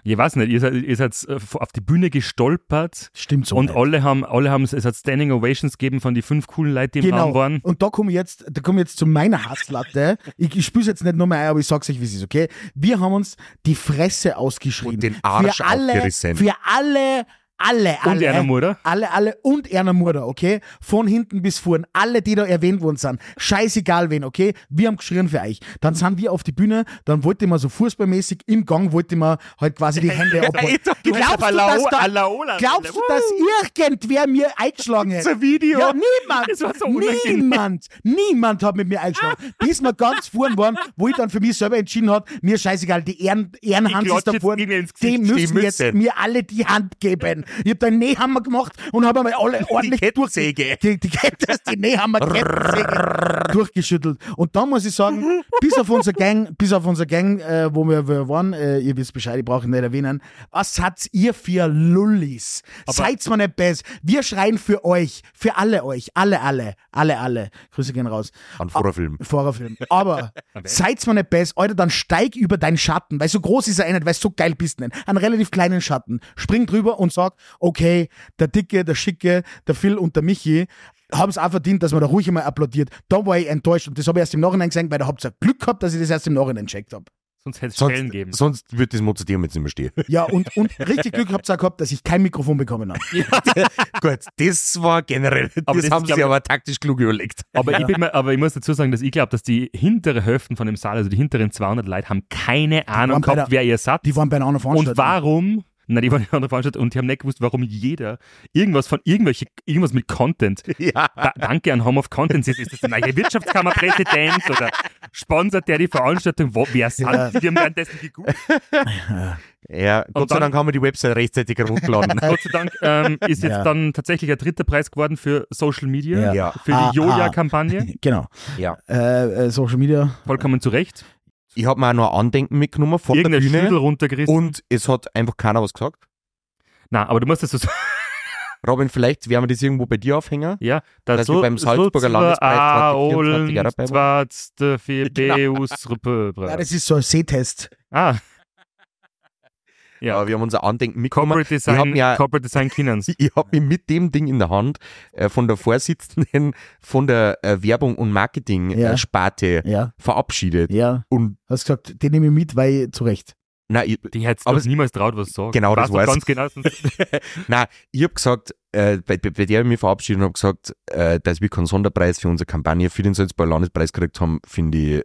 [SPEAKER 3] Ich weiß nicht, ihr seid, ihr seid äh, auf die Bühne gestolpert
[SPEAKER 4] Stimmt so.
[SPEAKER 3] und
[SPEAKER 4] nicht.
[SPEAKER 3] alle haben, alle haben, es hat Standing Ovations gegeben von den fünf coolen Leuten, die im Raum waren.
[SPEAKER 4] Genau. Und da komme ich jetzt, da komme ich jetzt zu meiner Hasslatte. ich ich spüre jetzt nicht nur mehr ein, aber ich sag's euch, wie es ist, okay? Wir haben uns die Fresse ausgeschrieben.
[SPEAKER 5] Und den Arsch
[SPEAKER 4] für alle,
[SPEAKER 5] aufgerissen.
[SPEAKER 4] Für alle, alle, alle.
[SPEAKER 3] Und einer Murder.
[SPEAKER 4] Alle, alle und Erna Murder, okay? Von hinten bis vorn. Alle, die da erwähnt worden sind. Scheißegal wen, okay? Wir haben geschrien für euch. Dann sind wir auf die Bühne, dann wollte man so fußballmäßig im Gang, wollte man halt quasi die Hände abholen.
[SPEAKER 3] Alter, du hast aber Alao- Alaola-
[SPEAKER 4] glaubst du, dass irgendwer mir eingeschlagen hätte?
[SPEAKER 3] Das ist ein Video.
[SPEAKER 4] Ja, niemand.
[SPEAKER 3] Das war so unangenehm.
[SPEAKER 4] niemand. Niemand hat mit mir eingeschlagen. Diesmal ganz vorn waren, wo ich dann für mich selber entschieden hat, mir scheißegal, die Ehren, Ehrenhand
[SPEAKER 3] Ich
[SPEAKER 4] ist da
[SPEAKER 3] klatsch jetzt
[SPEAKER 4] vorn.
[SPEAKER 3] irgendwie ins
[SPEAKER 4] Die
[SPEAKER 3] Gesicht.
[SPEAKER 4] müssen,
[SPEAKER 5] Die müssen.
[SPEAKER 4] jetzt mir alle die Hand geben. Ich habe da einen Nähhammer gemacht und habe einmal alle ordentlich
[SPEAKER 5] Kettensäge.
[SPEAKER 4] durch die, die Kette, die Nähhammer Kettensäge durchgeschüttelt. Und dann muss ich sagen, bis auf unser Gang, bis auf unser Gang, äh, wo wir, wir waren, äh, ihr wisst Bescheid, ich brauche nicht erwähnen, was hat's ihr für Lullis? Seid's mir nicht besser. Wir schreien für euch, für alle euch, alle, alle, alle, alle. Grüße gehen raus. Ah,
[SPEAKER 5] An Vorderfilm.
[SPEAKER 4] Vorerfilm. Aber seid's mir nicht besser, Alter, dann steig über deinen Schatten, weil so groß ist er eh nicht, weil so geil bist du nicht. Einen relativ kleinen Schatten. Spring drüber und sag, okay, der Dicke, der Schicke, der Phil und der Michi haben es auch verdient, dass man da ruhig einmal applaudiert. Da war ich enttäuscht und das habe ich erst im Nachhinein gesehen, weil da habt ihr Glück gehabt, dass ich das erst im Nachhinein checkt hab.
[SPEAKER 3] Sonst hätte es Schellen
[SPEAKER 5] Sonst,
[SPEAKER 3] geben.
[SPEAKER 5] sonst wird das Mozarteum jetzt nicht mehr stehen.
[SPEAKER 4] Ja, und, und richtig Glück habt ihr auch gehabt, dass ich kein Mikrofon bekommen habe.
[SPEAKER 5] Gut, das war generell,
[SPEAKER 3] Aber
[SPEAKER 5] das,
[SPEAKER 3] das ist,
[SPEAKER 5] haben
[SPEAKER 3] glaub
[SPEAKER 5] sie
[SPEAKER 3] ich-
[SPEAKER 5] aber taktisch klug überlegt.
[SPEAKER 3] Aber, ich bin mir, aber ich muss dazu sagen, dass ich glaube, dass die hintere Hälften von dem Saal, also die hinteren 200 Leute, haben keine Ahnung
[SPEAKER 4] waren bei
[SPEAKER 3] gehabt,
[SPEAKER 4] der-
[SPEAKER 3] wer ihr Satz
[SPEAKER 4] Die waren bei einer anderen Veranstaltung.
[SPEAKER 3] Und warum? Na, die waren in einer anderen Veranstaltung und die haben nicht gewusst, warum jeder irgendwas von irgendwelche, irgendwas mit Content.
[SPEAKER 5] Ja.
[SPEAKER 3] Da, danke an Home of Contents. Ist ist das der neue Wirtschaftskammerpräsident oder sponsert der die Veranstaltung? Wo, wer sind die? Wir haben währenddessen gegoogelt.
[SPEAKER 5] Ja, Gott sei
[SPEAKER 3] dann-
[SPEAKER 5] Dank haben wir die Website rechtzeitig heruntergeladen.
[SPEAKER 3] Gott sei Dank ähm, ist jetzt
[SPEAKER 4] Ja.
[SPEAKER 3] dann tatsächlich ein dritter Preis geworden für Social Media,
[SPEAKER 4] Ja.
[SPEAKER 5] Ja.
[SPEAKER 3] für die
[SPEAKER 4] Ah,
[SPEAKER 3] Joja-Kampagne.
[SPEAKER 4] Genau.
[SPEAKER 5] Ja.
[SPEAKER 4] Äh, äh, Social Media.
[SPEAKER 3] Vollkommen zu Recht.
[SPEAKER 5] Ich habe mir auch noch ein Andenken mitgenommen von
[SPEAKER 3] Irgendein
[SPEAKER 5] der
[SPEAKER 3] Schüttel
[SPEAKER 5] Bühne
[SPEAKER 3] runtergerissen.
[SPEAKER 5] und es hat einfach keiner was gesagt.
[SPEAKER 3] Na, aber du musst das so sagen.
[SPEAKER 5] Robin, vielleicht werden wir das irgendwo bei dir aufhängen.
[SPEAKER 3] Ja,
[SPEAKER 5] Dass wir beim Salzburger Landespreis
[SPEAKER 3] ah,
[SPEAKER 5] 2024 auch dabei
[SPEAKER 4] Ja,
[SPEAKER 5] Genau.
[SPEAKER 3] Landespreis
[SPEAKER 4] das ist so ein Sehtest.
[SPEAKER 3] Ah, Ja.
[SPEAKER 5] Aber wir haben unser Andenken mitgenommen.
[SPEAKER 3] Corporate Design,
[SPEAKER 5] haben ja-
[SPEAKER 3] Corporate Design Kinans.
[SPEAKER 5] Ich habe mich mit dem Ding in der Hand äh, von der Vorsitzenden von der äh, Werbung- und
[SPEAKER 4] Ja.
[SPEAKER 5] Marketing-Sparte
[SPEAKER 4] Ja,
[SPEAKER 5] verabschiedet.
[SPEAKER 4] ja.
[SPEAKER 5] Und
[SPEAKER 4] Hast gesagt, den nehme ich mit, weil zurecht.
[SPEAKER 5] na, ich,
[SPEAKER 3] Die hättest
[SPEAKER 5] Aber
[SPEAKER 3] aber
[SPEAKER 5] es-
[SPEAKER 3] niemals traut, was sagen.
[SPEAKER 5] Genau, das
[SPEAKER 3] weißt du
[SPEAKER 5] weiß
[SPEAKER 3] ganz genau. sonst-
[SPEAKER 5] Nein, ich habe gesagt, äh, bei, bei, bei der ich mich verabschiedet und habe gesagt, äh, dass wir keinen Sonderpreis für unsere Kampagne für den Salzburger Landespreis gekriegt haben, finde ich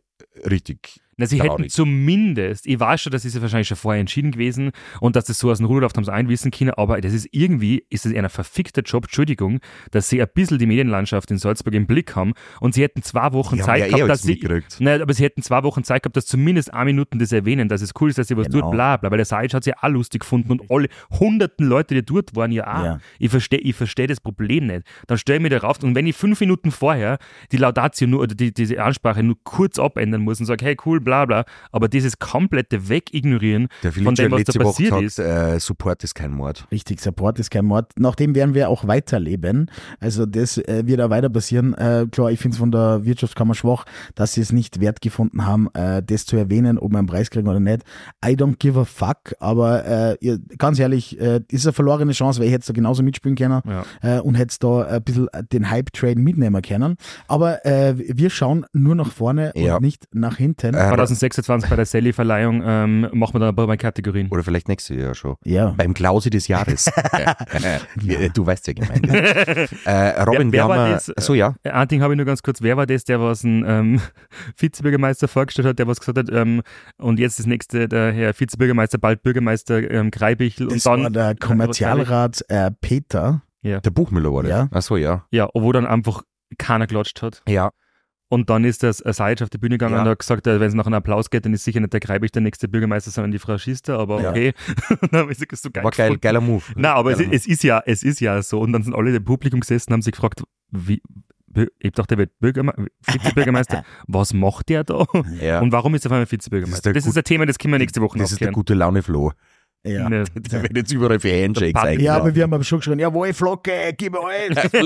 [SPEAKER 5] richtig.
[SPEAKER 3] Na, sie hätten
[SPEAKER 5] Traurig.
[SPEAKER 3] zumindest, ich weiß schon, das ist ja wahrscheinlich schon vorher entschieden gewesen und dass das so aus dem Ruder läuft, haben sie einwissen können, aber das ist irgendwie, ist es einer verfickter Job, Entschuldigung, dass sie ein bisschen die Medienlandschaft in Salzburg im Blick haben und sie hätten zwei Wochen
[SPEAKER 5] Die haben
[SPEAKER 3] Zeit
[SPEAKER 5] ja eh
[SPEAKER 3] gehabt,
[SPEAKER 5] alles
[SPEAKER 3] dass sie,
[SPEAKER 5] mitgekriegt.
[SPEAKER 3] Nein, aber sie hätten zwei Wochen Zeit gehabt, dass zumindest ein Minuten das erwähnen, dass es cool ist, dass ihr was
[SPEAKER 4] Genau.
[SPEAKER 3] tut, bla bla. Weil der Saic hat es ja auch lustig gefunden und alle hunderten Leute, die dort waren, ja auch.
[SPEAKER 4] Ja.
[SPEAKER 3] Ich verstehe ich versteh das Problem nicht. Dann stell ich mich darauf und wenn ich fünf Minuten vorher die Laudatio nur oder die, diese Ansprache nur kurz abändern muss und sage, hey cool, bla bla, aber dieses komplette Wegignorieren
[SPEAKER 5] Der
[SPEAKER 3] von dem,
[SPEAKER 5] Felice hat
[SPEAKER 3] was da
[SPEAKER 5] letzte Woche
[SPEAKER 3] passiert
[SPEAKER 5] gesagt,
[SPEAKER 3] ist.
[SPEAKER 5] Äh, Support ist kein Mord.
[SPEAKER 4] Richtig, Support ist kein Mord. Nachdem werden wir auch weiterleben. Also das äh, wird auch weiter passieren. Äh, klar, ich finde es von der Wirtschaftskammer schwach, dass sie es nicht wert gefunden haben, äh, das zu erwähnen, ob wir einen Preis kriegen oder nicht. I don't give a fuck, aber äh, ihr, ganz ehrlich, äh, ist eine verlorene Chance, weil ich hätte da genauso mitspielen können
[SPEAKER 3] Ja.
[SPEAKER 4] äh, und hätte da ein bisschen den Hype-Train mitnehmen können. Aber äh, wir schauen nur nach vorne
[SPEAKER 5] Ja.
[SPEAKER 4] und nicht nach
[SPEAKER 3] Hm,
[SPEAKER 4] hinten.
[SPEAKER 5] Äh,
[SPEAKER 3] 2026 bei der Sally-Verleihung ähm, machen wir dann ein paar Kategorien.
[SPEAKER 5] Oder vielleicht nächstes Jahr schon.
[SPEAKER 4] ja.
[SPEAKER 5] Beim Klausi des Jahres. Äh, du weißt ja gemeint. äh,
[SPEAKER 3] Wer- wer
[SPEAKER 5] Robin, wir
[SPEAKER 3] war
[SPEAKER 5] haben.
[SPEAKER 3] das?
[SPEAKER 5] Achso, ja.
[SPEAKER 3] Äh, Ein Ding habe ich nur ganz kurz. Wer war das, der was ein ähm, Vizebürgermeister vorgestellt hat, der was gesagt hat, ähm, und jetzt das nächste, der Herr Vizebürgermeister, bald Bürgermeister ähm, Greibichl und
[SPEAKER 4] Das
[SPEAKER 3] dann. Äh,
[SPEAKER 4] war der Kommerzialrat äh, Peter.
[SPEAKER 5] Der Buchmüller war das.
[SPEAKER 4] Ja.
[SPEAKER 5] Achso, ja.
[SPEAKER 3] Ja, wo dann einfach keiner klatscht hat.
[SPEAKER 5] Ja.
[SPEAKER 3] Und dann ist das Saic auf die Bühne gegangen
[SPEAKER 5] Ja.
[SPEAKER 3] und hat gesagt, äh, wenn es nach einem Applaus geht, dann ist sicher nicht der Greibich der nächste Bürgermeister, sondern die Frau Schister, aber
[SPEAKER 5] Ja.
[SPEAKER 3] okay. dann habe ich gesagt, so geil.
[SPEAKER 5] War geil,
[SPEAKER 3] gefunden.
[SPEAKER 5] geiler Move.
[SPEAKER 3] Nein, aber es,
[SPEAKER 5] Geiler Move.
[SPEAKER 3] es, ist ja, es ist ja so. Und dann sind alle im Publikum gesessen und haben sich gefragt, wie, Bü- ich dachte, der wird Bürgerme Vizebürgermeister. was macht der da?
[SPEAKER 5] ja.
[SPEAKER 3] Und warum ist er auf einmal
[SPEAKER 5] Das ist der
[SPEAKER 3] Vizebürgermeister? Das
[SPEAKER 5] gut-
[SPEAKER 3] ist ein Thema, das können wir nächste Woche
[SPEAKER 5] das ist der gute Laune-Flo.
[SPEAKER 4] Ja.
[SPEAKER 3] Ne,
[SPEAKER 5] Der wird jetzt überall für Handshakes
[SPEAKER 3] Papi.
[SPEAKER 5] eigentlich.
[SPEAKER 4] Ja, aber wir haben aber schon geschrien, jawohl, Flocke, gib euch. Also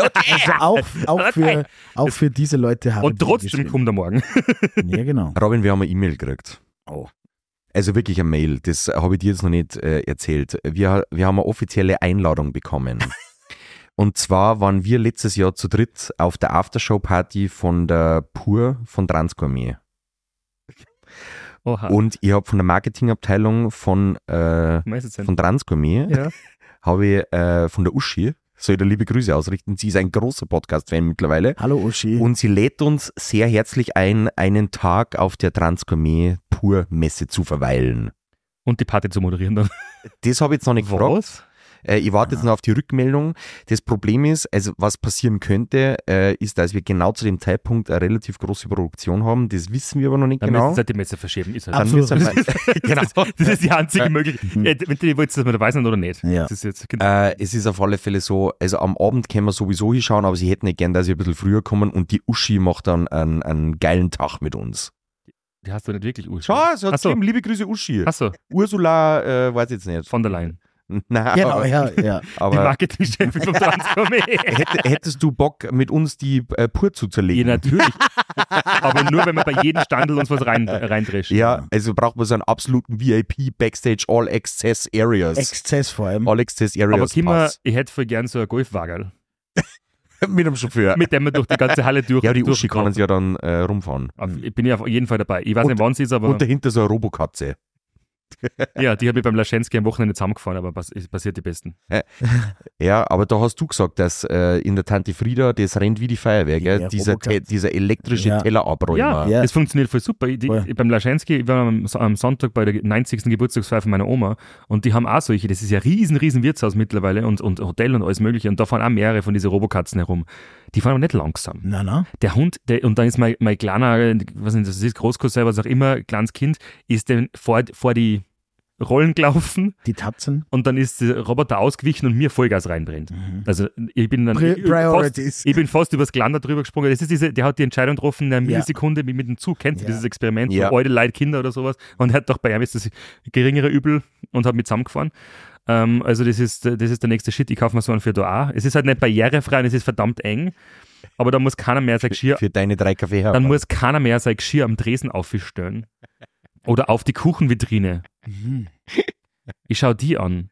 [SPEAKER 4] auch, auch, für, auch für diese Leute haben
[SPEAKER 3] Und
[SPEAKER 4] wir
[SPEAKER 3] trotzdem
[SPEAKER 4] geschrien.
[SPEAKER 3] kommt er morgen.
[SPEAKER 4] Ja, genau.
[SPEAKER 5] Robin, wir haben eine E-Mail gekriegt.
[SPEAKER 4] Oh.
[SPEAKER 5] Also wirklich eine Mail, das habe ich dir jetzt noch nicht äh, erzählt. Wir, wir haben eine offizielle Einladung bekommen. Und zwar waren wir letztes Jahr zu dritt auf der Aftershow-Party von der Pur von Transgourmet.
[SPEAKER 3] Oha.
[SPEAKER 5] Und ich habe von der Marketingabteilung von, äh,
[SPEAKER 3] Meisterzentrum.
[SPEAKER 5] von Transgourmet
[SPEAKER 3] Ja.
[SPEAKER 5] habe ich äh, von der Uschi, soll ich da liebe Grüße ausrichten. Sie ist ein großer Podcast-Fan mittlerweile.
[SPEAKER 4] Hallo Uschi.
[SPEAKER 5] Und sie lädt uns sehr herzlich ein, einen Tag auf der Transgourmet Pur Messe zu verweilen.
[SPEAKER 3] Und die Party zu moderieren dann.
[SPEAKER 5] Das habe ich jetzt noch nicht gefragt.
[SPEAKER 3] Was?
[SPEAKER 5] Äh, ich warte jetzt noch auf die Rückmeldung. Das Problem ist, also was passieren könnte, äh, ist, dass wir genau zu dem Zeitpunkt eine relativ große Produktion haben. Das wissen wir aber noch nicht
[SPEAKER 3] Dann
[SPEAKER 5] genau.
[SPEAKER 3] müssen sie halt die Messe verschieben. Ist halt.
[SPEAKER 5] Dann
[SPEAKER 4] Absolut.
[SPEAKER 5] müssen wir- genau.
[SPEAKER 3] Das, ist, das ist die einzige Möglichkeit.
[SPEAKER 4] Mhm.
[SPEAKER 3] Äh, wenn du willst, dass wir dabei sind oder nicht.
[SPEAKER 4] Ja.
[SPEAKER 3] Das ist jetzt, genau.
[SPEAKER 5] Äh, es ist auf alle Fälle so, also am Abend können wir sowieso hinschauen, aber sie hätten nicht gern, dass wir ein bisschen früher kommen und die Uschi macht dann einen, einen geilen Tag mit uns.
[SPEAKER 3] die hast du nicht wirklich Ursula.
[SPEAKER 5] Schau, sie hat
[SPEAKER 3] Ach so.
[SPEAKER 5] geschrieben, liebe Grüße Uschi.
[SPEAKER 3] Achso,
[SPEAKER 5] Ursula, äh, weiß jetzt nicht.
[SPEAKER 3] von der Leyen.
[SPEAKER 5] Nein,
[SPEAKER 4] genau,
[SPEAKER 5] aber-
[SPEAKER 4] ja, ja.
[SPEAKER 3] Die
[SPEAKER 5] aber
[SPEAKER 3] Marketingchefin vom Transformé.
[SPEAKER 5] hätte, hättest du Bock, mit uns die äh, Pur zu
[SPEAKER 3] Ja,
[SPEAKER 5] zerlegen?
[SPEAKER 3] natürlich. Aber nur, wenn man bei jedem Standel uns was rein, reindrescht.
[SPEAKER 5] Ja, also braucht man so einen absoluten VIP Backstage All Access Areas.
[SPEAKER 4] Exzess vor allem.
[SPEAKER 5] All Access Areas
[SPEAKER 3] Aber Kimmer,
[SPEAKER 5] Pass.
[SPEAKER 3] ich hätte voll gern so ein Golfwagel.
[SPEAKER 5] mit einem Chauffeur.
[SPEAKER 3] mit dem wir durch die ganze Halle durch.
[SPEAKER 5] ja, die
[SPEAKER 3] durch-
[SPEAKER 5] Uschi können sie ja dann äh, rumfahren.
[SPEAKER 3] Auf- Ich bin ja auf jeden Fall dabei. Ich weiß nicht, wann sie ist, aber
[SPEAKER 5] Und dahinter so eine Robokatze.
[SPEAKER 3] ja, die hat mich beim Laschensky am Wochenende zusammengefahren, aber pass ist passiert die Besten.
[SPEAKER 5] Ja, aber da hast du gesagt, dass äh, in der Tante Frieda, das rennt wie die Feuerwehr, gell?
[SPEAKER 4] Ja,
[SPEAKER 5] dieser,
[SPEAKER 4] Robokatze.
[SPEAKER 5] Te- dieser elektrische
[SPEAKER 4] Ja.
[SPEAKER 5] Tellerabräumer.
[SPEAKER 3] Ja,
[SPEAKER 4] Ja.
[SPEAKER 3] es funktioniert voll super. Ich, die,
[SPEAKER 4] Voll.
[SPEAKER 3] ich- beim Laschensky, ich war am, Son- am Sonntag bei der 90. Geburtstagsfeier von meiner Oma und die haben auch solche, das ist ja riesen, riesen Wirtshaus mittlerweile und, und Hotel und alles mögliche und da fahren auch mehrere von diesen Robokatzen herum. Die fahren aber nicht langsam.
[SPEAKER 4] Nein, nein.
[SPEAKER 3] Der Hund, der, und dann ist mein, mein kleiner, äh, was nicht, das ist, Großcousin, was auch immer, kleines Kind, ist dann vor, vor die Rollen gelaufen
[SPEAKER 4] Die Tatzen.
[SPEAKER 3] und dann ist der Roboter ausgewichen und mir Vollgas reinbrennt. Also ich bin dann
[SPEAKER 4] Mhm. Pri-
[SPEAKER 3] ich,
[SPEAKER 4] Priorities.
[SPEAKER 3] Fast, ich bin fast übers Glander drüber gesprungen. Das ist diese, der hat die Entscheidung getroffen in einer
[SPEAKER 4] Ja.
[SPEAKER 3] Millisekunde mit, mit dem Zug. Kennt ihr
[SPEAKER 4] Ja.
[SPEAKER 3] dieses Experiment?
[SPEAKER 5] Ja.
[SPEAKER 3] Ja. Alte Leute, Kinder oder sowas. Und er hat doch bei ihm ist das geringere Übel und hat mit zusammengefahren. Ähm, also das ist, das ist der nächste Shit. Ich kaufe mir so einen für da auch. Es ist halt nicht barrierefrei und es ist verdammt eng. Aber da muss keiner mehr sein Geschirr
[SPEAKER 5] Für deine drei Kaffee
[SPEAKER 3] dann muss keiner mehr sein Geschirr am Dresen aufstellen. Oder auf die Kuchenvitrine.
[SPEAKER 4] Mhm.
[SPEAKER 3] Ich schau die an.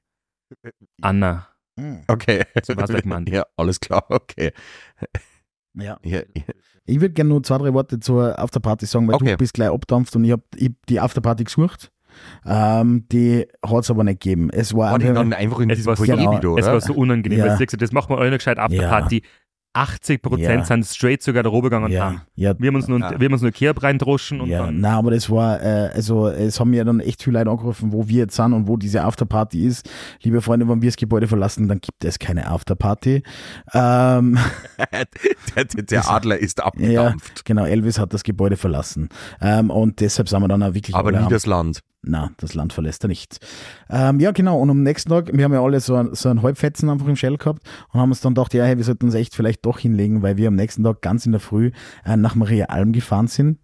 [SPEAKER 4] Äh,
[SPEAKER 3] Anna,
[SPEAKER 4] Mhm.
[SPEAKER 5] Okay.
[SPEAKER 3] so war's gemeint.
[SPEAKER 5] Ja, alles klar, okay.
[SPEAKER 4] Ja.
[SPEAKER 5] Ja, ja.
[SPEAKER 4] Ich würde gerne nur zwei, drei Worte zur Afterparty sagen, weil
[SPEAKER 5] Okay.
[SPEAKER 4] du bist gleich abdampft und ich habe ich hab die Afterparty gesucht. Ähm, die hat es aber nicht gegeben. Es war
[SPEAKER 5] War die
[SPEAKER 4] einfach-
[SPEAKER 5] dann einfach in
[SPEAKER 3] Es
[SPEAKER 5] diesem
[SPEAKER 3] war so-
[SPEAKER 5] Projekt
[SPEAKER 4] genau,
[SPEAKER 5] wieder,
[SPEAKER 3] Es
[SPEAKER 5] oder?
[SPEAKER 3] war so unangenehm.
[SPEAKER 4] Ja.
[SPEAKER 3] weil du siehst, Das machen wir alle noch gescheit ab der
[SPEAKER 4] Ja.
[SPEAKER 3] Party. 80%
[SPEAKER 4] Ja.
[SPEAKER 3] sind straight zur Garderobe gegangen und haben.
[SPEAKER 4] ja, ja,
[SPEAKER 3] Wir haben uns nur,
[SPEAKER 5] Ja.
[SPEAKER 3] wir haben uns nur Kerb reindroschen und
[SPEAKER 4] ja,
[SPEAKER 3] dann.
[SPEAKER 4] nein, aber das war, äh, also es haben ja dann echt viele Leute angerufen, wo wir jetzt sind und wo diese Afterparty ist. Liebe Freunde, wenn wir das Gebäude verlassen, dann gibt es keine Afterparty. Ähm,
[SPEAKER 5] der, der, der Adler ist
[SPEAKER 4] ja,
[SPEAKER 5] abgedampft.
[SPEAKER 4] genau, Elvis hat das Gebäude verlassen. Ähm, und deshalb sind wir dann auch wirklich
[SPEAKER 5] Aber
[SPEAKER 4] alle
[SPEAKER 5] nie
[SPEAKER 4] am-
[SPEAKER 5] das Land.
[SPEAKER 4] na, das Land verlässt er nicht. Ähm, ja, genau. Und am nächsten Tag, wir haben ja alle so, ein, so einen Halbfetzen einfach im Shell gehabt und haben uns dann gedacht, ja, hey, wir sollten uns echt vielleicht doch hinlegen, weil wir am nächsten Tag ganz in der Früh äh, nach Maria Alm gefahren sind.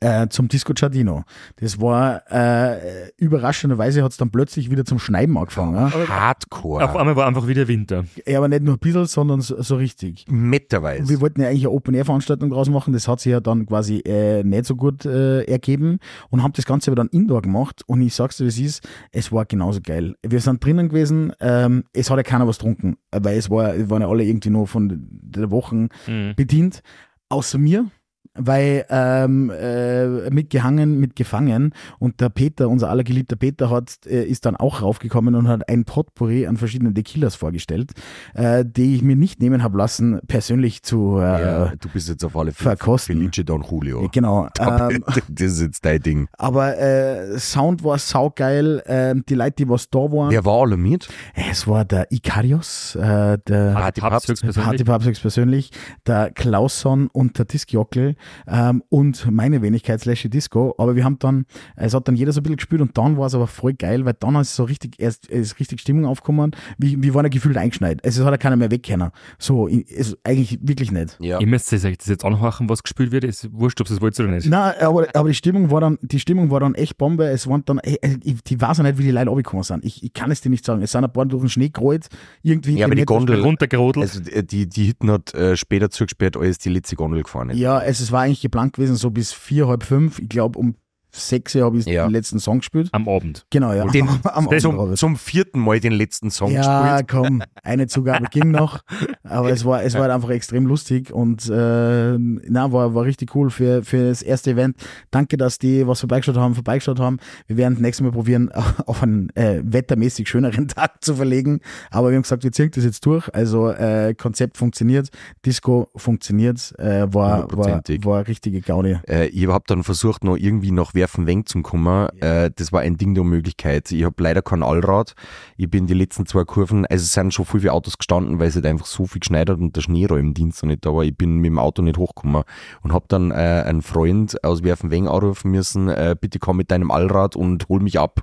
[SPEAKER 4] Äh, zum Disco Giardino. Das war äh, überraschenderweise hat es dann plötzlich wieder zum Schneiden angefangen. Ja,
[SPEAKER 3] Auf
[SPEAKER 5] Hardcore.
[SPEAKER 3] einmal war einfach wieder Winter.
[SPEAKER 4] ja aber nicht nur ein bisschen, sondern so, so richtig. Und
[SPEAKER 5] Metterweise.
[SPEAKER 4] Wir wollten ja eigentlich eine Open-Air-Veranstaltung draus machen, das hat sich ja dann quasi äh, nicht so gut äh, ergeben und haben das Ganze aber dann indoor gemacht und ich sag's dir, wie es ist, es war genauso geil. Wir sind drinnen gewesen, ähm, es hat ja keiner was getrunken, weil es war, wir waren ja alle irgendwie nur von der Wochen
[SPEAKER 5] Mhm.
[SPEAKER 4] bedient, außer mir. Weil ähm, äh, mitgehangen, mitgefangen und der Peter, unser allergeliebter Peter, hat, äh, ist dann auch raufgekommen und hat ein Potpourri an verschiedenen Tequilas vorgestellt, äh, die ich mir nicht nehmen habe lassen, persönlich zu äh,
[SPEAKER 5] Ja, du bist jetzt auf alle Fälle
[SPEAKER 4] verkosten.
[SPEAKER 5] Felice Don Julio.
[SPEAKER 4] Genau. Ähm,
[SPEAKER 5] das ist jetzt dein Ding.
[SPEAKER 4] aber äh, Sound war saugeil, ähm, die Leute, die was da waren,
[SPEAKER 5] Wer war alle mit?
[SPEAKER 4] es war der Ikarios, äh, der
[SPEAKER 5] Ah, die Papst-
[SPEAKER 4] Party
[SPEAKER 3] höchstpersönlich.
[SPEAKER 4] Papst persönlich, der Klausson und der Diskjockel ähm, und meine Wenigkeit slash die Disco. Aber wir haben dann, es hat dann jeder so ein bisschen gespielt und dann war es aber voll geil, weil dann ist so richtig, erst ist richtig Stimmung aufgekommen. Wir, wir waren ja gefühlt eingeschneit. Also es hat ja keiner mehr wegkennen. So, ich- also eigentlich wirklich nicht.
[SPEAKER 5] Ja.
[SPEAKER 3] Ihr müsst das jetzt jetzt anhören, was gespielt wird. Ist wurscht, ob ihr es wollt oder nicht.
[SPEAKER 4] Na, aber, aber die Stimmung war dann, die Stimmung war dann echt Bombe. Es waren dann, ey, ey, ich, die weiß ja nicht, wie die Leute runtergekommen sind. Ich, ich kann es dir nicht sagen. Es sind ein paar durch den Schnee gerollt, irgendwie.
[SPEAKER 5] Ja, aber die
[SPEAKER 4] im-
[SPEAKER 5] Gondel,
[SPEAKER 3] Runtergerodelt.
[SPEAKER 5] also äh, die, die Hitten hat äh, später zugesperrt, als die letzte Gondel gefahren ist.
[SPEAKER 4] Ja, es, es war eigentlich geplant gewesen, so bis vier, halb fünf. Ich glaube, um sechs Uhr habe ich
[SPEAKER 5] Ja.
[SPEAKER 4] den letzten Song gespielt.
[SPEAKER 3] am Abend.
[SPEAKER 4] Genau, ja.
[SPEAKER 5] Den-
[SPEAKER 4] am Abend,
[SPEAKER 5] Zum,
[SPEAKER 4] Robert.
[SPEAKER 5] zum vierten Mal den letzten Song
[SPEAKER 4] ja,
[SPEAKER 5] gespielt.
[SPEAKER 4] komm, eine Zugabe ging noch, aber es war, es war halt einfach extrem lustig und äh, na, war, war richtig cool für, für das erste Event. Danke, dass die was vorbeigeschaut haben, vorbeigeschaut haben. Wir werden das nächste Mal probieren, auf einen äh, wettermäßig schöneren Tag zu verlegen, aber wir haben gesagt, wir ziehen das jetzt durch. Also äh, Konzept funktioniert, Disco funktioniert, äh, war, war,
[SPEAKER 5] Hundertprozentig.
[SPEAKER 4] war richtige Gaudi.
[SPEAKER 5] Äh, ich habe dann versucht, noch irgendwie nach Werfenwenk zu kommen. Äh, das war ein Ding der Unmöglichkeit. Ich habe leider kein Allrad. Ich bin die letzten zwei Kurven, also es sind schon viel viele Autos gestanden, weil es halt einfach so viel geschneit hat und der Schneeräumdienst noch nicht da war. Ich bin mit dem Auto nicht hochgekommen und habe dann äh, einen Freund aus Werfenwenk anrufen müssen, äh, bitte komm mit deinem Allrad und hol mich ab.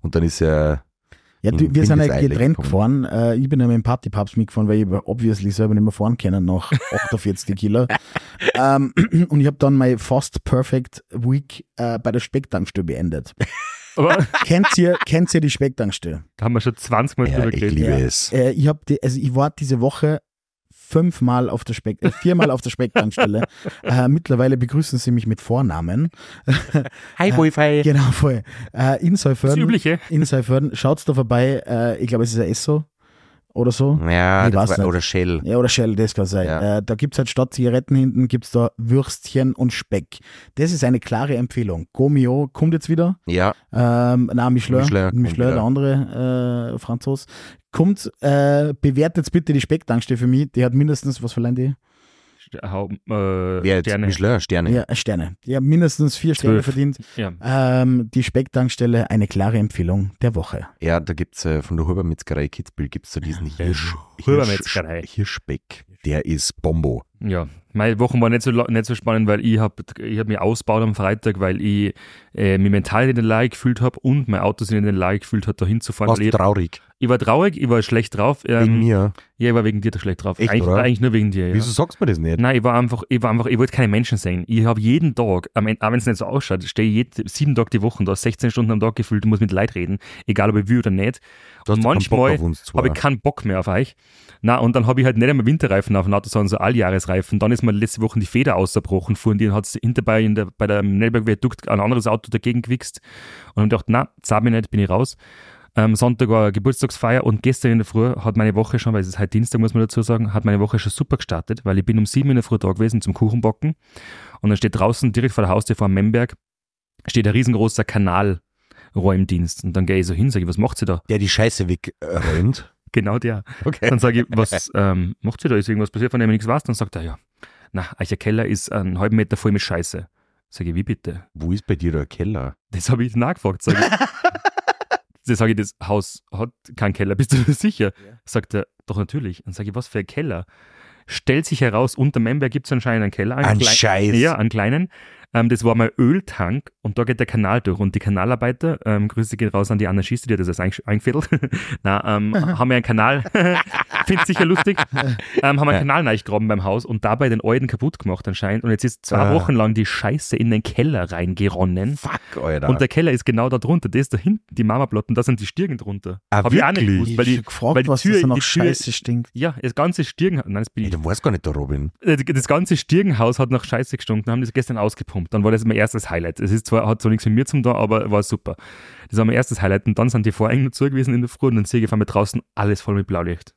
[SPEAKER 5] Und dann ist er...
[SPEAKER 4] Ja, du,
[SPEAKER 5] in
[SPEAKER 4] wir sind ja
[SPEAKER 5] Windeseile
[SPEAKER 4] getrennt
[SPEAKER 5] gekommen.
[SPEAKER 4] gefahren. Äh, ich bin ja mit dem Partypubs mitgefahren, weil ich obviously selber nicht mehr fahren kann nach 48 Kilo. ähm, und ich habe dann meine fast perfect week äh, bei der Specktankstelle beendet.
[SPEAKER 3] Aber
[SPEAKER 4] kennt, ihr, kennt ihr die Specktankstelle?
[SPEAKER 3] da haben wir schon 20 Mal
[SPEAKER 5] Ja,
[SPEAKER 3] drüber
[SPEAKER 5] ich
[SPEAKER 3] geredet.
[SPEAKER 5] liebe
[SPEAKER 4] Ja.
[SPEAKER 5] es.
[SPEAKER 4] Äh, ich, hab die, also ich war diese Woche fünfmal auf der Speck, äh, viermal auf der Specktankstelle. äh, mittlerweile begrüßen sie mich mit Vornamen.
[SPEAKER 5] Hi, Wi-Fi.
[SPEAKER 4] Genau, voll. Äh, in
[SPEAKER 3] Das
[SPEAKER 4] Seufern.
[SPEAKER 3] Übliche.
[SPEAKER 4] In Seifern, schaut's da vorbei. Äh, ich glaube, es ist ein Esso. oder so.
[SPEAKER 5] Ja,
[SPEAKER 4] Ich weiß
[SPEAKER 5] das war,
[SPEAKER 4] nicht.
[SPEAKER 5] oder Shell.
[SPEAKER 4] Ja, oder Shell, das kann sein.
[SPEAKER 5] Ja.
[SPEAKER 4] Äh, da gibt es halt statt Zigaretten hinten, gibt es da Würstchen und Speck. Das ist eine klare Empfehlung. Gomio kommt jetzt wieder.
[SPEAKER 5] Ja,
[SPEAKER 4] Ähm, nein, Michelin,
[SPEAKER 5] Michelin
[SPEAKER 4] Michelin,
[SPEAKER 5] kommt wieder.
[SPEAKER 4] der andere äh, Franzos. Kommt, äh, bewertet bitte die Specktankstelle für mich. Die hat mindestens, was verleihen die?
[SPEAKER 3] Hauben, äh,
[SPEAKER 5] wer jetzt?
[SPEAKER 3] Sterne.
[SPEAKER 5] Michelin, Sterne.
[SPEAKER 4] Ja, Sterne. Die haben mindestens vier Sterne
[SPEAKER 3] Zwölf.
[SPEAKER 4] verdient.
[SPEAKER 3] Ja.
[SPEAKER 4] Ähm, die Specktankstelle, eine klare Empfehlung der Woche.
[SPEAKER 5] Ja, da gibt's äh, von der Hubermetzgerei Kitzbühel gibt's da diesen Hirsch,
[SPEAKER 3] Hubermetzgerei.
[SPEAKER 5] Hirsch, Hirschbeck. Der ist Bombo.
[SPEAKER 3] Ja, meine Wochen waren nicht so, la- nicht so spannend, weil ich habe ich hab mich ausgebaut am Freitag, weil ich äh, mich mental in den Lage gefühlt habe und mein Auto sich in den Lage gefühlt hat, da hinzufahren.
[SPEAKER 5] Warst
[SPEAKER 3] weil
[SPEAKER 5] du
[SPEAKER 3] Ich,
[SPEAKER 5] traurig?
[SPEAKER 3] ich war traurig, ich war schlecht drauf.
[SPEAKER 5] Wegen
[SPEAKER 3] Ähm,
[SPEAKER 5] mir?
[SPEAKER 3] ja, ich war wegen dir da schlecht drauf.
[SPEAKER 5] Echt,
[SPEAKER 3] eigentlich,
[SPEAKER 5] oder?
[SPEAKER 3] eigentlich nur wegen dir. Ja.
[SPEAKER 5] Wieso sagst du mir das nicht?
[SPEAKER 3] Nein, ich war einfach, ich war einfach, ich wollte keine Menschen sehen. Ich habe jeden Tag, am Ende- auch wenn es nicht so ausschaut, stehe ich jeden, sieben Tage die Woche da, 16 Stunden am Tag gefüllt und muss mit Leid reden, egal ob ich will oder nicht.
[SPEAKER 5] Du hast
[SPEAKER 3] und
[SPEAKER 5] doch keinen
[SPEAKER 3] manchmal
[SPEAKER 5] Bock auf uns zwei.
[SPEAKER 3] habe ich keinen Bock mehr auf euch. Na und dann habe ich halt nicht einmal Winterreifen auf dem Auto, sondern so Alljahresreifen. Dann ist mir letzte Woche die Feder auszerbrochen, fuhren die und hat es hinterbei in der, bei der Nellberg-Viadukt ein anderes Auto dagegen gewichst und habe gedacht, na, zahl mich nicht, bin ich raus. Am Sonntag war Geburtstagsfeier und gestern in der Früh hat meine Woche schon, weil es ist halt Dienstag, muss man dazu sagen, hat meine Woche schon super gestartet, weil ich bin um sieben in der Früh da gewesen zum Kuchenbacken und dann steht draußen direkt vor der Haustür vor Memberg steht ein riesengroßer Kanalräumdienst und dann gehe ich so hin, sage ich, was macht sie da?
[SPEAKER 5] Der die Scheiße wegräumt.
[SPEAKER 3] Genau der.
[SPEAKER 5] Okay.
[SPEAKER 3] Dann sage ich, was ähm, macht sie da? Ist irgendwas passiert, von dem ich nichts weiß? Dann sagt er, ja, na, euer Keller ist einen halben Meter voll mit Scheiße. Sage ich, wie bitte?
[SPEAKER 5] Wo ist bei dir der Keller?
[SPEAKER 3] Das habe ich nachgefragt. Sag ich. Dann sage ich, das Haus hat keinen Keller, bist du dir sicher? Sagt er, doch natürlich. Dann sage ich, was für ein Keller? Stellt sich heraus, unter Memberg gibt es anscheinend einen Keller.
[SPEAKER 5] Ein
[SPEAKER 3] klei-
[SPEAKER 5] Scheiß.
[SPEAKER 3] Ja, einen kleinen. Ähm, das war mal Öltank und da geht der Kanal durch. Und die Kanalarbeiter, ähm, Grüße geht raus an die Anarchisten, die hat das jetzt eingesch- eingefädelt, Na, ähm, haben wir einen Kanal, find's sicher lustig, ähm, haben einen Kanal reingegraben beim Haus und dabei den alten kaputt gemacht anscheinend. Und jetzt ist zwei
[SPEAKER 5] Ah.
[SPEAKER 3] Wochen lang die Scheiße in den Keller reingeronnen.
[SPEAKER 5] Fuck, Alter.
[SPEAKER 3] Hm? Und der Keller ist genau da drunter. Der ist da hinten, die Marmablotten, da sind die Stirn drunter.
[SPEAKER 5] Ah,
[SPEAKER 3] Hab ich auch nicht
[SPEAKER 5] wirklich?
[SPEAKER 3] gewusst, weil
[SPEAKER 4] ich
[SPEAKER 3] die,
[SPEAKER 4] hab gefragt,
[SPEAKER 3] weil die
[SPEAKER 4] was
[SPEAKER 3] Tür,
[SPEAKER 4] das noch
[SPEAKER 3] die Tür,
[SPEAKER 4] scheiße stinkt.
[SPEAKER 3] Ja, das ganze Stirn, nein, das bin
[SPEAKER 5] Ey,
[SPEAKER 3] ich, Äh,
[SPEAKER 5] du weißt gar nicht, der Robin.
[SPEAKER 3] das ganze Stirnhaus hat nach Scheiße gestunken, haben das gestern ausgepumpt. Dann war das mein erstes Highlight. Es ist zwar, hat zwar nichts mit mir zum da, aber war super. Das war mein erstes Highlight. Und dann sind die Vorhänge noch zu gewesen in der Früh und dann sehe ich auf einmal draußen alles voll mit Blaulicht.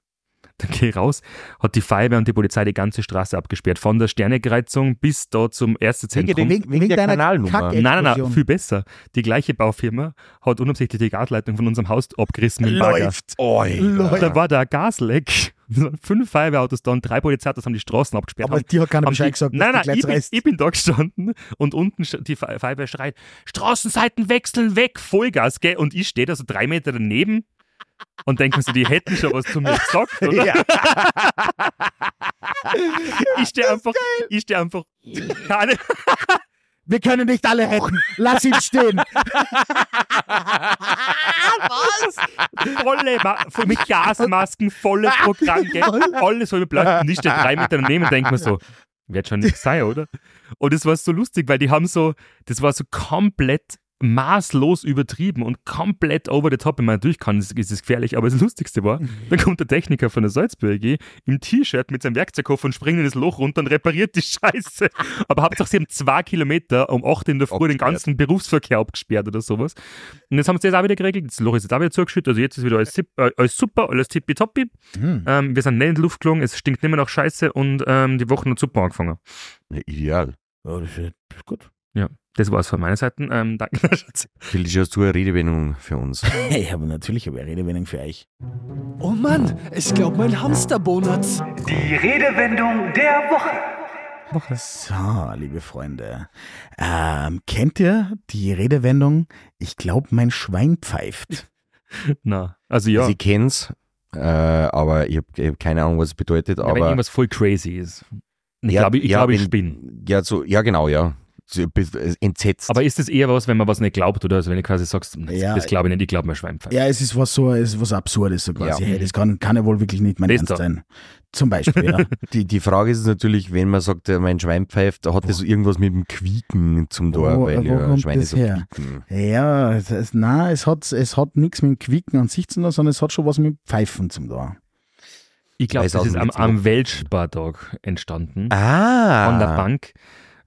[SPEAKER 3] Dann gehe ich raus, hat die Feuerwehr und die Polizei die ganze Straße abgesperrt. Von der Sternekreuzung bis da zum Ärztezentrum.
[SPEAKER 4] Wegen, wegen
[SPEAKER 5] der
[SPEAKER 4] deiner
[SPEAKER 5] Kanalnummer.
[SPEAKER 4] Kackexplosion.
[SPEAKER 3] Nein, nein, nein, viel besser. Die gleiche Baufirma hat unabsichtlich die Gasleitung von unserem Haus abgerissen mit dem Bagger.
[SPEAKER 5] Alter.
[SPEAKER 3] Da war da ein Gasleck. Es waren Fünf Feuerwehrautos da und drei Polizeiautos haben die Straßen abgesperrt.
[SPEAKER 4] Aber
[SPEAKER 3] haben,
[SPEAKER 4] die hat keiner
[SPEAKER 3] haben
[SPEAKER 4] Bescheid
[SPEAKER 3] die-
[SPEAKER 4] gesagt,
[SPEAKER 3] Nein,
[SPEAKER 4] dass die
[SPEAKER 3] nein, ich
[SPEAKER 4] gleich
[SPEAKER 3] bin,
[SPEAKER 4] reißt.
[SPEAKER 3] ich bin da gestanden und unten sch- die Fe- Feuerwehr schreit, Straßenseiten wechseln weg, Vollgas, gell? Und ich stehe da so drei Meter daneben und denke mir so, die hätten schon was zu mir gesagt, oder? ich stehe einfach, ich stehe einfach, keine,
[SPEAKER 4] Wir können nicht alle retten. Lass ihn stehen.
[SPEAKER 3] volle Ma voll mit Gasmasken, volle Programm, gell? alles voll mit Bleiben. Nicht der drei Meter daneben und denkt man so, wird schon nichts sein, oder? Und es war so lustig, weil die haben so, das war so komplett maßlos übertrieben und komplett over the top. Wenn man durch kann, ist ist es gefährlich. Aber das Lustigste war, dann kommt der Techniker von der Salzburg AG im T-Shirt mit seinem Werkzeugkoffer und springt in das Loch runter und repariert die Scheiße. Aber Hauptsache, sie haben zwei Kilometer um 8 in der Früh den
[SPEAKER 5] Abgesperrt.
[SPEAKER 3] ganzen Berufsverkehr abgesperrt oder sowas. Und jetzt haben sie das auch wieder geregelt. Das Loch ist jetzt auch wieder zugeschüttet. Also jetzt ist wieder alles, tipp, äh, alles super, alles tippitoppi. Ähm, wir sind nicht in die Luft geflogen, es stinkt nicht mehr nach Scheiße und ähm, die Woche hat super angefangen.
[SPEAKER 5] Ja, ideal.
[SPEAKER 4] Oh, das ist gut.
[SPEAKER 3] Ja, das war's von meiner Seite. Ähm, danke.
[SPEAKER 5] Felix, hast du eine Redewendung für uns?
[SPEAKER 4] Ich habe natürlich eine Redewendung für euch.
[SPEAKER 6] Oh Mann, ich glaube, mein Hamsterbonus.
[SPEAKER 2] Die Redewendung der Woche.
[SPEAKER 4] So, liebe Freunde. Ähm, kennt ihr die Redewendung, ich glaube, mein Schwein pfeift?
[SPEAKER 3] Na, also ja,
[SPEAKER 5] Sie kennen's, äh, aber ich habe hab keine Ahnung, was es bedeutet.
[SPEAKER 3] ja, wenn
[SPEAKER 5] Aber
[SPEAKER 3] irgendwas voll crazy ist. Ich
[SPEAKER 5] Ja,
[SPEAKER 3] glaube, ich,
[SPEAKER 5] ja,
[SPEAKER 3] glaub, ich
[SPEAKER 5] wenn-
[SPEAKER 3] spinne.
[SPEAKER 5] ja, so, ja, genau, ja. So, bis- äh, Entsetzt.
[SPEAKER 3] Aber ist das eher was, wenn man was nicht glaubt oder also wenn du quasi sagst, das,
[SPEAKER 4] Ja.
[SPEAKER 3] das glaube ich nicht, ich glaube mir Schweinpfeife.
[SPEAKER 4] Ja, es ist was so, es ist was Absurdes so quasi.
[SPEAKER 5] Ja.
[SPEAKER 4] Hey, das kann, kann ja wohl wirklich nicht mein
[SPEAKER 3] Das
[SPEAKER 4] Ernst
[SPEAKER 3] doch.
[SPEAKER 4] sein. Zum Beispiel, ja.
[SPEAKER 5] die, die Frage ist natürlich, wenn man sagt, äh, mein Schwein pfeift, hat das irgendwas mit dem Quieken zum Tor,
[SPEAKER 4] Wo-
[SPEAKER 5] weil
[SPEAKER 4] wo
[SPEAKER 5] ja,
[SPEAKER 4] kommt
[SPEAKER 5] Schweine
[SPEAKER 4] das
[SPEAKER 5] so
[SPEAKER 4] her?
[SPEAKER 5] quieken.
[SPEAKER 4] Ja, es ist- na, es hat, es hat nichts mit dem Quicken an sich zu tun, sondern es hat schon was mit Pfeifen zu tun.
[SPEAKER 3] Ich glaube,
[SPEAKER 5] Weiß
[SPEAKER 3] das
[SPEAKER 5] aus
[SPEAKER 3] ist
[SPEAKER 5] dem
[SPEAKER 3] am,
[SPEAKER 5] letzten
[SPEAKER 3] am Weltspartag entstanden.
[SPEAKER 5] Ah.
[SPEAKER 3] Von der Bank.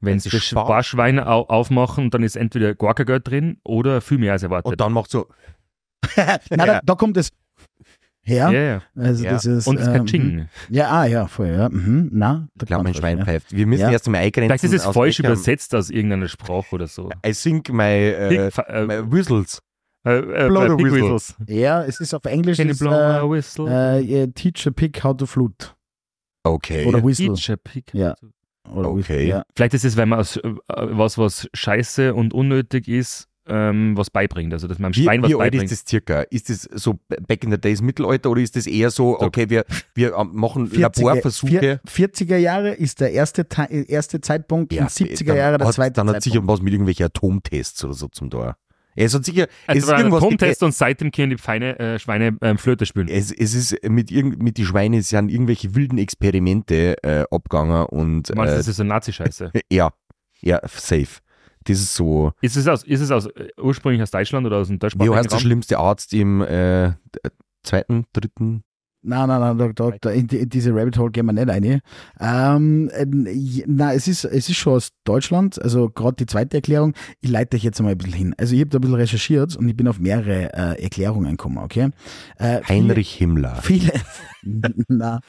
[SPEAKER 3] Wenn
[SPEAKER 5] Wenn
[SPEAKER 3] sie
[SPEAKER 5] sie
[SPEAKER 3] das
[SPEAKER 5] spar-
[SPEAKER 3] Sparschwein au- aufmachen, dann ist entweder gar kein Geld drin oder viel mehr als erwartet.
[SPEAKER 5] Und dann macht so,
[SPEAKER 4] Na, da, da kommt es.
[SPEAKER 3] Ja,
[SPEAKER 4] her.
[SPEAKER 3] ja.
[SPEAKER 4] Also
[SPEAKER 5] Ja. mhm.
[SPEAKER 4] das ist,
[SPEAKER 3] Und das
[SPEAKER 4] ähm,
[SPEAKER 3] Katsching.
[SPEAKER 4] Ja, ah, ja, voll, ja. Mhm. Na, da
[SPEAKER 5] Ich glaube, mein Schwein
[SPEAKER 4] ja.
[SPEAKER 5] pfeift. Wir müssen
[SPEAKER 4] Ja.
[SPEAKER 5] erst einmal eingrenzen.
[SPEAKER 3] Vielleicht ist es
[SPEAKER 5] aus
[SPEAKER 3] falsch
[SPEAKER 5] welchem-
[SPEAKER 3] übersetzt aus irgendeiner Sprache oder so.
[SPEAKER 5] I think my, äh,
[SPEAKER 3] Pig- äh,
[SPEAKER 5] my whistles.
[SPEAKER 3] Äh, äh,
[SPEAKER 5] Blow the
[SPEAKER 3] Pig
[SPEAKER 5] whistle.
[SPEAKER 3] Whistles.
[SPEAKER 4] ja, es ist auf Englisch.
[SPEAKER 3] Can you
[SPEAKER 4] Ist,
[SPEAKER 3] blow a
[SPEAKER 4] äh,
[SPEAKER 3] whistle?
[SPEAKER 4] äh, yeah, teach a pig how to flute.
[SPEAKER 5] Okay.
[SPEAKER 4] Oder Whistle.
[SPEAKER 3] Teach a pig.
[SPEAKER 4] Ja. Oder
[SPEAKER 5] Okay.
[SPEAKER 4] Whistle, ja.
[SPEAKER 3] Vielleicht ist es, wenn man aus, äh, was, was scheiße und unnötig ist, ähm, was beibringt. Also, dass man einem
[SPEAKER 5] Wie,
[SPEAKER 3] Schwein was
[SPEAKER 5] wie alt
[SPEAKER 3] beibringt.
[SPEAKER 5] ist das circa? Ist das so back in the days Mittelalter oder ist das eher so, okay, wir, wir ähm, machen
[SPEAKER 4] 40er
[SPEAKER 5] Laborversuche?
[SPEAKER 4] vier- 40er Jahre ist der erste, Te- erste Zeitpunkt und 70er
[SPEAKER 5] dann
[SPEAKER 4] Jahre der
[SPEAKER 5] hat-
[SPEAKER 4] zweite
[SPEAKER 5] Dann hat sicher
[SPEAKER 4] Zeitpunkt.
[SPEAKER 5] was mit irgendwelchen Atomtests oder so zum Tor. Es hat sicher, es
[SPEAKER 3] Also,
[SPEAKER 5] ist
[SPEAKER 3] es
[SPEAKER 5] irgendwas
[SPEAKER 3] Atomtest und seitdem können die Feine, äh, Schweine ähm, Flöte spielen.
[SPEAKER 5] es, es ist mit, irgend, mit die Schweine sind irgendwelche wilden Experimente äh, abgegangen und
[SPEAKER 3] Du meinst,
[SPEAKER 5] äh,
[SPEAKER 3] das ist so Nazi-Scheiße.
[SPEAKER 5] ja, ja, safe. Das ist so.
[SPEAKER 3] ist es, aus, ist es aus, äh, ursprünglich aus Deutschland oder aus dem
[SPEAKER 5] Wie
[SPEAKER 3] deutschsprachigen
[SPEAKER 5] heißt der
[SPEAKER 3] Raum?
[SPEAKER 5] schlimmste Arzt im äh, zweiten, dritten?
[SPEAKER 4] Nein, nein, nein, da, da, da, in, die- in diese Rabbit Hole gehen wir nicht rein. Ähm, äh, j- na, es ist, es ist schon aus Deutschland, also gerade die zweite Erklärung. Ich leite euch jetzt mal ein bisschen hin. Also ich habe da ein bisschen recherchiert und ich bin auf mehrere äh, Erklärungen gekommen, okay? Äh, viele-
[SPEAKER 5] Heinrich Himmler.
[SPEAKER 4] Viele, na,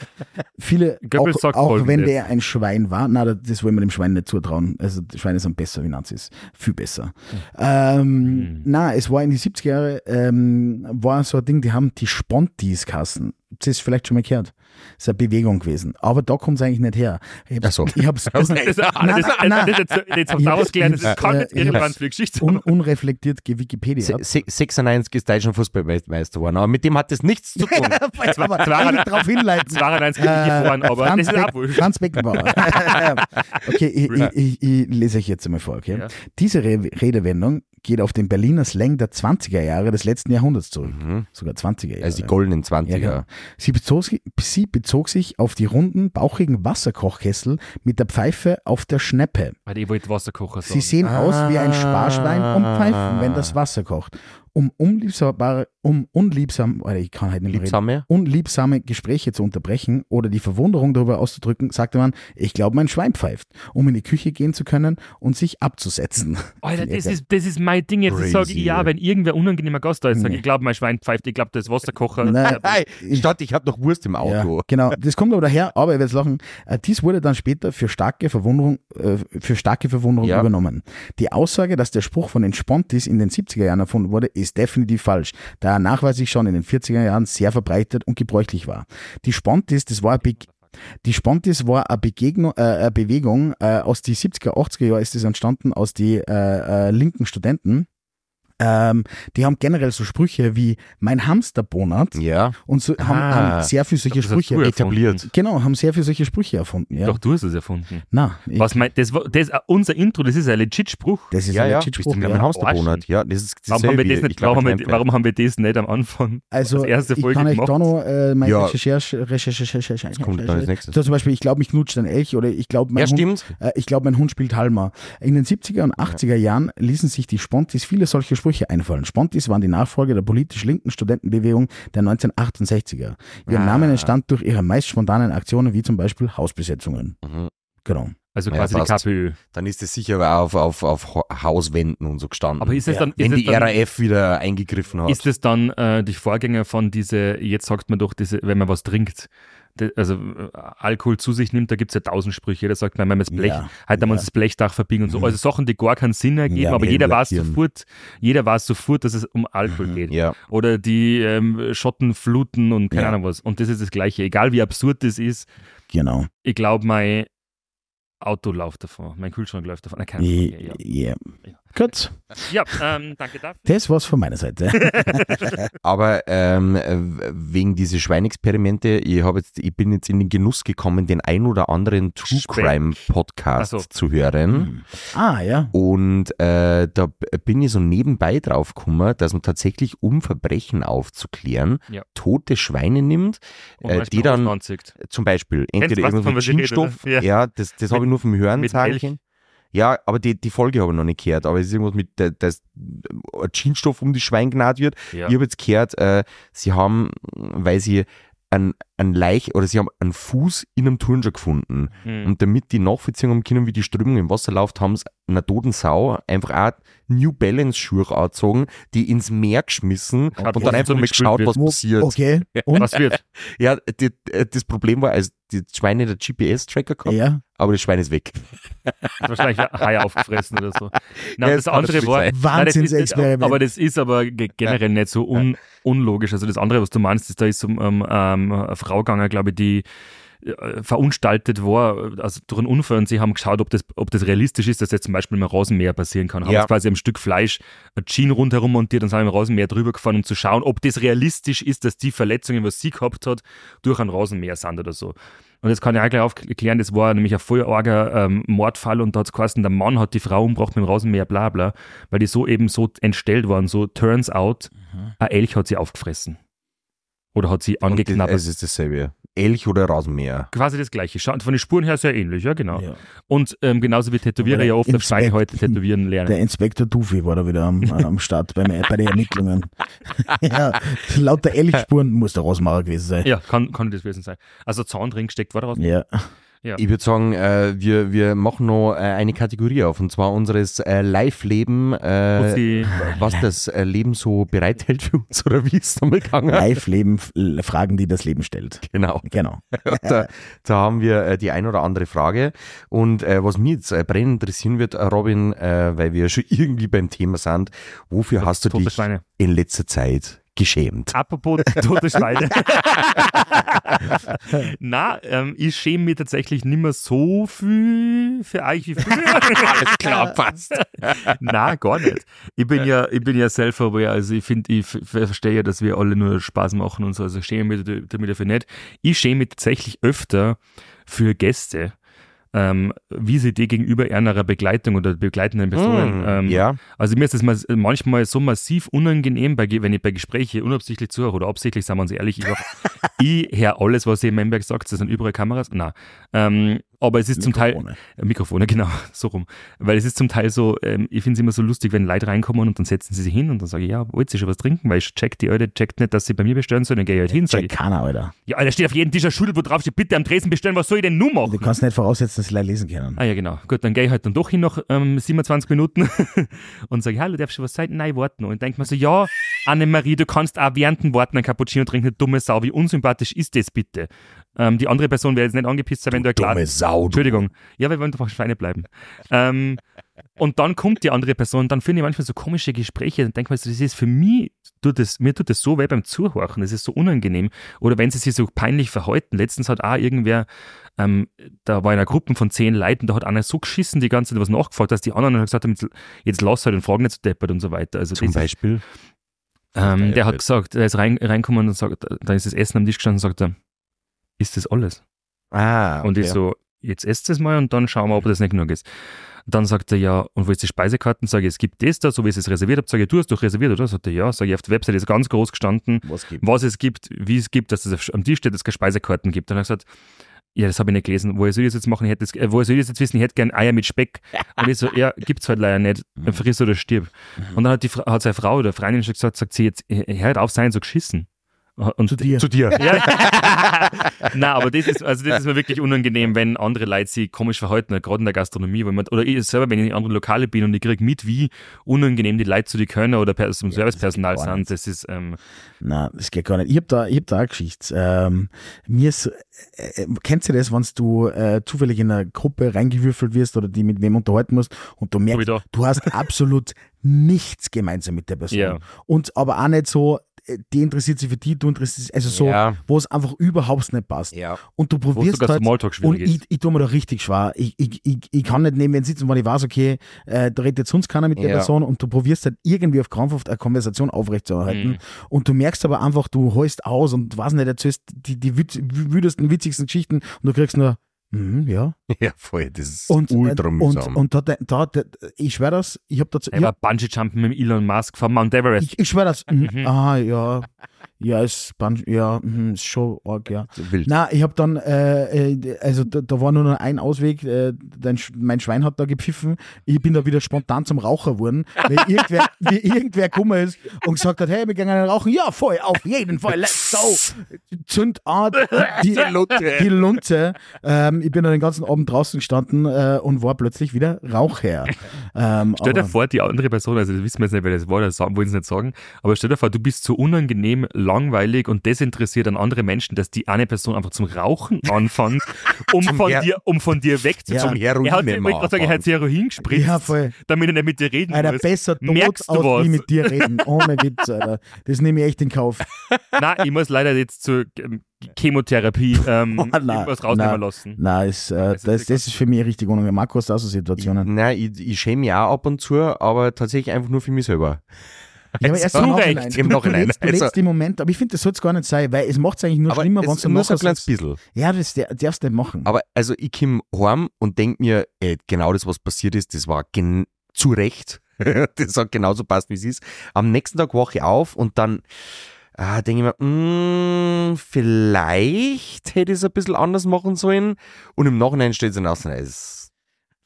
[SPEAKER 4] viele, auch,
[SPEAKER 3] Goebbels sagt
[SPEAKER 4] auch
[SPEAKER 3] Folgendes.
[SPEAKER 4] wenn der ein Schwein war, na, das wollen wir dem Schwein nicht zutrauen. Also die Schweine sind besser wie Nazis, viel besser. Ähm,
[SPEAKER 3] Hm.
[SPEAKER 4] Na, es war in die 70er Jahre, ähm, war so ein Ding, die haben die Spontis kassen. Das ist vielleicht schon mal gehört. Das ist eine Bewegung gewesen. Aber da kommt es eigentlich nicht her. Ich hab's,
[SPEAKER 5] Ach so.
[SPEAKER 4] ich hab's,
[SPEAKER 3] Das, das, das, das, das, das, das, das, jetzt habt ihr
[SPEAKER 4] Ja,
[SPEAKER 3] ausgelernt, das
[SPEAKER 4] ja,
[SPEAKER 3] ist komplett
[SPEAKER 4] ja, ja.
[SPEAKER 3] irrelevant für die Geschichte.
[SPEAKER 4] äh,
[SPEAKER 5] Um-
[SPEAKER 4] un, unreflektiert Wikipedia.
[SPEAKER 5] Se- se- 96 ist deutscher Fußballmeister geworden, aber mit dem hat das nichts zu tun.
[SPEAKER 4] Jetzt war eigentlich darauf hinleiten.
[SPEAKER 3] 92 bin
[SPEAKER 5] Äh,
[SPEAKER 3] ich geboren, aber das ist auch
[SPEAKER 4] Beck,
[SPEAKER 3] wurscht.
[SPEAKER 4] Äh, Franz Beckenbauer. okay, ich, ich, ich, ich lese euch jetzt einmal vor. Okay?
[SPEAKER 3] Ja.
[SPEAKER 4] Diese Re Redewendung geht auf den Berliner Slang der 20er Jahre des letzten Jahrhunderts zurück. Sogar 20er Jahre.
[SPEAKER 5] Also die goldenen
[SPEAKER 4] Ja,
[SPEAKER 5] 20er.
[SPEAKER 4] genau. sie, bezog, sich- sie bezog sich auf die runden, bauchigen Wasserkochkessel mit der Pfeife auf der Schneppe.
[SPEAKER 3] Warte, ich wollte Wasserkocher sagen.
[SPEAKER 4] Sie sehen aus wie ein Sparschwein und pfeifen, wenn
[SPEAKER 3] Ah.
[SPEAKER 4] das Wasser kocht. Um unliebsame, um unliebsam, Alter, ich kann halt nicht mehr reden
[SPEAKER 5] Liebsame?
[SPEAKER 4] unliebsame Gespräche zu unterbrechen oder die Verwunderung darüber auszudrücken, sagte man, ich glaube, mein Schwein pfeift, um in die Küche gehen zu können und sich abzusetzen.
[SPEAKER 3] Alter, das ist, das ist mein Ding jetzt. Ich sage,
[SPEAKER 5] Crazy.
[SPEAKER 3] ja, wenn irgendwer unangenehmer Gast da ist, sage ich, ich glaube, mein Schwein pfeift, ich glaube, das Wasserkocher. Äh,
[SPEAKER 4] Nein.
[SPEAKER 5] Hey, statt ich habe noch Wurst im
[SPEAKER 4] ja,
[SPEAKER 5] Auto.
[SPEAKER 4] genau, das kommt aber daher, aber ihr werdet lachen. Äh, Dies wurde dann später für starke Verwunderung, äh, für starke Verwunderung
[SPEAKER 5] Ja.
[SPEAKER 4] übernommen. Die Aussage, dass der Spruch von den Spontis in den 70er Jahren erfunden wurde, ist definitiv falsch, da er nachweislich schon in den 40er Jahren sehr verbreitet und gebräuchlich war. Die Spontis, das war ein Big Die Spontis war eine, Begegnung, äh, eine Bewegung äh, aus die 70er, 80er Jahre ist das entstanden aus die äh, äh, linken Studenten. Ähm, die haben generell so Sprüche wie mein Hamsterbonat
[SPEAKER 5] Ja.
[SPEAKER 4] und so, haben,
[SPEAKER 5] Ah.
[SPEAKER 4] haben sehr viel solche
[SPEAKER 3] Das hast du
[SPEAKER 4] Sprüche
[SPEAKER 5] Etabliert.
[SPEAKER 4] Genau, haben sehr viel solche Sprüche erfunden. Ja.
[SPEAKER 3] Doch, du hast es erfunden.
[SPEAKER 4] Na, ich,
[SPEAKER 3] Was mein, das, war- das, äh, unser Intro, das ist ein legit Spruch.
[SPEAKER 4] Das ist
[SPEAKER 5] Ja,
[SPEAKER 4] ein
[SPEAKER 5] ja.
[SPEAKER 4] legit
[SPEAKER 5] Bist du
[SPEAKER 4] Spruch.
[SPEAKER 5] mit
[SPEAKER 4] Ja.
[SPEAKER 5] einem Hamsterbonat? Ja, das ist
[SPEAKER 3] Warum haben, wir das
[SPEAKER 5] dasselbe.
[SPEAKER 3] nicht,
[SPEAKER 5] Ich glaub,
[SPEAKER 3] warum, haben
[SPEAKER 5] ich
[SPEAKER 3] wir,
[SPEAKER 5] mein
[SPEAKER 3] warum haben wir das nicht am Anfang?
[SPEAKER 4] Also,
[SPEAKER 3] als erste
[SPEAKER 4] ich
[SPEAKER 3] Folge
[SPEAKER 4] kann euch
[SPEAKER 3] gemacht?
[SPEAKER 4] da noch äh, meine
[SPEAKER 5] Ja.
[SPEAKER 4] Recherche, Recherche, Recherche, Recherche,
[SPEAKER 5] kommt dann als nächstes.
[SPEAKER 4] So zum Beispiel, ich glaube, mich knutscht ein Elch oder ich glaube, mein
[SPEAKER 5] Ja,
[SPEAKER 4] Hund
[SPEAKER 5] stimmt.
[SPEAKER 4] Äh, Ich glaube, mein Hund spielt Halma. In den 70er und 80er Jahren ließen sich die Spontis viele solche Sprüche einfallen. Spontis waren die Nachfolger der politisch linken Studentenbewegung der 1968er.
[SPEAKER 5] Ah.
[SPEAKER 4] Ihr Name entstand durch ihre meist spontanen Aktionen, wie zum Beispiel Hausbesetzungen.
[SPEAKER 5] Mhm.
[SPEAKER 4] Genau.
[SPEAKER 3] Also
[SPEAKER 5] Ja,
[SPEAKER 3] quasi die
[SPEAKER 5] passt.
[SPEAKER 3] KPÖ.
[SPEAKER 5] Dann ist das sicher aber auf, auf, auf Ha- Hauswänden und so gestanden.
[SPEAKER 3] Aber ist es
[SPEAKER 5] Ja.
[SPEAKER 3] dann- ist
[SPEAKER 5] Wenn
[SPEAKER 3] es
[SPEAKER 5] die
[SPEAKER 3] dann-
[SPEAKER 5] RAF wieder eingegriffen hat.
[SPEAKER 3] Ist das dann äh, die Vorgänger von diese, jetzt sagt man doch, diese, wenn man was trinkt, de, also äh, Alkohol zu sich nimmt, da gibt es ja tausend Sprüche. Da sagt man, wenn man das Blech,
[SPEAKER 4] Ja,
[SPEAKER 3] halt haben wir uns das Blechdach verbiegen und so. Also Sachen, die gar keinen Sinn ergeben,
[SPEAKER 4] Ja,
[SPEAKER 3] aber jeder weiß
[SPEAKER 5] Hirn.
[SPEAKER 3] sofort, jeder weiß sofort, dass es um Alkohol geht.
[SPEAKER 5] ja.
[SPEAKER 3] Oder die ähm, Schotten fluten und keine
[SPEAKER 5] Ja.
[SPEAKER 3] Ahnung was. Und das ist das Gleiche. Egal wie absurd das ist,
[SPEAKER 4] Genau.
[SPEAKER 3] ich glaube, mein Auto läuft davon, mein Kühlschrank läuft davon. Nein, keine Ahnung.
[SPEAKER 4] Ja.
[SPEAKER 3] Ja,
[SPEAKER 4] ja.
[SPEAKER 3] Ja.
[SPEAKER 4] Gut.
[SPEAKER 3] ja. ja ähm, danke dafür.
[SPEAKER 4] Das war's von meiner Seite.
[SPEAKER 5] Aber ähm, äh, wegen diese Schweinexperimente, ich, hab jetzt, ich bin jetzt in den Genuss gekommen, den ein oder anderen True
[SPEAKER 3] Speck.
[SPEAKER 5] Crime Podcast
[SPEAKER 3] Ach so.
[SPEAKER 5] zu hören.
[SPEAKER 3] Hm?
[SPEAKER 4] ah, ja.
[SPEAKER 5] Und äh, da b- bin ich so nebenbei drauf gekommen, dass man tatsächlich, um Verbrechen aufzuklären,
[SPEAKER 3] Ja.
[SPEAKER 5] tote Schweine nimmt,
[SPEAKER 3] Und
[SPEAKER 5] äh,
[SPEAKER 3] mein
[SPEAKER 5] die dann
[SPEAKER 3] Sprachverstanzigt.
[SPEAKER 5] zum Beispiel entweder
[SPEAKER 3] weißt du, von
[SPEAKER 5] irgendwas mit
[SPEAKER 3] was ich rede,
[SPEAKER 5] Ginstoff,
[SPEAKER 3] oder? Ja.
[SPEAKER 5] ja. das, das habe ich nur vom Hören
[SPEAKER 3] mit
[SPEAKER 5] sagen
[SPEAKER 3] Elch.
[SPEAKER 5] können. Ja, aber die, die Folge habe ich noch nicht gehört, aber es ist irgendwas mit, äh, dass ein Ginstoff um die Schwein genäht wird.
[SPEAKER 3] Ja.
[SPEAKER 5] Ich habe jetzt gehört, äh, sie haben, weil sie einen einen Leich oder sie haben einen Fuß in einem Turnschuh gefunden.
[SPEAKER 3] Mhm. Hm.
[SPEAKER 5] Und damit die nachvollziehen haben können, wie die Strömung im Wasser läuft, haben sie einer toten Sau einfach auch New Balance Schuhe angezogen, die ins Meer geschmissen
[SPEAKER 3] Hat
[SPEAKER 5] und dann einfach mal
[SPEAKER 3] offensichtlich
[SPEAKER 5] geschaut, was
[SPEAKER 3] gespült
[SPEAKER 5] passiert.
[SPEAKER 4] Okay. Und?
[SPEAKER 3] Was wird?
[SPEAKER 5] Ja, die, äh, das Problem war, als die Schweine der GPS-Tracker gehabt,
[SPEAKER 4] Ja.
[SPEAKER 5] aber das Schwein ist weg.
[SPEAKER 3] Hat wahrscheinlich ein Hai aufgefressen oder so. Nein, das
[SPEAKER 5] Ja, das kann
[SPEAKER 3] andere
[SPEAKER 5] natürlich
[SPEAKER 3] war.
[SPEAKER 5] sein.
[SPEAKER 3] Nein, das ist-
[SPEAKER 4] Wahnsinnsexperiment.
[SPEAKER 3] Aber das ist aber ge- generell nicht so un, unlogisch. Also das andere, was du meinst, ist, da ist um, ähm, ähm, eine Frau gegangen, glaube ich, die äh, verunstaltet war, also durch einen Unfall und sie haben geschaut, ob das, ob das realistisch ist, dass jetzt zum Beispiel im Rasenmäher passieren kann. Haben
[SPEAKER 5] Ja.
[SPEAKER 3] jetzt quasi am Stück Fleisch ein Jean rundherum montiert und sind im Rasenmäher drüber gefahren, um zu schauen, ob das realistisch ist, dass die Verletzungen, was sie gehabt hat, durch einen Rasenmäher sind oder so. Und das kann ich auch gleich aufklären, das war nämlich ein voll arger ähm, Mordfall und da hat es geheißen, der Mann hat die Frau umgebracht mit dem Rasenmäher, bla bla, weil die so eben so entstellt waren, so turns out,
[SPEAKER 4] Mhm.
[SPEAKER 3] ein Elch hat sie aufgefressen. Oder hat sie
[SPEAKER 5] Und
[SPEAKER 3] angeknabbert.
[SPEAKER 5] das- Es ist dasselbe. Elch oder Rasenmäher.
[SPEAKER 3] Quasi das gleiche. Schaut von den Spuren her sehr ähnlich, ja genau.
[SPEAKER 4] Ja.
[SPEAKER 3] Und ähm, genauso wie Tätowierer
[SPEAKER 4] Aber
[SPEAKER 3] ja oft auf
[SPEAKER 4] Inspekt-
[SPEAKER 3] Schweine heute tätowieren
[SPEAKER 4] Der
[SPEAKER 3] lernen.
[SPEAKER 4] Inspektor Tufi war da wieder am, äh, am Start bei, bei den Ermittlungen. ja, laut der Elchspuren muss der Rosmarer gewesen sein.
[SPEAKER 3] Ja, kann, kann das gewesen sein. Also Zaun drin gesteckt war daraus.
[SPEAKER 4] Ja.
[SPEAKER 5] Ich würde sagen, äh, wir, wir machen noch äh, eine Kategorie auf und zwar unseres äh, Live-Leben,
[SPEAKER 3] Wo
[SPEAKER 5] äh,
[SPEAKER 3] sie-
[SPEAKER 5] was das äh, Leben so bereithält für uns oder wie es damit gegangen ist.
[SPEAKER 4] Live-Leben, f- l- äh, Fragen, die das Leben stellt.
[SPEAKER 5] Genau.
[SPEAKER 4] Genau.
[SPEAKER 5] Und da, da haben wir äh, die ein oder andere Frage. Und äh, was mich jetzt äh, brennend interessieren wird, äh, Robin, äh, weil wir schon irgendwie beim Thema sind, wofür hast du
[SPEAKER 3] tote
[SPEAKER 5] dich
[SPEAKER 3] Schweine.
[SPEAKER 5] in letzter Zeit geschämt?
[SPEAKER 3] Apropos tote Schweine. Na, ähm, ich schäme mich tatsächlich nicht mehr so viel für euch wie früher. Alles klar, passt. Na, gar nicht. Ich bin ja, ich bin ja self-aware, also ich finde, ich f- verstehe ja, dass wir alle nur Spaß machen und so, also ich schäme mich da- damit dafür nicht. Ich schäme mich tatsächlich öfter für Gäste. Ähm, wie sie dir gegenüber einer Begleitung oder begleitenden Personen ähm,
[SPEAKER 5] Hm, ja.
[SPEAKER 3] also mir ist das mas- manchmal so massiv unangenehm, bei, Ge- wenn ich bei Gesprächen unabsichtlich zuhöre oder absichtlich, sagen wir uns ehrlich, ich, hör- ich höre alles, was ihr in Memberg sagt, das sind überall Kameras. Nein. Ähm, aber es ist zum Teil.
[SPEAKER 4] Mikrofone.
[SPEAKER 3] Äh, Mikrofone, genau, so rum. Weil es ist zum Teil so, ähm, ich finde es immer so lustig, wenn Leute reinkommen und dann setzen sie sich hin und dann sage ich, ja, wollt ihr schon was trinken? Weil ich check die Leute, checkt nicht, dass sie bei mir bestellen sollen, dann gehe ich halt hin, sage
[SPEAKER 4] Check
[SPEAKER 3] ich,
[SPEAKER 4] keiner, Alter.
[SPEAKER 3] ja, da steht auf jedem Tisch ein Schild, wo drauf steht, bitte am Tresen bestellen, was soll ich denn nun machen?
[SPEAKER 4] Du kannst nicht voraussetzen, dass sie Leute lesen können.
[SPEAKER 3] Ah ja, genau. Gut, dann gehe ich halt dann doch hin nach ähm, 27 Minuten und sage, hallo, darfst du was sagen? Nein, warten. Und denke mir so, ja, Annemarie, du kannst auch während dem Warten ein Cappuccino trinken, du dumme Sau. Wie unsympathisch ist das bitte? Ähm, die andere Person wäre jetzt nicht angepisst sein, wenn du, erklärt-
[SPEAKER 5] Dumme Sau. du.
[SPEAKER 3] Entschuldigung. Ja, wir wollen doch auf Schweine bleiben. ähm, und dann kommt die andere Person, dann finde ich manchmal so komische Gespräche, dann denke ich mir so, das ist für mich, tut das, mir tut das so weh beim Zuhorchen, das ist so unangenehm. Oder wenn sie sich so peinlich verhalten. Letztens hat auch irgendwer, ähm, da war in einer Gruppe von zehn Leuten, da hat einer so geschissen die ganze Zeit was nachgefragt, dass die anderen dann gesagt haben, jetzt, jetzt lass halt den Fragen nicht so deppert und so weiter. Also
[SPEAKER 5] Zum
[SPEAKER 3] das ist-
[SPEAKER 5] Beispiel.
[SPEAKER 3] ähm, der hat
[SPEAKER 5] Deppert.
[SPEAKER 3] gesagt, er ist rein, reingekommen und sagt, da ist das Essen am Tisch gestanden und sagt er, ist das alles?
[SPEAKER 5] Ah,
[SPEAKER 3] Und ich so, jetzt esst es mal und dann schauen wir, ob das nicht genug ist. Dann sagt er, ja, und wo ist die Speisekarte? Und Sage ich, es gibt das da, so wie ich es reserviert habe. Sage ich, du hast doch reserviert, oder? Sagt er, ja. Sage ich, auf der Website ist ganz groß gestanden,
[SPEAKER 4] Was gibt
[SPEAKER 3] was es gibt, wie es gibt, dass es auf- am Tisch steht, dass es keine Speisekarten gibt. Dann hat er gesagt, ja, das habe ich nicht gelesen. Woher soll ich das jetzt machen? Ich hätte das, äh, woher soll ich das jetzt wissen? Ich hätte gern Eier mit Speck. Und ich so, ja, gibt's halt leider nicht.
[SPEAKER 4] Mhm.
[SPEAKER 3] Friss oder stirb. Und dann hat, die, Fra- hat seine Frau oder Freundin schon gesagt, sagt sie jetzt, hört auf sein, so geschissen. Und
[SPEAKER 4] zu dir?
[SPEAKER 5] zu dir.
[SPEAKER 3] ja. Nein, aber das ist, also das ist mir wirklich unangenehm, wenn andere Leute sich komisch verhalten, gerade in der Gastronomie, wenn man, oder ich selber, wenn ich in anderen Lokale bin und ich kriege mit, wie unangenehm die Leute zu dir können oder per- zum Servicepersonal
[SPEAKER 4] gar
[SPEAKER 3] sind,
[SPEAKER 4] nicht.
[SPEAKER 3] das ist, ähm,
[SPEAKER 4] Nein, das geht gar nicht. Ich hab da, ich hab da auch eine Geschichte. Ähm, mir ist, äh, kennst du das, wenn du äh, zufällig in eine Gruppe reingewürfelt wirst oder die mit wem unterhalten musst und du merkst,
[SPEAKER 3] wieder.
[SPEAKER 4] du hast absolut nichts gemeinsam mit der Person.
[SPEAKER 3] Ja.
[SPEAKER 4] Und aber auch nicht so, äh, die interessiert sich für die, du interessierst dich, also so,
[SPEAKER 5] Ja.
[SPEAKER 4] wo es einfach überhaupt nicht passt.
[SPEAKER 5] Ja.
[SPEAKER 4] Und du
[SPEAKER 3] wo
[SPEAKER 4] probierst
[SPEAKER 3] sogar
[SPEAKER 4] halt,
[SPEAKER 3] Smalltalk
[SPEAKER 4] und
[SPEAKER 3] schwierig
[SPEAKER 4] ich,
[SPEAKER 3] ist.
[SPEAKER 4] ich tue mir da richtig schwer. Ich, ich, ich, ich kann nicht neben wen sitzen, weil ich weiß, okay, äh, da redet jetzt sonst keiner mit der
[SPEAKER 5] Ja.
[SPEAKER 4] Person und du probierst halt irgendwie auf Krampfhaft eine Konversation aufrechtzuerhalten.
[SPEAKER 5] Mhm.
[SPEAKER 4] Und du merkst aber einfach, du holst aus und weiß nicht, erzählst die, die witz- wüdesten, witzigsten Geschichten und du kriegst nur, mhm, ja.
[SPEAKER 5] Ja, voll. Das ist
[SPEAKER 4] Und, äh,
[SPEAKER 5] ultra
[SPEAKER 4] und,
[SPEAKER 5] mühsam.
[SPEAKER 4] und da, da, da, ich schwör das, ich habe dazu,
[SPEAKER 3] Er war Bungee-Jumpen mit dem Elon Musk vom Mount Everest.
[SPEAKER 4] ich, ich schwör das, mhm,
[SPEAKER 3] Mhm.
[SPEAKER 4] ah ja, Ja, ist, ban- ja, mhm, ist schon arg, ja.
[SPEAKER 5] Wild.
[SPEAKER 4] Na, ich habe dann, äh, äh, also da, da war nur noch ein Ausweg, äh, dein, Sch- mein Schwein hat da gepfiffen, ich bin da wieder spontan zum Raucher geworden, weil irgendwer, wie irgendwer gekommen ist und gesagt hat, hey, wir gehen einen rauchen, ja, voll, auf jeden Fall, let's go, zünd an, die, die Lunte, die Lunte. Ähm, ich bin dann den ganzen Abend draußen gestanden äh, und war plötzlich wieder Rauchherr. Ähm,
[SPEAKER 3] Stell dir
[SPEAKER 4] aber-
[SPEAKER 3] vor, die andere Person, also das wissen wir jetzt nicht, wer das war, das sa- wollen sie nicht sagen, aber stell dir vor, du bist so unangenehm, langweilig und desinteressiert an andere Menschen, dass die eine Person einfach zum Rauchen anfängt, um, von,
[SPEAKER 5] Her-
[SPEAKER 3] dir, um von dir weg zu
[SPEAKER 4] Ja. Zum
[SPEAKER 5] Heroin
[SPEAKER 3] Er hat, ich
[SPEAKER 5] nehmen
[SPEAKER 3] wollte gerade sagen, er hat
[SPEAKER 5] anfangen.
[SPEAKER 3] Heroin gespritzt,
[SPEAKER 4] Ja, voll.
[SPEAKER 3] damit er nicht mit dir reden
[SPEAKER 4] Alter,
[SPEAKER 3] muss.
[SPEAKER 4] besser tot
[SPEAKER 3] Merkst du
[SPEAKER 4] aus,
[SPEAKER 3] was?
[SPEAKER 4] wie mit dir reden. Ohne Witz, Alter. Das nehme ich echt in Kauf.
[SPEAKER 3] Nein, ich muss leider jetzt zur ähm, Chemotherapie ähm,
[SPEAKER 4] Boah, na,
[SPEAKER 3] irgendwas rausnehmen
[SPEAKER 4] na,
[SPEAKER 3] lassen.
[SPEAKER 4] Na, ist, äh, das,
[SPEAKER 3] ist
[SPEAKER 4] das,
[SPEAKER 3] egal.
[SPEAKER 4] ist für mich richtig unangenehm. Markus, da so Situationen.
[SPEAKER 5] Nein, ich, ich schäme mich auch ab und zu, aber tatsächlich einfach nur für mich selber.
[SPEAKER 4] Ja, aber erst
[SPEAKER 3] zu
[SPEAKER 4] im
[SPEAKER 3] Recht,
[SPEAKER 4] Nachhinein.
[SPEAKER 5] im Nachhinein.
[SPEAKER 4] Du lebst, du
[SPEAKER 5] Also-
[SPEAKER 4] lebst im Moment, aber ich finde, das soll es gar nicht sein, weil es macht es eigentlich nur
[SPEAKER 5] Aber
[SPEAKER 4] schlimmer,
[SPEAKER 5] es
[SPEAKER 4] wenn du
[SPEAKER 5] nur so ein
[SPEAKER 4] Markus
[SPEAKER 5] kleines
[SPEAKER 4] sagst.
[SPEAKER 5] bisschen.
[SPEAKER 4] Ja, das der- darfst du nicht machen.
[SPEAKER 5] Aber also ich komme heim und denke mir, ey, genau das, was passiert ist, das war gen zu Recht. das hat genauso passt, wie es ist. Am nächsten Tag wache ich auf und dann ah, denke ich mir, mm, vielleicht hätte ich es ein bisschen anders machen sollen. Und im Nachhinein steht es dann aus, nein, es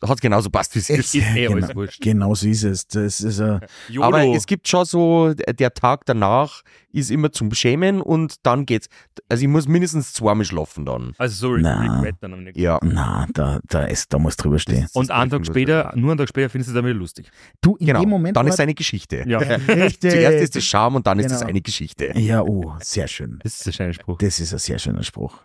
[SPEAKER 5] hat genauso passt, wie es ist.
[SPEAKER 3] Ist eh
[SPEAKER 4] genau.
[SPEAKER 3] alles wurscht.
[SPEAKER 4] Genau so ist es. Das ist, äh,
[SPEAKER 3] YOLO.
[SPEAKER 5] Aber es gibt schon so, der Tag danach ist immer zum Schämen und dann geht's. Also ich muss mindestens zweimal schlafen dann.
[SPEAKER 3] also sorry,
[SPEAKER 4] Na.
[SPEAKER 3] Regret dann am nächsten
[SPEAKER 5] Ja.
[SPEAKER 4] na, da, da, ist, da muss drüber stehen.
[SPEAKER 3] Und einen Tag später, nur einen Tag später findest du es dann wieder lustig.
[SPEAKER 4] Du, in
[SPEAKER 5] Genau.
[SPEAKER 4] dem Moment.
[SPEAKER 5] dann ist
[SPEAKER 4] war-
[SPEAKER 5] eine Geschichte.
[SPEAKER 3] Ja,
[SPEAKER 4] Richtig.
[SPEAKER 5] Zuerst ist das Scham und dann ist
[SPEAKER 4] Genau.
[SPEAKER 5] das eine Geschichte.
[SPEAKER 4] Ja, oh, sehr schön.
[SPEAKER 3] das ist der schöne Spruch.
[SPEAKER 4] Das ist ein sehr schöner Spruch.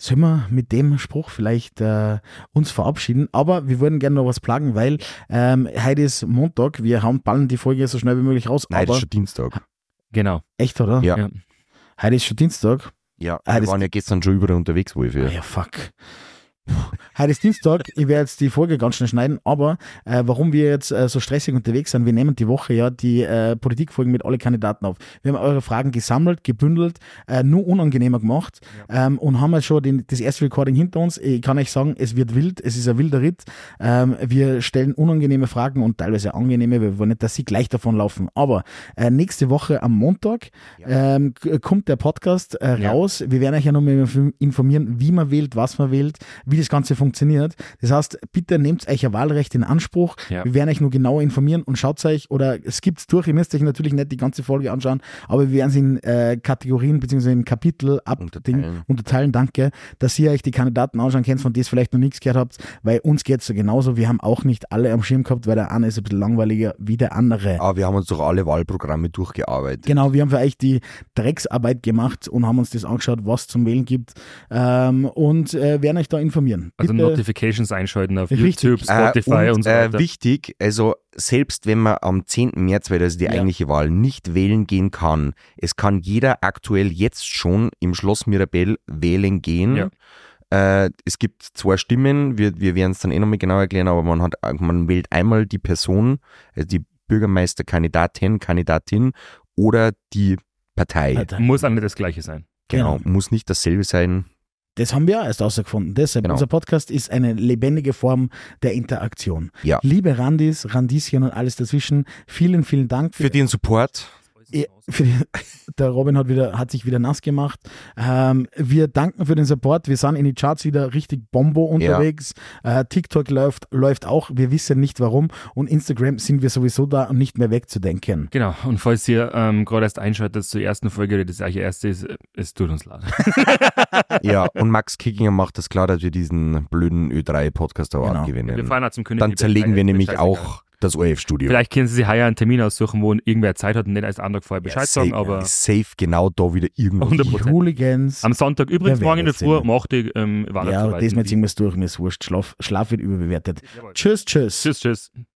[SPEAKER 4] Sollen wir mit dem Spruch vielleicht äh, uns verabschieden? Aber wir würden gerne noch was plagen, weil ähm, heute ist Montag. Wir hauen ballen die Folge so schnell wie möglich raus.
[SPEAKER 5] Nein, das
[SPEAKER 4] aber
[SPEAKER 5] ist schon Dienstag.
[SPEAKER 3] Genau.
[SPEAKER 4] echt, oder?
[SPEAKER 5] Ja.
[SPEAKER 3] Ja.
[SPEAKER 4] Heute ist schon Dienstag.
[SPEAKER 5] Ja,
[SPEAKER 4] Ah,
[SPEAKER 5] wir
[SPEAKER 4] das-
[SPEAKER 5] waren ja gestern schon überall unterwegs, wo ich
[SPEAKER 4] Ah, ja, fuck. Puh. Heute ist Dienstag, ich werde jetzt die Folge ganz schnell schneiden, aber äh, warum wir jetzt äh, so stressig unterwegs sind, wir nehmen die Woche ja die äh, Politikfolgen mit alle Kandidaten auf. Wir haben eure Fragen gesammelt, gebündelt, äh, nur unangenehmer gemacht ähm, und haben jetzt schon den, das erste Recording hinter uns. Ich kann euch sagen, es wird wild, es ist ein wilder Ritt. Ähm, wir stellen unangenehme Fragen und teilweise angenehme, wir wollen nicht, dass sie gleich davonlaufen. Aber äh, nächste Woche am Montag ähm, k- kommt der Podcast äh,
[SPEAKER 3] Ja.
[SPEAKER 4] raus. Wir werden euch ja nochmal inf- informieren, wie man wählt, was man wählt, wie das Ganze funktioniert. Das heißt, bitte nehmt euch ihr Wahlrecht in Anspruch.
[SPEAKER 3] Ja.
[SPEAKER 4] Wir werden euch nur genau informieren und schaut euch oder skippt durch. Ihr müsst euch natürlich nicht die ganze Folge anschauen, aber wir werden sie in äh, Kategorien bzw. in Kapitel ab
[SPEAKER 5] Unterteilen.
[SPEAKER 4] Ding, unterteilen. Danke, dass ihr euch die Kandidaten anschauen könnt, von denen ihr vielleicht noch nichts gehört habt, weil uns geht es so genauso. Wir haben auch nicht alle am Schirm gehabt, weil der eine ist ein bisschen langweiliger wie der andere.
[SPEAKER 5] Aber wir haben uns durch alle Wahlprogramme durchgearbeitet.
[SPEAKER 4] Genau, wir haben für euch die Drecksarbeit gemacht und haben uns das angeschaut, was zum Wählen gibt ähm, und äh, werden euch da informieren.
[SPEAKER 3] Also
[SPEAKER 4] Bitte-
[SPEAKER 3] Notifications einschalten auf
[SPEAKER 4] äh, Richtig.
[SPEAKER 3] YouTube, Spotify
[SPEAKER 5] Äh,
[SPEAKER 3] und, so weiter.
[SPEAKER 5] Äh, wichtig, also selbst wenn man am 10. März, weil das ist die
[SPEAKER 4] Ja.
[SPEAKER 5] eigentliche Wahl, nicht wählen gehen kann, es kann jeder aktuell jetzt schon im Schloss Mirabell wählen gehen. Äh, es gibt zwei Stimmen, wir, wir werden es dann eh nochmal genau erklären, aber man, hat, man wählt einmal die Person, also die Bürgermeisterkandidatin, Kandidatin oder die Partei.
[SPEAKER 4] Alter,
[SPEAKER 3] Muss auch nicht das Gleiche sein.
[SPEAKER 5] Genau, muss nicht dasselbe sein.
[SPEAKER 4] Das haben wir auch erst herausgefunden. Deshalb,
[SPEAKER 5] Genau.
[SPEAKER 4] unser Podcast ist eine lebendige Form der Interaktion.
[SPEAKER 5] Ja.
[SPEAKER 4] Liebe Randis, Randischen und alles dazwischen, vielen, vielen Dank
[SPEAKER 5] Für den Support.
[SPEAKER 4] Ja, Äh, für die, der Robin hat, wieder, hat sich wieder nass gemacht. Ähm, wir danken für den Support. Wir sind in die Charts wieder richtig Bombo unterwegs. Äh, TikTok läuft, läuft auch. Wir wissen nicht warum. Und Instagram sind wir sowieso da und nicht mehr wegzudenken.
[SPEAKER 3] Genau. Und falls ihr ähm, gerade erst einschaltet zur ersten Folge, die das gleiche erste ist, äh, es tut uns leid.
[SPEAKER 5] Ja, und Max Kickinger macht das klar, dass wir diesen blöden Ö3-Podcast auch
[SPEAKER 4] Genau.
[SPEAKER 3] Wir
[SPEAKER 5] abgewinnen.
[SPEAKER 3] fahren auch zum König.
[SPEAKER 5] Dann
[SPEAKER 3] die
[SPEAKER 5] zerlegen
[SPEAKER 3] Partei,
[SPEAKER 5] wir
[SPEAKER 3] ist mir
[SPEAKER 5] nämlich
[SPEAKER 3] scheißegal.
[SPEAKER 5] auch das ORF-Studio.
[SPEAKER 3] Vielleicht können Sie sich heuer einen Termin aussuchen, wo irgendwer Zeit hat und nicht als Antrag vorher Bescheid sagen,
[SPEAKER 5] safe,
[SPEAKER 3] aber
[SPEAKER 5] safe genau da wieder irgendwo.
[SPEAKER 3] 100
[SPEAKER 4] Die Hooligans.
[SPEAKER 3] Am Sonntag übrigens,
[SPEAKER 4] Wer
[SPEAKER 3] morgen in der
[SPEAKER 4] wäre
[SPEAKER 3] Früh,
[SPEAKER 4] das
[SPEAKER 3] macht die ähm,
[SPEAKER 4] ja, das
[SPEAKER 3] Weihnachtsarbeit.
[SPEAKER 4] ist mir jetzt irgendwas durch, mir ist wurscht. Schlaf, Schlaf wird überbewertet.
[SPEAKER 3] Jawohl.
[SPEAKER 4] Tschüss, tschüss.
[SPEAKER 3] Tschüss, tschüss.